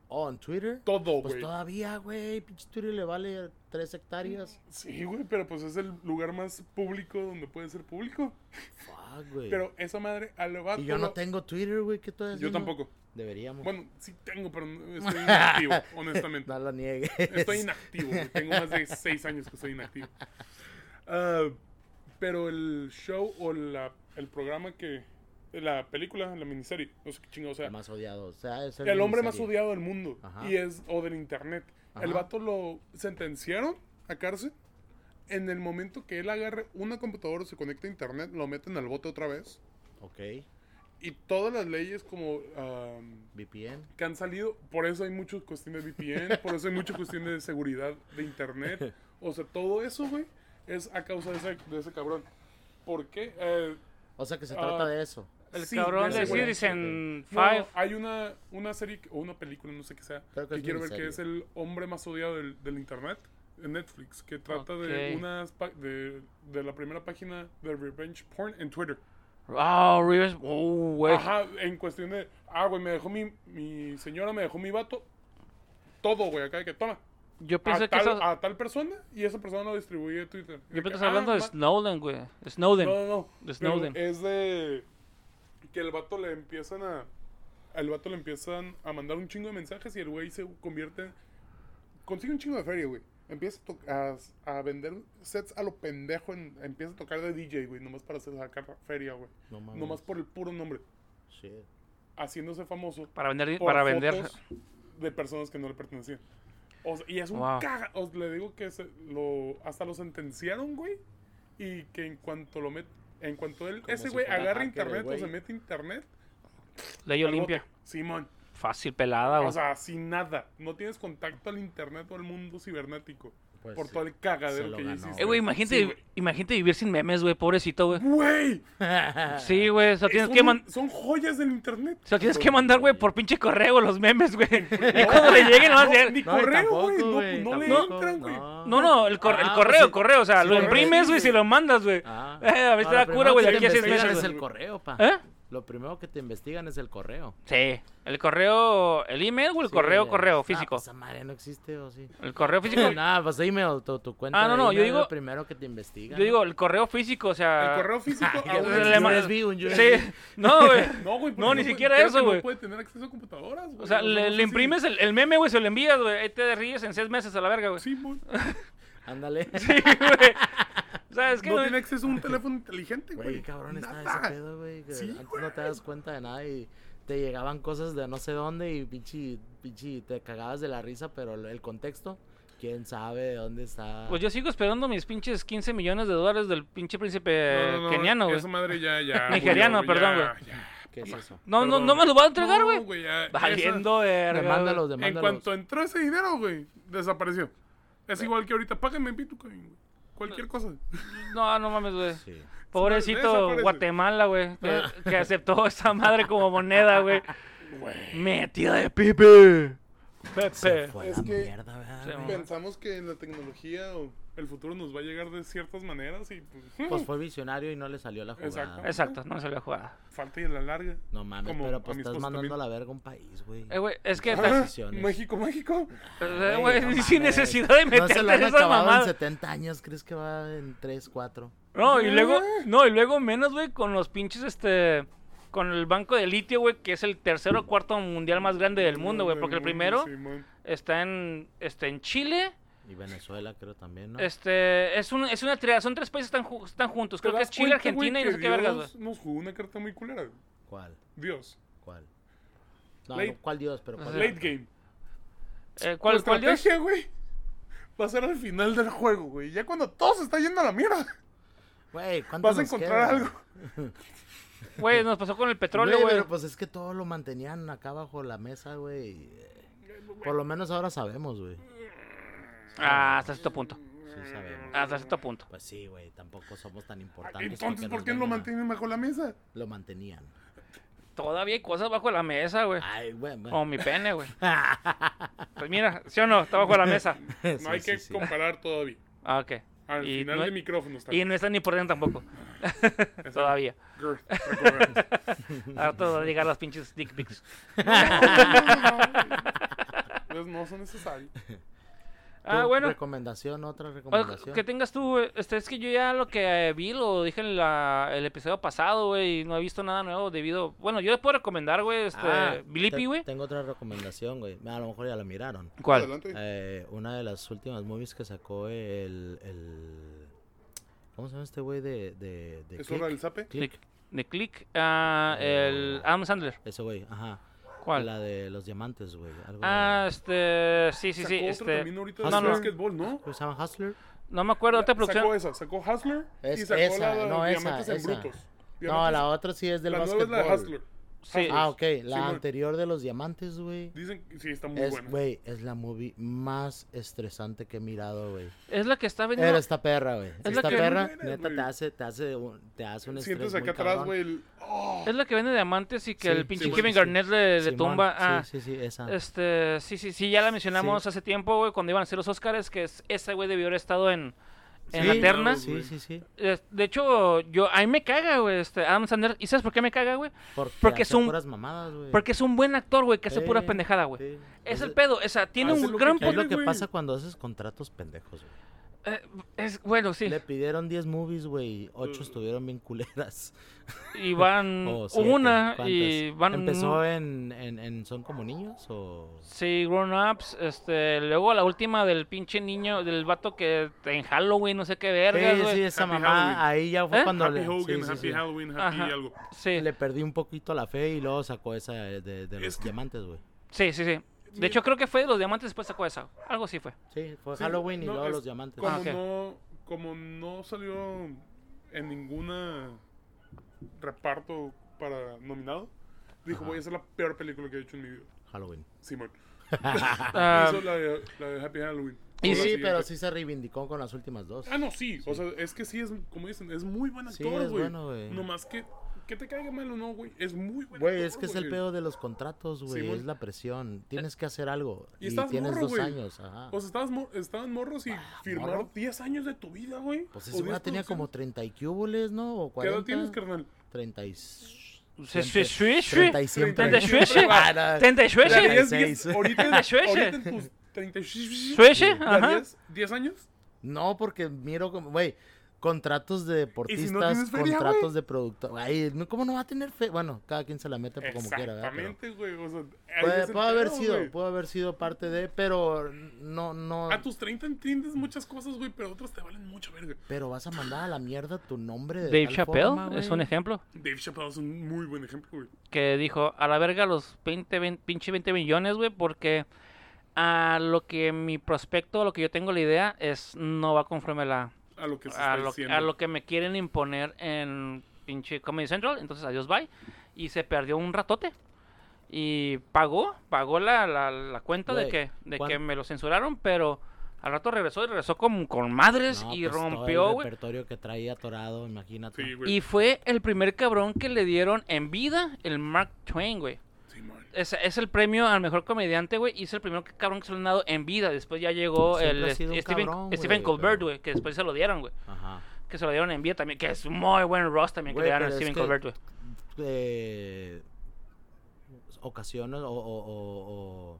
Oh, en Twitter.
todo,
Pues
güey.
todavía, güey. Pinche Twitter le vale 3 hectáreas.
sí, güey, pero pues es el lugar más público donde puede ser público.
Fuck, güey.
Pero esa madre, a lo vato
y yo
lo-
no tengo Twitter, güey. ¿Qué tú
Yo tampoco.
Deberíamos.
Bueno, sí tengo, pero no- estoy inactivo, honestamente.
No lo niegues.
Estoy inactivo, güey. tengo más de seis años que estoy inactivo. Ah, pero el show o la, el programa que. La película, la miniserie, no sé qué chingado sea.
El más odiado. O sea, es
El hombre más
miniserie.
odiado del mundo.
Ajá.
Y es, o del internet. El
Ajá.
vato lo sentenciaron a cárcel. En el momento que él agarre una computadora, se conecta a internet, lo meten al bote otra vez.
Ok.
Y todas las leyes como ah, am,
VPN.
que han salido, por eso hay muchas cuestiones de VPN, por eso hay muchas cuestiones de seguridad de internet. O sea, todo eso, güey, es a causa de ese, de ese cabrón. ¿Por qué? Eh,
O sea que se
Ah.
trata de eso.
El
sí,
cabrón
ese
de
güey.
Citizen
No,
Five.
hay una, una serie que- o una película, no sé qué sea,
Creo que
que,
es
quiero ver que es
miniserie.
el hombre más odiado del, del internet en Netflix, que trata de
Ok.
unas pa- de, de la primera página de revenge porn en Twitter.
Ah, Rivers. Oh, güey.
Ajá, en cuestión de, ah, güey, me dejó mi, mi señora, me dejó mi vato, todo, güey, acá de que toma.
Yo
A
pienso que
tal,
eso.
a tal persona y esa persona lo distribuye en Twitter.
Yo
que,
pensé
ah,
hablando de
ma-
Snowden, güey. Snowden.
No, no, no.
De
pero
Snowden.
Es de que el vato le empiezan a. Al vato le empiezan a mandar un chingo de mensajes y el güey se convierte. Consigue un chingo de feria, güey. Empieza a to- a, a vender sets a lo pendejo. en- empieza a tocar de DJ, güey. Nomás para hacer sacar feria, güey.
No mames.
nomás por el puro nombre.
Shit.
Haciéndose famoso.
Para vender.
por
Para vender.
fotos De personas que no le pertenecían. O sea, y es un
Wow.
caga. Os le digo que se lo, hasta lo sentenciaron, güey. Y que en cuanto lo met, en cuanto él,
Como
ese
si
güey
fuera
agarra
hacker,
internet
güey.
o se mete internet.
Ley
al bote.
Olimpia.
Simón.
Fácil, pelada, güey.
O sea, sin nada. No tienes contacto al internet o al mundo cibernético.
Pues
por
sí.
todo el cagadero
Se lo
que ya
ganó.
hiciste.
Eh, güey, imagínate,
Sí, güey.
imagínate vivir sin memes, güey, pobrecito, güey.
¡Güey!
Sí, güey, o sea, tienes
son,
que man-
son joyas del internet.
o sea, tienes que mandar, güey, por pinche correo los memes, güey. Y cuando le lleguen, lo vas a
Pues, No, ni
hacer.
No, y
correo,
tampoco,
güey. No, pues,
güey,
no le
tampoco,
entran, güey.
No, no, el, cor- el
Ah,
correo,
pues sí.
correo, o sea,
Sí,
lo
lo
imprimes, güey,
recibes.
si lo mandas, güey.
Ah.
Eh, a ver,
No,
te
lo
da
primero
cura, güey,
que
de
te
aquí a seis
investigan
meses.
Es el
güey.
correo, pa.
¿Eh?
Lo primero que te investigan es el correo.
Sí, el correo, el email o el
Sí,
correo,
ya.
correo
Ah,
físico.
pues, esa madre no existe, o sí.
El correo físico.
Nada, pues email, tu, tu cuenta.
Ah, no,
de
no, yo
email es
digo-
lo primero que te investigan.
Yo digo, el correo físico, o sea.
El correo físico.
Ah,
aún
le-
Un
le-
USB, un USB.
Sí, no, güey.
No, güey. porque
No, ni
puede-
siquiera
creo
eso,
que
güey.
No puede tener acceso a computadoras, güey.
O sea,
no
le,
sé
le
si-
imprimes el, el meme, güey, se lo envías, güey. Ahí te ríes en seis meses a la verga, güey.
Sí, güey.
Ándale.
Sí, güey. O sea, es que
No
no-
tiene acceso a un teléfono inteligente, güey.
Güey, cabrón, está
Nada.
ese pedo, güey. que
Sí,
antes no te das cuenta de nada y te llegaban cosas de no sé dónde y pinche, pinche, te cagabas de la risa, pero lo- el contexto, quién sabe de dónde está.
Pues yo sigo esperando mis pinches 15 millones de dólares del pinche príncipe
No, no, no,
Eh, keniano, güey.
Esa madre ya, ya.
Nigeriano,
murió,
perdón,
ya,
güey.
ya.
¿Qué es eso?
No, no,
Perdón.
no me lo va a entregar, güey.
No, güey, ya. esa-
Valiendo, verga.
Demándalos,
güey.
En
demándalos.
cuanto entró ese dinero, güey, desapareció. Es igual que ahorita. Págame en Bitcoin, güey. Cualquier cosa.
No, no mames, güey.
Sí.
Pobrecito
Desaparece.
Guatemala, güey. Que, que aceptó esa madre como moneda, güey.
Güey.
Metida de pipe.
Se
Pepe.
fue
Es
la
que-
mierda, ¿verdad,
Sí,
güey?
mamá.
Pensamos que en la tecnología o
El futuro nos va a llegar de ciertas maneras y pues,
Pues fue visionario y no le salió la jugada.
Exacto.
Exacto, no se la jugada.
falta y a la larga.
No mames,
Como
pero
a
pues
mi
estás
esposa
mandando
también.
a la verga un país, güey.
Eh, güey, es que.
Ah.
Ajá.
estás-
decisiones.
México, México.
eh,
Güey,
güey,
no
sin
mames.
necesidad de
No se
meterte
lo
en
han
esas
acabado
mamadas.
en 70 años, ¿crees que va en 3, 4?
No, y luego, no, y luego menos, güey, con los pinches, este, con el banco de litio, güey, que es el tercero o cuarto mundial más grande del mundo, güey, porque el primero
Simón.
está en, este, en Chile,
Y Venezuela creo también, ¿no?
este, es, un, es una triada, son tres países que están, ju- están juntos, creo
¿Te
que
das
es Chile,
cuenta,
Argentina
güey,
y no
que
sé qué vergas, güey.
Dios nos jugó una carta muy culera. güey?
¿Cuál?
Dios.
¿Cuál? No,
Late-
no, ¿cuál Dios? Pero cuál
Late
era?
game.
Eh, ¿Cuál,
Tu
cuál Dios?
Pues estrategia, güey. Va a ser al final del juego, güey. Ya cuando todo se está yendo a la mierda,
Güey, ¿cuánto
vas a
nos
encontrar
queda?
algo.
Güey, nos pasó con el petróleo,
Güey,
güey.
pero pues es que todo lo mantenían acá bajo la mesa, güey. eh, Por lo menos ahora sabemos, güey.
Ah, hasta cierto punto,
Sí
Ah.
sabemos.
hasta cierto punto.
Pues sí, güey, tampoco somos tan importantes.
Entonces,
porque
¿por
nos
qué no lo
vengan a-
mantienen bajo la mesa?
Lo mantenían.
Todavía hay cosas bajo la mesa, güey.
Ah.
Ay, güey, güey.
O mi pene, güey. Pues mira, ¿sí o no? Está bajo la mesa.
Sí,
No hay
sí,
que
sí.
comparar todavía.
Ah, ok.
Al
Y
final
no-
de Ah, micrófonos
Y
también.
no está ni por dentro tampoco. Todavía.
Girth, recordar.
Harto de llegar las pinches dick pics.
Pues no son necesarios.
Ah,
¿Tu
bueno.
Recomendación, otra
Bueno,
recomendación.
que tengas tú, güey. este, es que yo ya lo que eh, vi lo dije en la- el episodio pasado, güey, y no he visto nada nuevo debido... Bueno, yo les puedo recomendar, güey, este,
Ah,
Blippi,
te-
güey.
Tengo otra recomendación, güey. A lo mejor ya la miraron.
¿Cuál?
adelante.
Eh, una de las últimas movies que sacó el. el- ¿Cómo se llama este güey de, de, de
¿Es
Click?
hora del zape?
Click.
De, de Click, ah, el Adam Sandler.
Ese güey, ajá.
¿Cuál?
La de los diamantes, güey. Algo
Ah, este, sí, sí,
Sacó
sí,
otro
este,
también ahorita
Ah,
de
no, no.
básquetbol, ¿no?
¿Cómo se llama Hustler?
no me acuerdo, otra
Sacó
producción,
esa, sacó Hustler
Es
y sacó
esa,
la de
no, esa,
Diamantes en
esa.
Brutos.
No,
Diamantes-
la otra sí es del
la nueva es
básquetbol.
la de Hustler.
sí,
Ah, ok. La
Sí, güey.
anterior de los diamantes, güey.
Dicen que sí, está muy
Es,
buena.
güey, es la movie más estresante que he mirado, güey.
es la que está
Era
vendiendo,
esta perra, güey.
la
Esta
que-
perra,
Buena,
neta,
güey.
te hace, te hace un, te hace un estrés
Sientes
muy
acá atrás,
cabrón.
güey, el... ¡Oh!
es la que vende diamantes y que
Sí,
el pinche
sí,
Kevin
sí, sí.
Garnett le, le
Simón,
tumba, ah,
Sí, sí, sí, esa.
Este, sí, sí, sí, ya la mencionamos hace tiempo, güey, cuando iban a hacer los Oscars, que es, ese güey debió haber estado en, en
Sí,
la terna.
Sí, sí, sí.
Eh, De hecho, yo, a mí me caga, güey, este, Adam Sandler. ¿Y sabes por qué me caga, güey?
Porque,
Porque
hace
es un-
puras mamadas, güey.
Porque es un buen actor, güey, que hace pura
Sí,
pendejada, güey.
sí.
Es el
Entonces,
pedo, o sea, tiene
hace
un
lo que
gran...
quiere,
Es lo que
güey.
pasa cuando haces contratos pendejos, güey.
po- eh, es, bueno, sí.
Le pidieron 10 movies, güey.
Mm.
8 estuvieron bien culeras.
Y van
O Oh, siete,
Mm, una
¿cuántas?
y van...
¿Empezó eh. en, en, en Son como niños o...?
Sí, Grown Ups, este, luego la última del pinche niño, del vato que en Halloween, no sé qué vergas,
sí, sí,
güey.
esa
Happy
mamá.
Halloween.
Ahí ya fue
¿Eh?
cuando
Happy
le... sí,
Hogan,
sí,
Happy
sí.
Halloween, Happy
Ajá.
algo.
Sí.
Le perdí un poquito la fe y luego sacó esa de, de- de los
Es que-
diamantes, güey.
Sí, sí, sí. De hecho, creo que fue de los diamantes después sacó esa. Algo sí fue.
Sí, fue
Sí,
Halloween y
no,
luego
es
los diamantes.
Como,
Ah, ok.
no, como no salió en ninguna reparto para nominado, dijo,
Ajá.
voy a hacer la peor película que he hecho en mi vida.
Halloween.
Simón.
Ah,
Hizo la de, la de Happy Halloween.
Y
O la
Y
sí,
sí, pero
siguiente.
sí se reivindicó con las últimas dos.
eh, Ah, no, sí. O sea, es que sí es, como dicen, es muy buen
Sí,
actor, güey.
es bueno, güey.
No más que, que te caiga mal o no, güey. Es muy buen
Güey,
actor,
es que es el
güey.
pedo de los contratos, güey.
Simón.
es la presión. Tienes que hacer algo.
Y
Y,
estás
tienes
morro,
dos
güey.
años. Ajá.
O sea, Pues estabas mor- estaban morros y firmaron
Ah. morro.
10 años de tu vida, güey.
pues
O
ese güey
10
tenía como
producciones.
30 y cúboles, ¿no? O
¿Qué
40.
edad tienes, carnal?
30 y...
Sí, sí, sí, sí.
37.
30 y sueche.
Ah, no.
30 y
¿Le
sueche.
harías
36.
10 Ahorita en-
De Suecia.
ahorita en tus 36.
Sueche,
¿Le
ajá.
harías 10 años?
No, porque miro como, güey, contratos de deportistas,
tienes feria,
contratos
güey?
de productor. Ay, no, ¿cómo no va a tener fe? Bueno, cada quien se la mete como quiera, ¿verdad? Pero
Exactamente, güey. O sea, ahí
puede,
es el
puede haber
pedo,
sido,
güey.
puede haber sido parte de, pero no, no.
A tus 30 entiendes muchas cosas, güey, pero otras te valen mucho verga.
Pero vas a mandar a la mierda tu nombre de
Dave
tal forma,
Chappelle es
güey.
un ejemplo
Dave Chappelle es un muy buen ejemplo, güey.
que dijo a la verga los 20, 20 pinche 20 millones, güey, porque a lo que mi prospecto, a lo que yo tengo la idea es no va conforme la
A lo que se
a
está
lo,
diciendo.
a lo que me quieren imponer en pinche Comedy Central, entonces adiós bye y se perdió un ratote. Y pagó, pagó la, la, la cuenta de
Güey,
que de que
¿cuán-
me lo censuraron, pero Al rato regresó y regresó con, con madres
No,
y
pues, todo el
rompió, güey.
repertorio que traía atorado, imagínate.
Sí, güey.
Y fue el primer cabrón que le dieron en vida el Mark Twain, güey.
Sí, man.
Es, es el premio al mejor comediante, güey. Y es el primero que, cabrón que se lo han dado en vida. Después ya llegó
Siempre
el
ha sido un
Stephen,
cabrón,
Stephen
güey,
Colbert,
pero-
güey. Que después se lo dieron, güey.
Ajá.
Que se lo dieron en vida también. Que es muy buen Ross también que
Güey,
le dieron a
pero es
Stephen
que-
Colbert, güey.
Eh, ocasiones o, o- o- o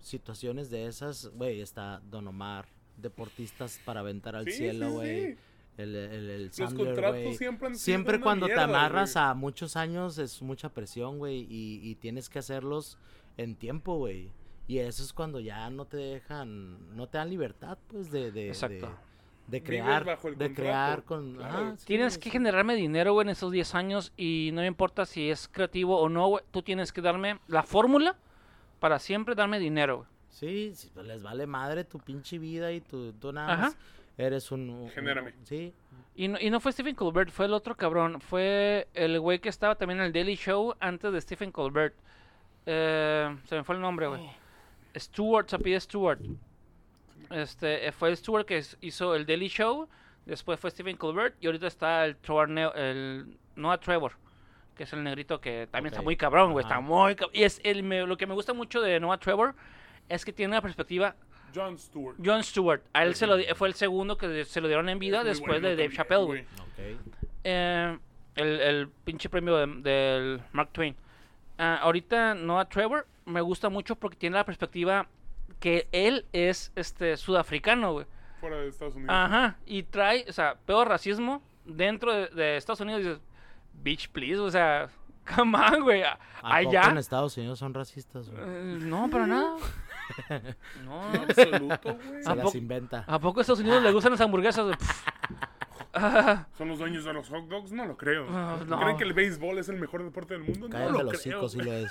situaciones de esas, güey, está Don Omar, deportistas para aventar al
Sí, sí,
cielo,
sí.
güey. El, el, el
Los
Sandler,
contratos
güey.
siempre han sido
Siempre
una
cuando te
mierda,
amarras
güey.
a muchos años es mucha presión, güey, y, y tienes que hacerlos en tiempo, güey. Y eso es cuando ya no te dejan, no te dan libertad, pues, de, de,
Exacto.
de, de
Vives
crear,
bajo el
de
contrato,
crear con...
claro.
ajá, sí,
Tienes
güey,
que
sí.
generarme dinero, güey, en esos 10 años y no me importa si es creativo o no, güey. Tú tienes que darme la fórmula para siempre darme dinero, güey.
Sí, sí, pues les vale madre tu pinche vida y tu, tú nada
Ajá.
más eres un... un-
Genérame.
sí,
Y no, y no fue Stephen Colbert, fue el otro cabrón. Fue el güey que estaba también en el Daily Show antes de Stephen Colbert. Eh, se me fue el nombre, güey. Stewart, se pide Stewart. Este, eh, fue Stewart que es- hizo el Daily Show, después fue Stephen Colbert y ahorita está el Trevor, Neu- el Noah Trevor, que es el negrito que también está
Ok.
muy cabrón, güey, está
Ajá.
muy cab- Y es el, me- lo que me gusta mucho de Noah Trevor es que tiene una perspectiva
John Stewart.
John Stewart, a él se lo di- fue el segundo que se lo dieron en vida
Es muy
después
bueno
de Dave
también,
Chappelle, güey.
ok.
Eh, el, el pinche premio de- del Mark Twain. Ah, ahorita Noah Trevor me gusta mucho porque tiene la perspectiva que él es este sudafricano, güey.
Fuera de Estados Unidos.
Ajá, y trae, o sea, peor racismo dentro de, de Estados Unidos. Dices, bitch, please, o sea, come on, güey. a-
¿A poco en
Allá.
Estados Unidos son racistas, güey?
Eh, no, para nada. No, no.
Absoluto, güey.
¿A
Se las
poco- Ah,
inventa.
¿A poco a Estados Unidos les gustan las hamburguesas? Pff,
¿Son los dueños de los hot dogs? No lo creo.
Ah, no.
¿Creen que el béisbol es el mejor deporte del mundo?
Cállate
no lo
los
creo.
hocico si lo es.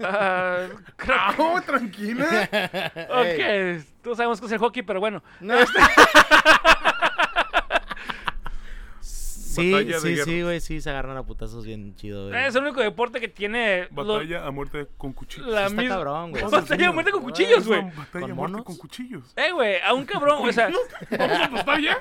ah, creo que-
No, tranquila.
Ok, todos sabemos que es el hockey, pero bueno.
Sí,
Batalla de
sí,
guerra.
sí, güey, sí, se agarran a putazos bien chido, güey.
Es el único deporte que tiene lo-
Batalla a muerte con cuchillos.
la
Está
mis-
cabrón, güey.
Batalla de muerte con cuchillos,
Es
güey.
una Batalla a
¿Con
muerte
monos?
con cuchillos.
Eh, güey, a un cabrón, o sea,
¿Vamos a batalla?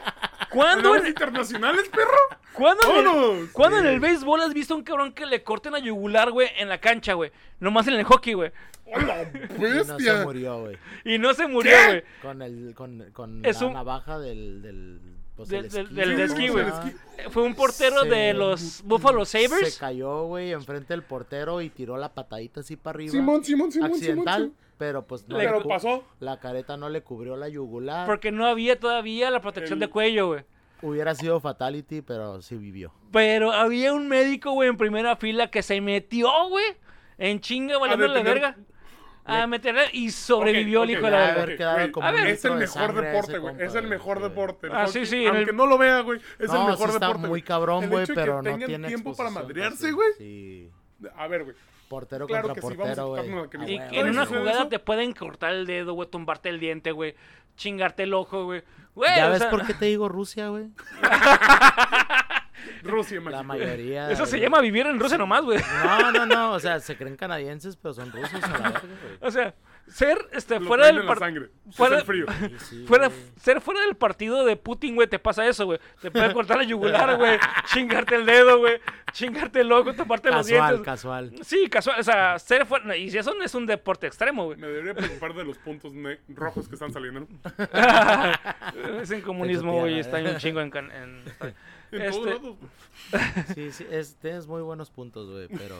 ¿cuándo,
¿Peleas
en-
internacionales, perro?
cuándo en el-
¡Vámonos!
cuándo en el béisbol has visto a un cabrón que le corten la yugular, güey, en la cancha, güey? Nomás en el hockey, güey.
¡Hola,
Y no se
bestia!
murió, güey.
Y no se murió, güey.
Con, el, con, con
Es
la
un-
navaja del... del pues,
Del-
el
del-
esquí,
del
¿no?
esquí,
O
güey.
sea,
Eh, Fue un portero
Se-
de los Buffalo
Se
Sabres.
cayó, güey, enfrente del portero y tiró la patadita así para arriba.
Simón, Simón, Simón,
accidental,
Simón, Simón.
pero pues no
Pero
cu-
pasó.
La careta no le cubrió la yugular.
Porque no había todavía la protección
El-
de cuello, güey.
Hubiera sido fatality, pero sí vivió.
Pero había un médico, güey, en primera fila que se metió, güey. En
Ah,
chinga, valiendo la
detener-
verga. A meterle y sobrevivió
Ok,
el hijo
ok,
de la
ok,
verga.
haber quedado
güey,
como
un
es
litro
el
de
mejor
sangre
deporte,
ese
güey.
compa,
Es el
güey,
mejor
sí.
deporte. el
Ah,
hockey,
sí, sí, en
Aunque
el-
no lo vea, güey. Es
No,
el
sí
mejor
está
deporte.
muy
güey.
cabrón,
El
güey,
hecho de que
pero no
tengan
tiene
tiempo para
exposición,
madrearse,
sí,
güey.
Sí.
A ver, güey.
Portero
Claro
contra
que sí, vamos a
portero, güey.
quitarnos la que
A
me-
Y
huevo,
que en una
Ah, güey.
¿Puedes hacer
jugada
eso?
te pueden cortar el dedo, güey, tumbarte el diente, güey, chingarte el ojo, güey. Güey,
¿Ya
o
ves
sea,
por qué te digo Rusia, güey?
Rusia,
La
México.
mayoría.
eso se llama vivir en Rusia nomás, güey.
No, no, no. O sea, se creen canadienses, pero son rusos a la verga, güey.
O sea, ser este
Lo
fuera
traen
del
en la
par-
sangre.
fuera-
Fuera el frío.
Sí, sí,
fuera
güey.
ser fuera del partido de Putin, güey, te pasa eso, güey. Te pueden cortar la yugular, güey, chingarte el dedo, güey, chingarte el ojo, taparte los
Casual,
dientes.
casual.
Sí, casual, o sea, ser fuera y si eso no es un deporte extremo, güey.
Me debería preocupar de los puntos ne- rojos que están saliendo. ¿no?
es en comunismo,
tierra,
güey,
eh.
está en un chingo en, can- en-
En
Este-
todos lados. güey.
Sí, sí, es, tienes muy buenos puntos, güey, pero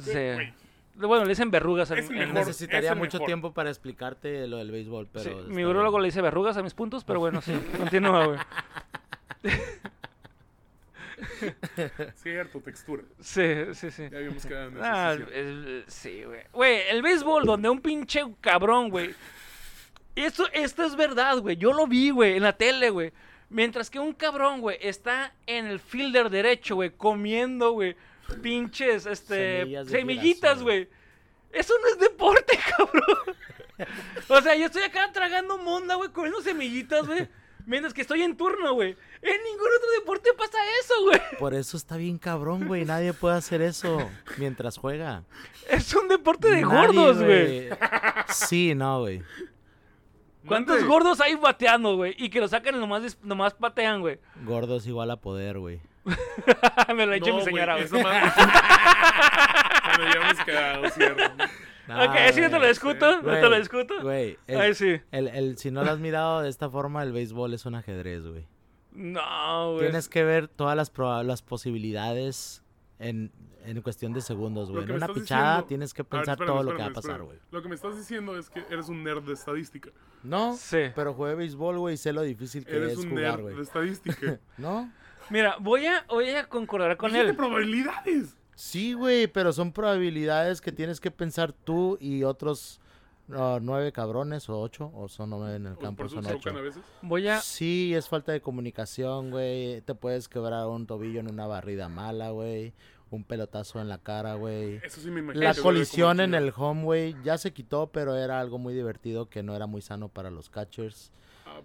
sí. Bueno, le dicen verrugas en-
Es el
en-
mejor es
necesitaría
el
mucho
mejor.
tiempo para explicarte lo del béisbol, pero...
Sí,
está
mi
bien.
urologo le dice verrugas a mis puntos, pero bueno, sí, continúa, güey.
Cierto, textura.
Sí, sí, sí.
Ya habíamos quedado en eso.
Ah,
sí, cierto.
el- sí, güey. Güey, el béisbol donde un pinche cabrón, güey. Esto, esto es verdad, güey. Yo lo vi, güey, en la tele, güey. Mientras que un cabrón, güey, está en el fielder derecho, güey, comiendo, güey, pinches, este,
Semillas de
semillitas,
girasol.
güey. Eso no es deporte, cabrón. O sea, yo estoy acá tragando monda, güey, comiendo semillitas, güey. Mientras que estoy en turno, güey. En ningún otro deporte pasa eso, güey.
Por eso está bien cabrón, güey. Nadie puede hacer eso mientras juega.
Es un deporte de
Nadie,
gordos, güey.
Sí, no, güey.
¿Cuántos
güey.
gordos hay bateando, güey? Y que lo sacan y nomás, des- nomás patean, güey.
Gordo es igual a poder, güey.
Me lo ha dicho mi
güey,
señora, güey.
Esa madre. Bueno, ya hemos quedado, cierto.
Nah,
ok, así no te lo
Ah, güey.
discuto, no te lo
Güey,
discuto.
Güey, el-
Ay, sí.
el- el- si no lo has mirado de esta forma, el béisbol es un ajedrez, güey.
No,
Pues
güey.
Tienes que ver todas las, proba- las posibilidades en, en cuestión de segundos,
Lo
güey.
que
En
me
una
estás
pichada
diciendo-
tienes
A
que
ver,
pensar
espérame,
todo lo que va a
espérame,
pasar,
espérame.
güey.
Lo que me estás diciendo es que eres un nerd de estadística.
No,
Sí.
pero jugué béisbol, güey, y sé lo difícil que
Eres
es
un
jugar,
nerd
güey.
de estadística.
¿No?
Mira, voy a, voy a concordar con
Dijiste
él.
probabilidades.
Sí, güey, pero son probabilidades que tienes que pensar tú y otros ah, nueve cabrones o ocho, o son nueve en el
Pues por
campo,
eso
son
se
ocho.
chocan a veces.
Voy a.
Sí, es falta de comunicación, güey. Te puedes quebrar un tobillo en una barrida mala, güey. Un pelotazo en la cara, güey.
Eso sí me imagino.
La
que debe de
colisión en
comer
el home, güey, ya se quitó, pero era algo muy divertido que no era muy sano para los catchers.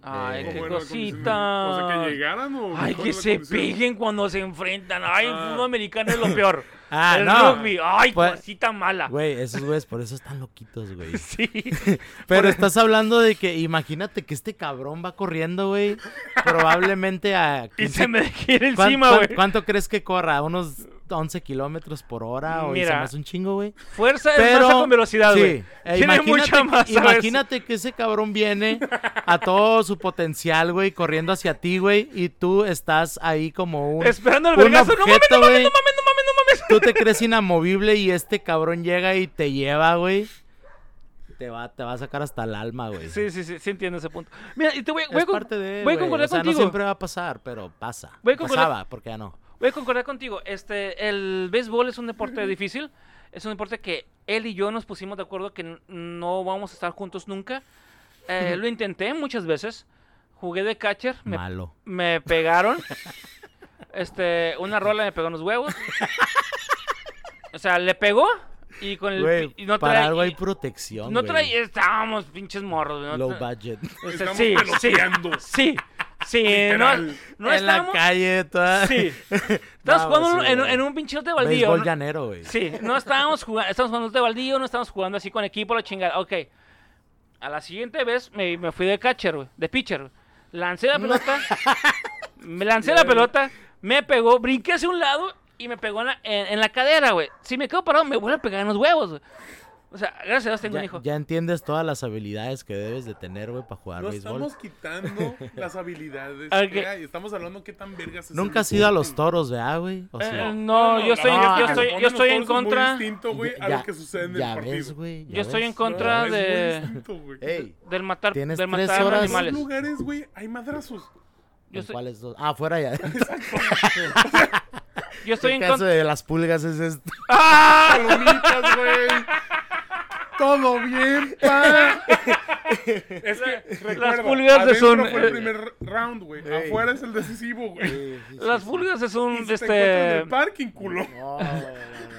chingada. Ah,
Ay,
¿cómo
qué
era la condición?
cosita.
O sea, que llegaran o.
Ay,
¿cuál
que
es la
se
condición?
peguen cuando se enfrentan. Ay, el
Ah.
fútbol americano es lo peor.
Ah,
el
no.
rugby. Ay,
Pues-
cosita mala.
Güey, esos güeyes por eso están loquitos, güey.
Sí.
Pero estás hablando de que imagínate que este cabrón va corriendo, güey, probablemente a...
Y
15
se me gira
¿Cuán-
encima,
cuán-
güey.
¿Cuánto crees que corra? ¿Unos 11 kilómetros por hora? ¿O y se
Mira.
me hace un chingo, güey?
Fuerza es
Pero...
masa con velocidad,
sí.
güey.
Eh,
Tiene
imagínate
mucha
que-
masa. Imagínate.
Imagínate que ese cabrón viene a todo su potencial, güey, corriendo hacia ti, güey, y tú estás ahí como un...
Esperando el
un
vergazo. No mames,
objeto,
no mames,
güey.
no mames, no mames, no mames.
Tú te crees inamovible y este cabrón llega y te lleva, güey. Te va, te va a sacar hasta el alma, güey.
Sí, sí, sí, sí entiendo ese punto. Mira, y te voy, voy
Es
a con-
parte de,
voy a
güey.
concordar
O sea,
contigo.
no siempre va a pasar, pero pasa.
Voy a concordar-
Pasaba, porque ya no.
Voy a concordar contigo. Este, el béisbol es un deporte difícil. Es un deporte que él y yo nos pusimos de acuerdo que n- no vamos a estar juntos nunca. Eh, lo intenté muchas veces. Jugué de catcher, me,
Malo.
me pegaron. Este, una rola me pegó en los huevos. O sea, le pegó eh, y con el
Güey,
y no
para
trae-
algo hay
y-
protección,
no
güey.
trae, estábamos pinches morros. no
Low
tra-
budget.
o sea,
Estamos
sí, sí,
peloteando.
sí, sí, no,
Literal.
no
en la
estábamos-
calle, toda...
Sí. Estabas
No,
jugando
sí,
en,
güey.
en un pinche de baldío.
Béisbol
¿no?
llanero, güey.
Sí, no estábamos jugando, estábamos jugando de baldío, no estábamos jugando así con equipo, la chingada. Ok. A la siguiente vez me, me fui de catcher, güey, de pitcher. güey. Lancé la pelota. me lancé la pelota, me pegó, brinqué hacia un lado y me pegó en la, en, en la cadera, güey. Si me quedo parado, me vuelve a pegar en los huevos, güey. O sea, gracias a Dios tengo un
Ya,
hijo.
ya entiendes todas las habilidades que debes de tener, güey, para jugar
No
béisbol.
estamos quitando las habilidades.
Ok.
que hay, Estamos hablando qué tan vergas es el
Nunca has ido a los
deporte.
toros, ¿verdad, güey? O
Eh,
sea,
no,
la
yo estoy,
verdad
yo,
es que
estoy,
se
yo
ponen los
estoy en
toros muy
contra.
distinto, güey, a lo que sucede en el
ya
partido.
ves, güey. ya
Yo estoy
ves.
en contra
es muy
de,
distinto, güey.
Ey,
del matar,
Tienes
del
tres
matar
horas.
En
animales.
los lugares, güey, hay madrazos.
Yo
¿en
estoy-
cuáles dos? Ah, fuera ya.
Yo estoy en
el caso
contra.
de las pulgas es este. esto.
Palomitas, güey. Todo bien, pa. Es que, recuerda,
las pulgas de
adentro
son-
fue el
eh,
primer round, güey.
Ey.
Afuera es el decisivo, güey.
Las pulgas es un.
Y si te encuentras en
este...
el parking, culo.
No,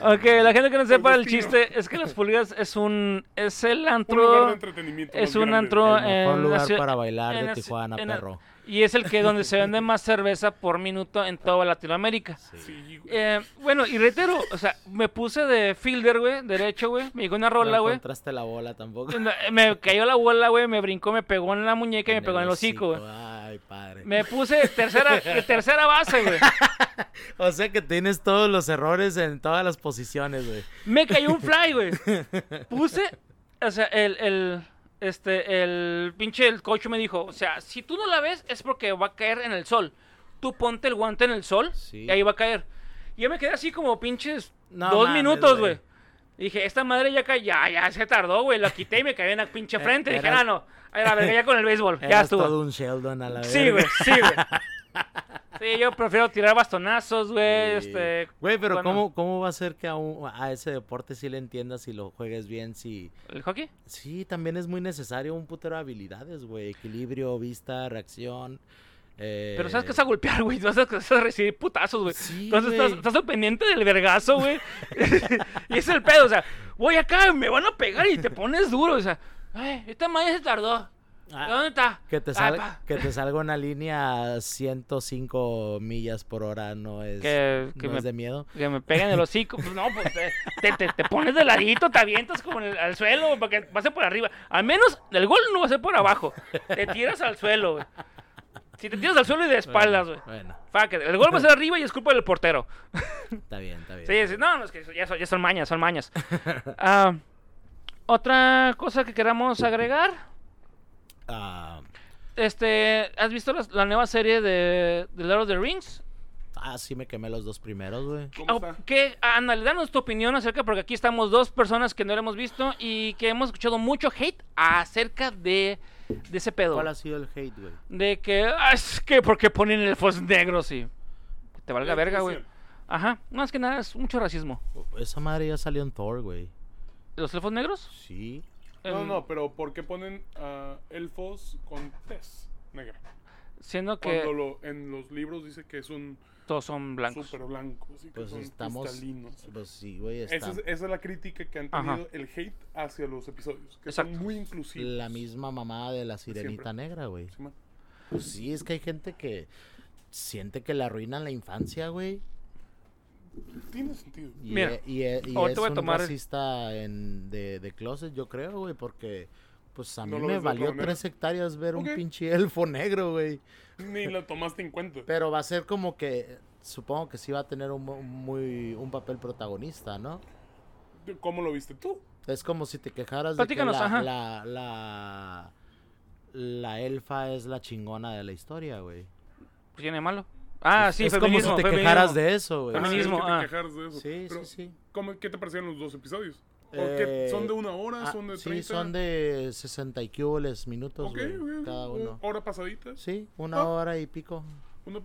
Ok, la gente que no sepa el
destino.
chiste es que las pulgas es un. Es el
Un lugar de
antro.
entretenimiento.
Es
más
un
grande.
antro
El
en.
mejor
la
lugar
ciudad-
para bailar de
la ci-
Tijuana,
la-
perro.
Y es el que donde se vende más cerveza por minuto en toda Latinoamérica.
Sí, güey.
Eh, bueno, y reitero, o sea, me puse de fielder, güey, derecho, güey. Me llegó una rola,
no
güey.
encontraste la bola tampoco.
Me cayó la bola, güey. Me brincó, me pegó en la muñeca y me
En
pegó en el hocico, güey.
Ay, padre.
Me puse de tercera, de tercera base, güey.
O sea que tienes todos los errores en todas las posiciones, güey.
Me cayó un fly, güey. Puse, o sea, el, el, este, el pinche, el coach me dijo, o sea, si tú no la ves es porque va a caer en el sol. Tú ponte el guante en el sol
Sí.
y ahí va a caer. Y yo me quedé así como pinches
No
dos
mames,
minutos,
güey.
güey. Y Dije, esta madre ya cae, ya, ya se tardó, güey. La quité y me caí en la pinche frente. Dije,
Eh, eras-
ah, no, a la verga, ya con el béisbol, ya
Eras
estuvo.
todo un Sheldon a la vez.
Sí, güey, sí, güey. Sí, yo prefiero tirar bastonazos, güey, este...
Güey, pero
bueno,
¿cómo, ¿cómo va a ser que a, un- a ese deporte sí le entiendas si lo juegues bien? Si...
¿El hockey?
Sí, también es muy necesario un putero de habilidades, güey. Equilibrio, vista, reacción. eh,
Pero sabes que vas a golpear, güey. No sabes que vas a recibir putazos, güey.
Sí,
Entonces estás,
güey.
estás al pendiente del vergazo, güey. y es el pedo, o sea, voy acá, me van a pegar y te pones duro, o sea, ay, esta madre se tardó. ¿Dónde está?
Ah, Que te,
Ay,
sal-
pa.
que te salga una línea a 105 millas por hora no es,
Que- que
no
me-
es de miedo.
Que me peguen el hocico. Pues no, pues te, te- te- te pones de ladito, te avientas como en el- al suelo, para que pase por arriba. Al menos el gol no va a ser por abajo. Te tiras al suelo, güey. Si te tiras al suelo y de espaldas, güey.
Bueno,
Fuck it. El gol va a ser arriba y es culpa del portero.
está bien, está bien.
Sí, sí, no, no, es que ya son, ya son mañas, son mañas. Ah, Otra cosa que queramos agregar.
Ah,
Este, ¿has visto las- la, nueva serie de, de Lord of the Rings?
ah, sí me quemé los dos primeros, güey.
¿Cómo
Ah,
está?
¿Qué? Ándale, danos tu opinión acerca, porque aquí estamos dos personas que no lo hemos visto y que hemos escuchado mucho hate acerca de, de ese pedo.
¿Cuál ha sido el hate, güey?
De que, "Ah, es que, ¿por qué ponen elfos negros y que te valga
Eh,
verga, güey?
Cristian,
Ajá, más que nada es mucho racismo.
Esa madre ya salió en Thor, güey.
¿Los elfos negros?
Sí.
No,
Em,
no, pero ¿por qué ponen a elfos con tez negra?
Siendo
Cuando
que
lo, en los libros dice que es un
todos son blancos.
super blanco, así que
Pues
son
estamos.
cristalinos.
Pues sí, güey.
Esa
Está
es, eh, esa es la crítica que han
Ajá.
tenido el hate hacia los episodios, que son
Exacto.
muy inclusivos.
la misma mamada de la
Siempre.
sirenita negra, güey.
Sí, man.
Pues sí, es que hay gente que siente que le arruinan la infancia, güey.
Tiene sentido.
Y,
Mira,
e- y e- y
ahorita
es
voy a
un
tomar-
racista en- de, de closet, yo creo, güey, porque pues a
No
mí
lo
me
ves de otra
valió
manera.
tres hectáreas ver
Ok.
un pinche elfo negro, güey.
Ni la tomaste en cuenta.
Pero va a ser como que, supongo que sí va a tener un, mu- muy, un papel protagonista, ¿no?
¿Cómo lo viste tú?
Es como si te quejaras de que
Platícanos, ajá.
la, la, la, la elfa es la chingona de la historia, güey.
Pues tiene malo. Ah, sí,
es
feminismo,
como si te
feminismo.
quejaras de eso, güey.
Lo
Ah,
mismo,
hay que
ah.
te quejas de eso.
Sí,
Pero,
sí, sí.
¿cómo- ¿Qué te parecieron los dos episodios? ¿O
Eh,
qué- ¿Son de una hora?
Ah,
¿Son de 30?
sí, son de 60 y cuboles minutos,
Ok,
güey,
ok,
cada
un-
uno.
¿Hora pasadita?
Sí, una
Ah.
hora y pico.
Uno-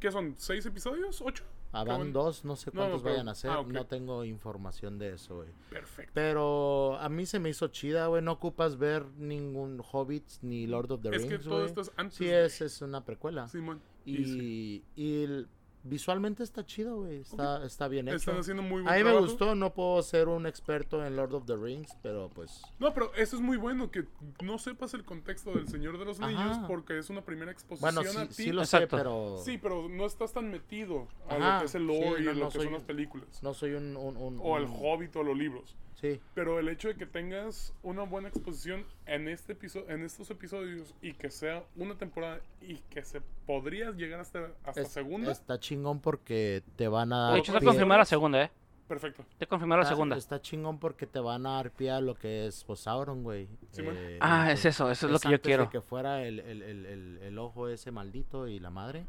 ¿Qué son? ¿Seis episodios? ¿Ocho?
Ah,
Qué
van
bueno.
dos, no sé
No,
cuántos
pero-
vayan a ser,
ah, ok.
no tengo información de eso, güey.
Perfecto.
Pero a mí se me hizo chida, güey, no ocupas ver ningún Hobbit ni Lord of the
Es que
Rings,
todo
güey.
esto es antes
Sí,
de-
es, es una precuela.
Simón.
y,
Y sí,
y el- visualmente está chido, güey, está, está bien hecho.
Están haciendo muy buen
A mí me
trabajo.
gustó, no puedo ser un experto en Lord of the Rings, pero pues...
No, pero eso es muy bueno, que no sepas el contexto del Señor de los
Ajá.
Anillos porque es una primera exposición
Bueno, sí,
a ti.
sí lo
Exacto.
sé, pero...
Sí, pero no estás tan metido a
Ajá,
lo que es el
sí,
lore y
no,
a lo
no
que
soy-
son las películas.
No soy un... un- un-
O el
un-
Hobbit o los libros.
Sí.
Pero el hecho de que tengas una buena exposición en este episodio, en estos episodios y que sea una temporada y que se podría llegar hasta, hasta
Es-
segunda,
Está chingón porque te van a...
De hecho, está
pie-
confirmada la segunda, ¿eh?
perfecto.
Está confirmada la
está-
segunda.
Está chingón porque te van a dar pie a lo que es Posauron, güey. Eh,
Simón.
Ah, es eso, eso es lo que yo
antes de
quiero.
que fuera el, el- el- el- el ojo ese maldito y la madre.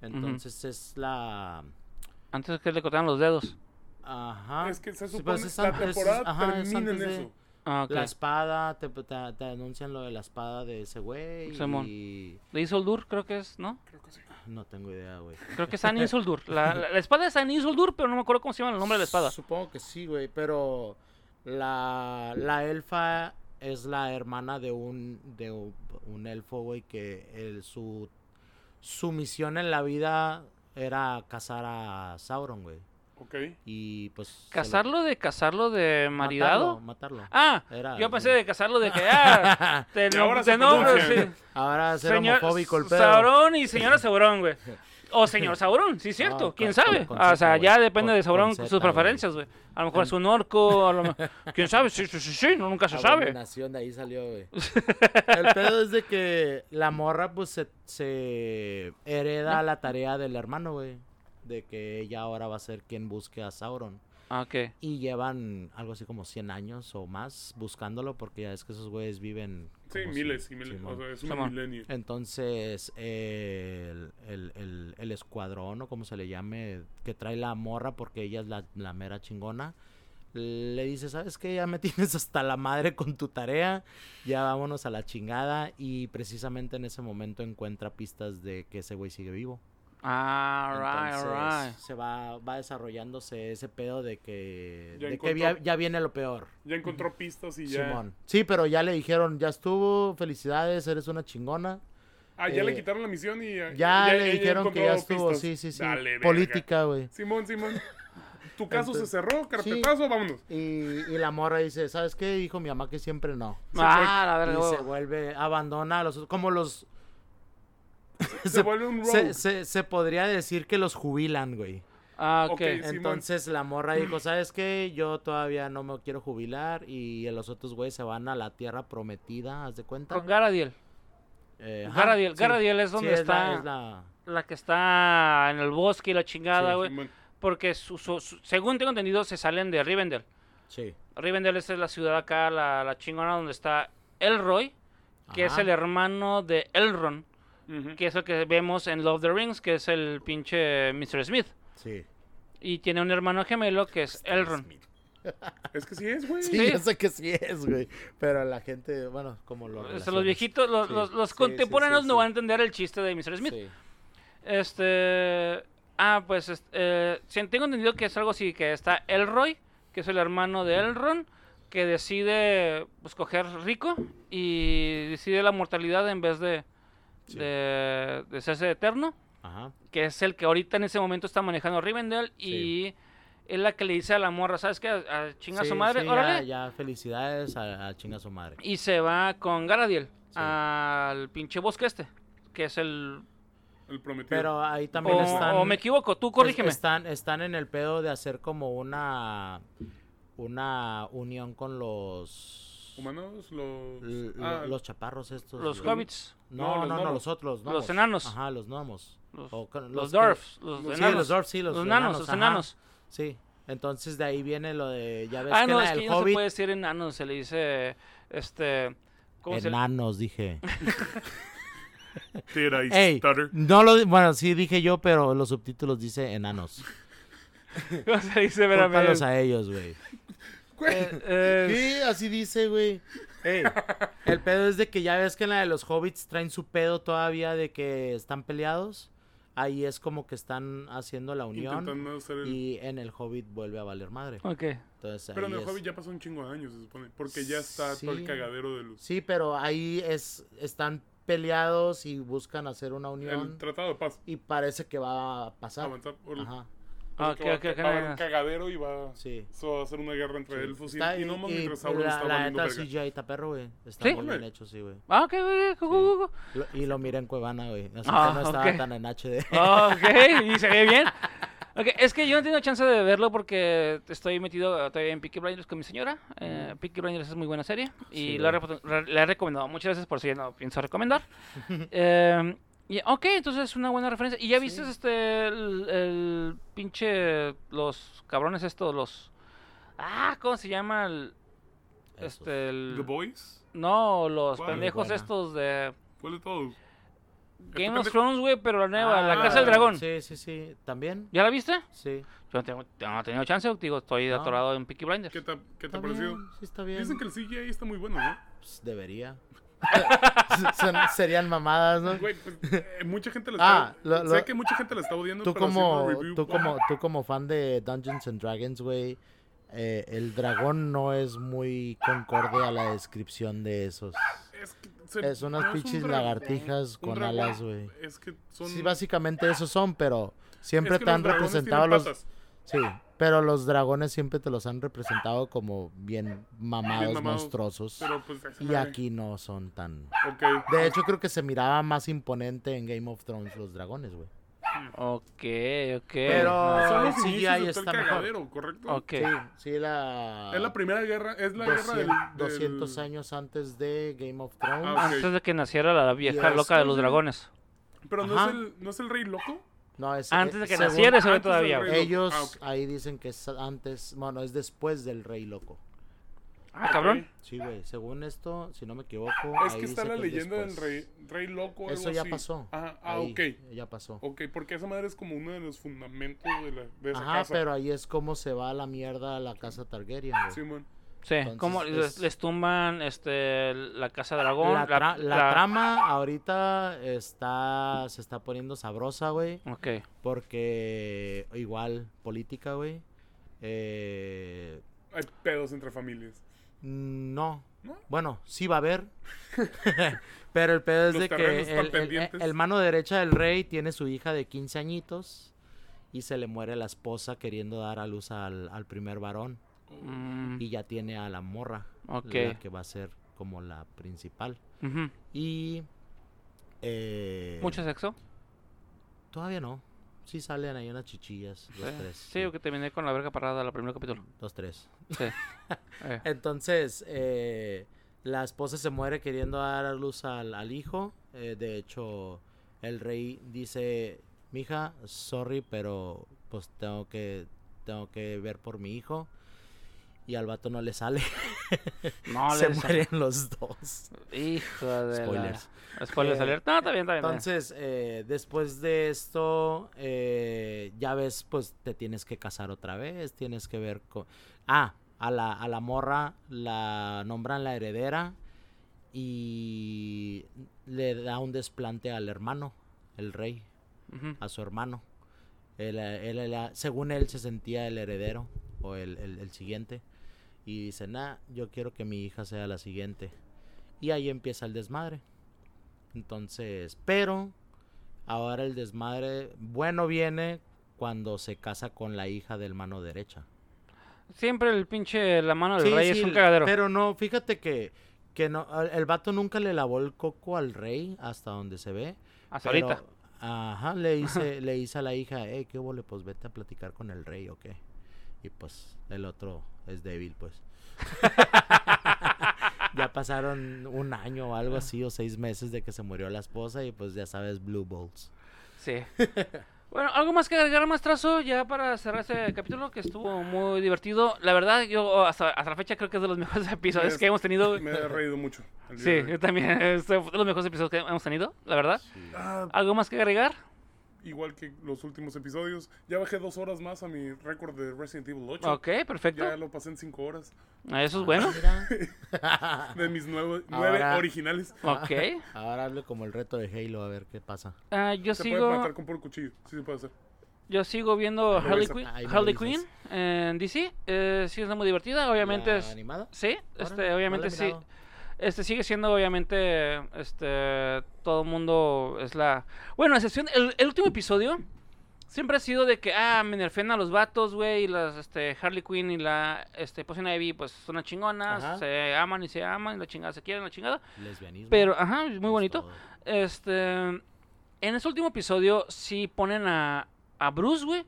Entonces es la...
Antes que le cortaran los dedos.
Ajá.
Es que se
Sí,
supone
pues es
que la
antes- es-
temporada
ajá, es
termina en
antes de-
eso.
Ah, ok.
La espada, te, te- te anuncian lo de la espada de ese güey.
Simón.
Y...
De Isoldur, creo que es, ¿no?
Creo que sí.
No tengo idea, güey.
Creo que es San Isoldur. La, la- la espada es San Isoldur, pero no me acuerdo cómo se llama el nombre de la espada.
Supongo que sí, güey, pero la, la elfa es la hermana de un de u- un elfo, güey, que el- su su misión en la vida era cazar a Sauron, güey.
Ok.
Y pues se lo-
¿Casarlo de casarlo de maridado?
matarlo, matarlo.
Ah,
Era-
yo pensé de casarlo de que. Ah, te
Y
nom-
ahora
te
se
nombro,
pronuncia.
sí.
Ahora ser
Señor
homofóbico el pedo.
Saurón y señora Saurón, güey. O señor Saurón, sí, cierto.
No,
¿Quién
con-
sabe?
con- con
Ah, o sea,
Z,
ya
güey.
depende
Con-
de Saurón
con
sus
Z,
preferencias, güey. A lo mejor es un orco, a lo mejor... ¿Quién sabe? Sí, sí, sí, sí, no,
Ah,
nunca se sabe.
Abominación, Ah, de ahí salió, güey. El pedo es de que la morra, pues, se, se hereda la tarea del hermano, güey. De que ella ahora va a ser quien busque a Sauron.
Ah, ok.
Y llevan algo así como 100 años o más buscándolo porque ya es que esos güeyes viven...
Sí,
como
miles
si-
y miles.
Simón.
o sea, es
Simón.
un milenio.
Entonces, eh, el, el- el- el escuadrón o como se le llame, que trae la morra porque ella es la, la mera chingona, le dice, ¿sabes qué? Ya me tienes hasta la madre con tu tarea, ya vámonos a la chingada. Y precisamente en ese momento encuentra pistas de que ese güey sigue vivo.
Ah, alright,
Entonces,
alright.
se va, va desarrollándose ese pedo de que,
Ya
de que ya,
encontró-
ya viene lo peor.
Ya encontró pistas y ya.
Simón. Sí, pero ya le dijeron, ya estuvo, felicidades, eres una chingona.
Ah, ya le
Eh,
quitaron la misión y.
Ya,
ella
le dijeron
encontró
que ya estuvo,
pistas.
sí, sí, sí.
Dale, verga.
Política, güey.
Simón, Simón. tu caso
Entonces-
se cerró, carpetazo, vámonos.
Y, y la morra dice, ¿sabes qué? Dijo mi mamá que siempre no.
Ah, la
Y
verga.
se
huevo.
vuelve, abandona a los como los...
Se, vuelve un rogue.
Se, se- se podría decir que los jubilan, güey.
Ah, ok.
Ok, Simón.
Entonces la morra dijo, ¿sabes qué? Yo todavía no me quiero jubilar y los otros güeyes se van a la tierra prometida, ¿haz de cuenta?
Con Garadiel.
Eh, ajá,
Garadiel.
sí.
Garadiel es
Sí,
donde
es la-
está
es la-
la que está en el bosque y la chingada,
Sí,
güey.
Simón.
Porque su- su- su- según tengo entendido, se salen de Rivendell.
Sí.
Rivendell esa es la ciudad acá, la, la chingona, donde está Elroy, que es
Ajá.
el hermano de Elrond,
Ujú.
que es el que vemos en Love the Rings, que es el pinche Mr. Smith.
Sí.
Y tiene un hermano gemelo que es Elrond.
Es que sí es, güey.
Sí,
Sí.
yo sé que sí es, güey. Pero la gente, bueno, como lo.
O sea, los
relacionas.
viejitos, los,
Sí,
los- los
sí, sí,
contemporáneos
sí,
no
sí.
van a entender el chiste de Mr. Smith.
Sí.
Este. Ah, pues este, eh, sí, tengo entendido que es algo así: que está Elroy, que es el hermano de Elrond, que decide pues, coger rico y decide la mortalidad en vez de,
Sí.
de, de hacerse eterno,
Ajá.
que es el que ahorita en ese momento está manejando Rivendell y es la que le dice a la morra: ¿Sabes qué? A, a chinga a su
Sí,
madre,
sí,
órale.
Ya, ya, felicidades a, a chinga su madre.
Y se va con Garadiel
Sí.
al pinche bosque este, que es el.
El prometido.
Pero ahí
O,
también están.
o me equivoco, tú corrígeme.
es- Están, están en el pedo de hacer como una. Una unión con los.
Humanos, los.
l- lo-
ah,
los chaparros estos.
Los
güey.
hobbits.
No, no,
No, los
no,
gnomos.
los otros. Los, gnomos.
enanos.
Ajá, los gnomos.
Los,
O con-
los
que-
dwarfs, los
Sí,
enanos.
los dwarfs, sí, los,
Los enanos, los
ajá.
enanos.
Sí, entonces de ahí viene lo de. Ya ves
Ah,
que
no,
en
es
la
que
del
no se
Hobbit.
puede decir enanos, se le dice, este, ¿cómo se le-
Enanos, dije.
Did I
Ey,
stutter?
no lo. di- Bueno, sí dije yo, pero los subtítulos dice enanos.
cómo se le dice? Espérame.
Cúlpalos a ellos, güey.
Eh, eh,
Sí, así dice, güey. Ey, el pedo es de que ya ves que en la de los hobbits traen su pedo todavía de que están peleados. Ahí es como que están haciendo la unión.
Intentando hacer el.
Y en el hobbit vuelve a valer madre.
ok.
Entonces,
Pero
ahí
en el
es-
hobby ya pasó un chingo de años, se supone. Porque ya está todo el
Sí.
cagadero de los.
Sí, pero ahí es están peleados y buscan hacer una
El
unión
tratado de paz.
y parece que va a pasar.
Avanzar por el.
Ajá,
Ah, ok,
o sea, que va a
ok,
ca-
ok,
va a
no,
haber
no.
un cagadero y va.
sí.
Se va a hacer una guerra entre
Sí,
elfos y-
está-
y, no más
y-
mientras
y
Sauron
la,
está
la
valiendo
neta
verga.
CGI está perro, güey. Está
¿Sí?
muy bien hecho, sí, güey.
Ah, ok, ok, ok, ok, ok.
Lo- Y lo miré en Cuevana, güey. Así
Ah,
que no estaba
ok.
tan en HD.
Ok, y se ve bien. Ok, es que yo no tengo chance de verlo porque estoy metido eh, todavía en Peaky Blinders con mi señora. Eh, Peaky Blinders es muy buena serie y
Sí,
la, he
güey.
repo- re- la he recomendado muchas veces, por si ya no pienso recomendar. Eh, y- ok, entonces es una buena referencia. ¿Y ya viste este, el, el pinche, los cabrones estos, los... Ah, ¿cómo se llama? El,
Esos.
este, el-
Mm.
¿The Boys?
no, los
¿Cuál?
pendejos
Buena.
estos de
¿Cuál de todos?
Game of
pendejo-
Thrones, eh, güey, pero la nueva,
Ah,
La Casa del Dragón.
Sí, sí, sí. ¿También?
¿Ya la viste?
Sí.
Yo no, tengo, yo no he tenido chance, digo, estoy
No.
atorado en Peaky Blinders.
¿Qué te, qué te
Está
ha parecido?
bien, sí, está bien.
Dicen que el CGI está muy bueno, ¿no?
Pues, debería. Son- serían mamadas, ¿no?
Güey, pues, eh, mucha gente la
Ah,
está.
lo-
Sé
lo-
que mucha gente la está odiando.
Tú
pero
como,
haciendo review- ah,
tú, como, tú como fan de Dungeons and Dragons, güey, eh, el dragón no es muy concorde a la descripción de esos.
Es, que se-
Es unas
no un
pinches
dragón,
lagartijas
un
con
dragón.
alas, güey.
Es que son.
Sí, básicamente esos son, pero siempre
es que
te
los
han
dragones
representado
tienen
los...
patas.
Sí, pero los dragones siempre te los han representado como bien mamados,
Bien mamados,
monstruosos.
Pero pues. esa
Y
madre.
aquí Ah, no son tan...
Ok.
De hecho, creo que se miraba más imponente en Game of Thrones los dragones, güey.
Ok, ok.
Pero-
Son
el
los
CGI
inicios de
está
todo el
mejor.
cagadero, ¿correcto?
Ok.
Sí, sí, la...
Es la primera guerra. Es la
200,
guerra del.
200
del-
años antes de Game of Thrones.
Ah, ok.
Antes de que naciera la vieja
Yes.
loca de los dragones.
Pero no
Ajá.
es, el, no es el rey loco.
No, es,
Ah, Antes
eh,
de que
según
naciera se ve
antes del
todavía.
rey.
güey.
Ellos
Ah, ok.
ahí dicen que es antes, bueno, es después del Rey Loco.
Ah, cabrón.
Sí, güey, según esto, si no me equivoco,
Es
ahí
que está
dice
la
que es
leyenda del
después.
rey, rey loco. algo
Eso ya
así.
pasó.
Ajá, ah,
ahí,
ok.
Ya pasó.
Ok, porque esa madre es como uno de los fundamentos de, la, de esa
Ajá,
casa.
pero ahí es como se va a la mierda la casa Targaryen, güey.
Simón.
Sí,
Entonces,
como les,
es-
les tumban este, la casa dragón.
la, tra- la
la-
trama ahorita está se está poniendo sabrosa, güey.
Ok.
Porque igual política, güey. Eh,
Hay pedos entre familias.
No.
¿No?
Bueno, sí va a haber. Pero el pedo es
Los
de que
terrenos
el,
están
el- el-
pendientes.
el mano derecha del rey tiene su hija de 15 añitos. y se le muere la esposa queriendo dar a luz al, al primer varón
Mm,
y ya tiene a la morra,
Ok.
la que va a ser como la principal.
ujú.
Y... eh,
¿Mucho sexo?
Todavía no. Sí salen ahí unas chichillas, los
Sí.
tres.
Sí, que terminé con la verga parada el primer capítulo.
Los tres.
Sí. Eh,
Entonces, eh, la esposa se muere queriendo dar a luz al, al hijo. Eh, de hecho, el rey dice, mija, sorry, pero pues tengo que, tengo que ver por mi hijo. Y al vato no le sale.
No,
se
les-
mueren los dos.
Hijo de la-
Spoilers.
Spoilers
Eh,
alert. No, está bien, está bien. está bien.
Entonces, eh, después de esto, eh, ya ves, pues te tienes que casar otra vez, tienes que ver con... Ah, a la, a la morra la nombran la heredera y le da un desplante al hermano, el rey,
Ujú.
a su hermano. Él, eh, él, él, ah, según él se sentía el heredero o el, el- el siguiente. Y dice, nah, yo quiero que mi hija sea la siguiente. Y ahí empieza el desmadre. Entonces, pero ahora el desmadre bueno viene cuando se casa con la hija del mano derecha.
Siempre el pinche la mano del
Sí,
rey
sí,
es un cagadero.
Pero no, fíjate que, que no, el- el vato nunca le lavó el coco al rey hasta donde se ve.
Hasta
Pero,
ahorita.
Ajá, le hice, le hice a la hija, eh, qué huele, pues vete a platicar con el rey, ¿o qué? Y pues el otro es débil, pues. ya pasaron un año o algo así, o seis meses de que se murió la esposa y pues ya sabes, Blue Balls.
Sí. Bueno, algo más que agregar, maestrazo, ya para cerrar este capítulo que estuvo muy divertido. La verdad, yo oh, hasta, hasta la fecha creo que es de los mejores episodios
Es-
que hemos tenido.
Me eh. he reído mucho. el día
Sí,
de
yo
hoy.
también. Es de los mejores episodios que hemos tenido, la verdad.
Ah,
¿Algo más que agregar?
igual que los últimos episodios. Ya bajé dos horas más a mi récord de Resident Evil 8.
Ok, perfecto. Ah,
Ya lo pasé en cinco horas.
Eso es bueno.
Mira,
De mis nueve, nueve
Ahora-
originales.
Ok.
ahora hazle como el reto de Halo, a ver qué pasa.
Ah, yo
Se puede
sigo
matar con puro cuchillo. Sí se puede hacer.
yo sigo viendo Harley
revisas.
Quinn,
Ahí me
Harley Quinn
revisas.
en DC. Eh, sí, está muy divertida. Obviamente
¿La
es...
animada?
Sí,
Órale, no la
este,
he
obviamente sí.
mirado.
Este sigue siendo, obviamente, este, todo el mundo es la... Bueno, a excepción, el, el último episodio siempre ha sido de que, ah, me nerfean a los vatos, güey, y las, este, Harley Quinn y la, este, Poison Ivy, pues, son las chingonas,
Ajá. Pues,
se aman y se aman, y la chingada se quieren, la chingada.
Lesbianismo.
Pero, ajá, es muy
es
bonito.
todo.
Este, en este último episodio sí ponen a, a Bruce, güey,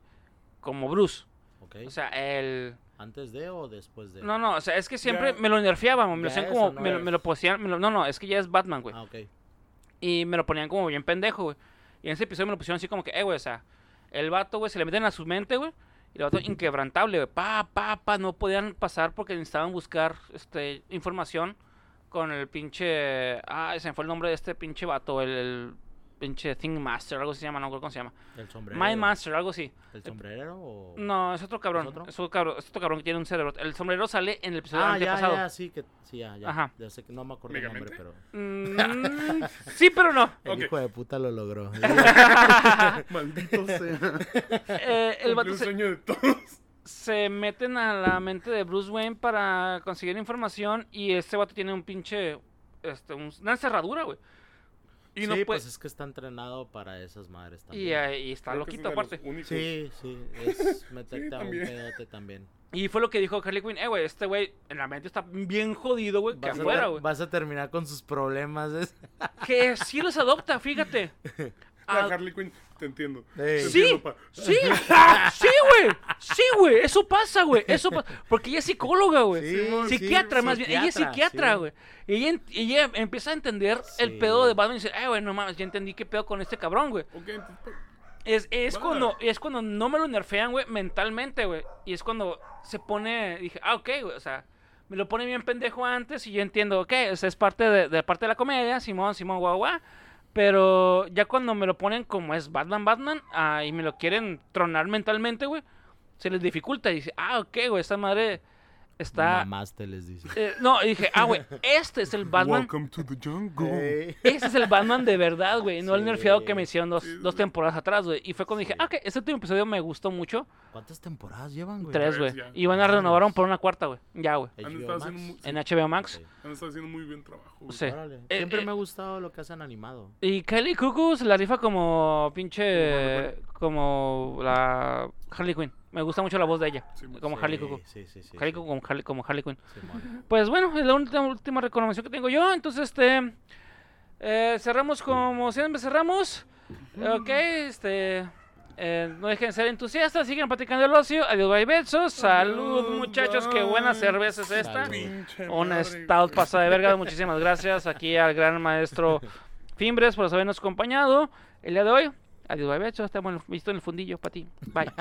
como Bruce.
Ok.
O sea, el...
¿Antes de o después de?
No, no, o sea, es que siempre
Ya-
me lo nerfeaban, me lo
ya
hacían
eso
como,
no
me, lo-
es.
me lo poseían, me lo- no, no, es que ya es Batman, güey.
Ah, ok.
Y me lo ponían como bien pendejo, güey. Y en ese episodio me lo pusieron así como que, eh, güey, o sea, el vato, güey, se le meten a su mente, güey. Y el vato inquebrantable, güey. Pa, pa, pa, no podían pasar porque necesitaban buscar este, información con el pinche. Ah, se me fue el nombre de este pinche vato, el, el pinche Thing Master, algo así se llama, no recuerdo cómo se llama.
¿El sombrero?
My Master, algo así.
¿El sombrero o...?
No, es otro cabrón.
¿Es otro?
Es otro cabrón, es otro cabrón que tiene un cerebro. El sombrero sale en el episodio
Ah, ya,
antepasado.
ya, sí, que, sí, ya, ya.
Ajá.
Ya sé que no me acuerdo el nombre,
¿Megamente?
pero...
Mm, sí, pero no.
El
Ok.
hijo de puta lo logró.
Maldito sea.
Eh, el
Cumplí
vato
un
se,
sueño de todos.
se meten a la mente de Bruce Wayne para conseguir información y este vato tiene un pinche este, un- una cerradura, güey. Y
sí,
no puede
pues es que está entrenado para esas madres
y,
también.
ahí está
Creo que es
loquito
de los
aparte.
únicos.
Sí, sí, es meterte a un
también.
pedote también.
Y fue lo que dijo Harley Quinn, eh güey, este güey en la mente está bien jodido, güey, que
Vas,
afuera,
a,
güey.
vas a terminar con sus problemas. es-
Que sí los adopta, fíjate.
La
Ah,
Harley Quinn, te entiendo.
Ey.
Te
Sí.
entiendo, pa.
Sí, sí, güey. Sí, güey. Eso pasa, güey. Eso pasa. Porque ella es psicóloga, güey.
Sí, Simón, sí,
psiquiatra, más bien. Ella es
psiquiatra,
psiquiatra,
sí.
güey. Y ella, en- y ella empieza a entender el
Sí.
pedo de Batman y dice, ay, güey, no mames, ya entendí qué pedo con este cabrón, güey.
Ok, entonces, pa-
Es, es
Va.
cuando es cuando no me lo nerfean, güey, mentalmente, güey. Y es cuando se pone, dije, ah, ok, güey, o sea, me lo pone bien pendejo antes y yo entiendo, ok, o sea, es parte de, de parte de la comedia, Simón, Simón, guau, guau. Pero ya cuando me lo ponen como es Batman, Batman, ah, y me lo quieren tronar mentalmente, güey, se les dificulta. Y dice, ah, ok, güey, esta madre está...
Mamaste, les dice.
eh, no, y dije, ah, güey, este es el Batman.
Welcome to the jungle.
Eh,
Ey.
Este es el Batman de verdad, güey. No el
Sí.
nerfeado que me hicieron dos, dos temporadas atrás, güey. Y fue cuando dije, ah, ok, este último episodio me gustó mucho.
¿Cuántas temporadas llevan, güey?
Tres,
tres,
güey.
ya.
Y van a renovar por una cuarta, güey. Ya, güey.
Han
HBO
estado
Max.
haciendo mu-
En HBO Max.
Ok.
Han estado haciendo muy bien trabajo. güey.
Sí.
Órale.
Eh,
Siempre
eh.
me ha gustado lo que hacen animado.
Y Kylie Cuckoo se la rifa como pinche. Como la Harley Quinn. Me gusta mucho la voz de ella.
Sí,
Como
Sí,
Harley Cuckoo.
Sí, sí, sí.
Harley
sí.
Cuckoo como Harley, como Harley Quinn.
Simón.
Pues bueno, es la última, última recomendación que tengo yo. Entonces, este. eh, cerramos como siempre cerramos. Ok, este. eh, no dejen de ser entusiastas, sigan practicando el ocio. Adiós, bye, besos. Salud,
Salud,
muchachos. Qué
bye.
buena cerveza es esta.
Salud.
Pinche
Una
madre,
stout
güey.
pasada de verga. Muchísimas gracias aquí al gran maestro Fimbres por habernos acompañado el día de hoy. Adiós, bye, besos. Estamos visto en el fundillo para ti. Bye.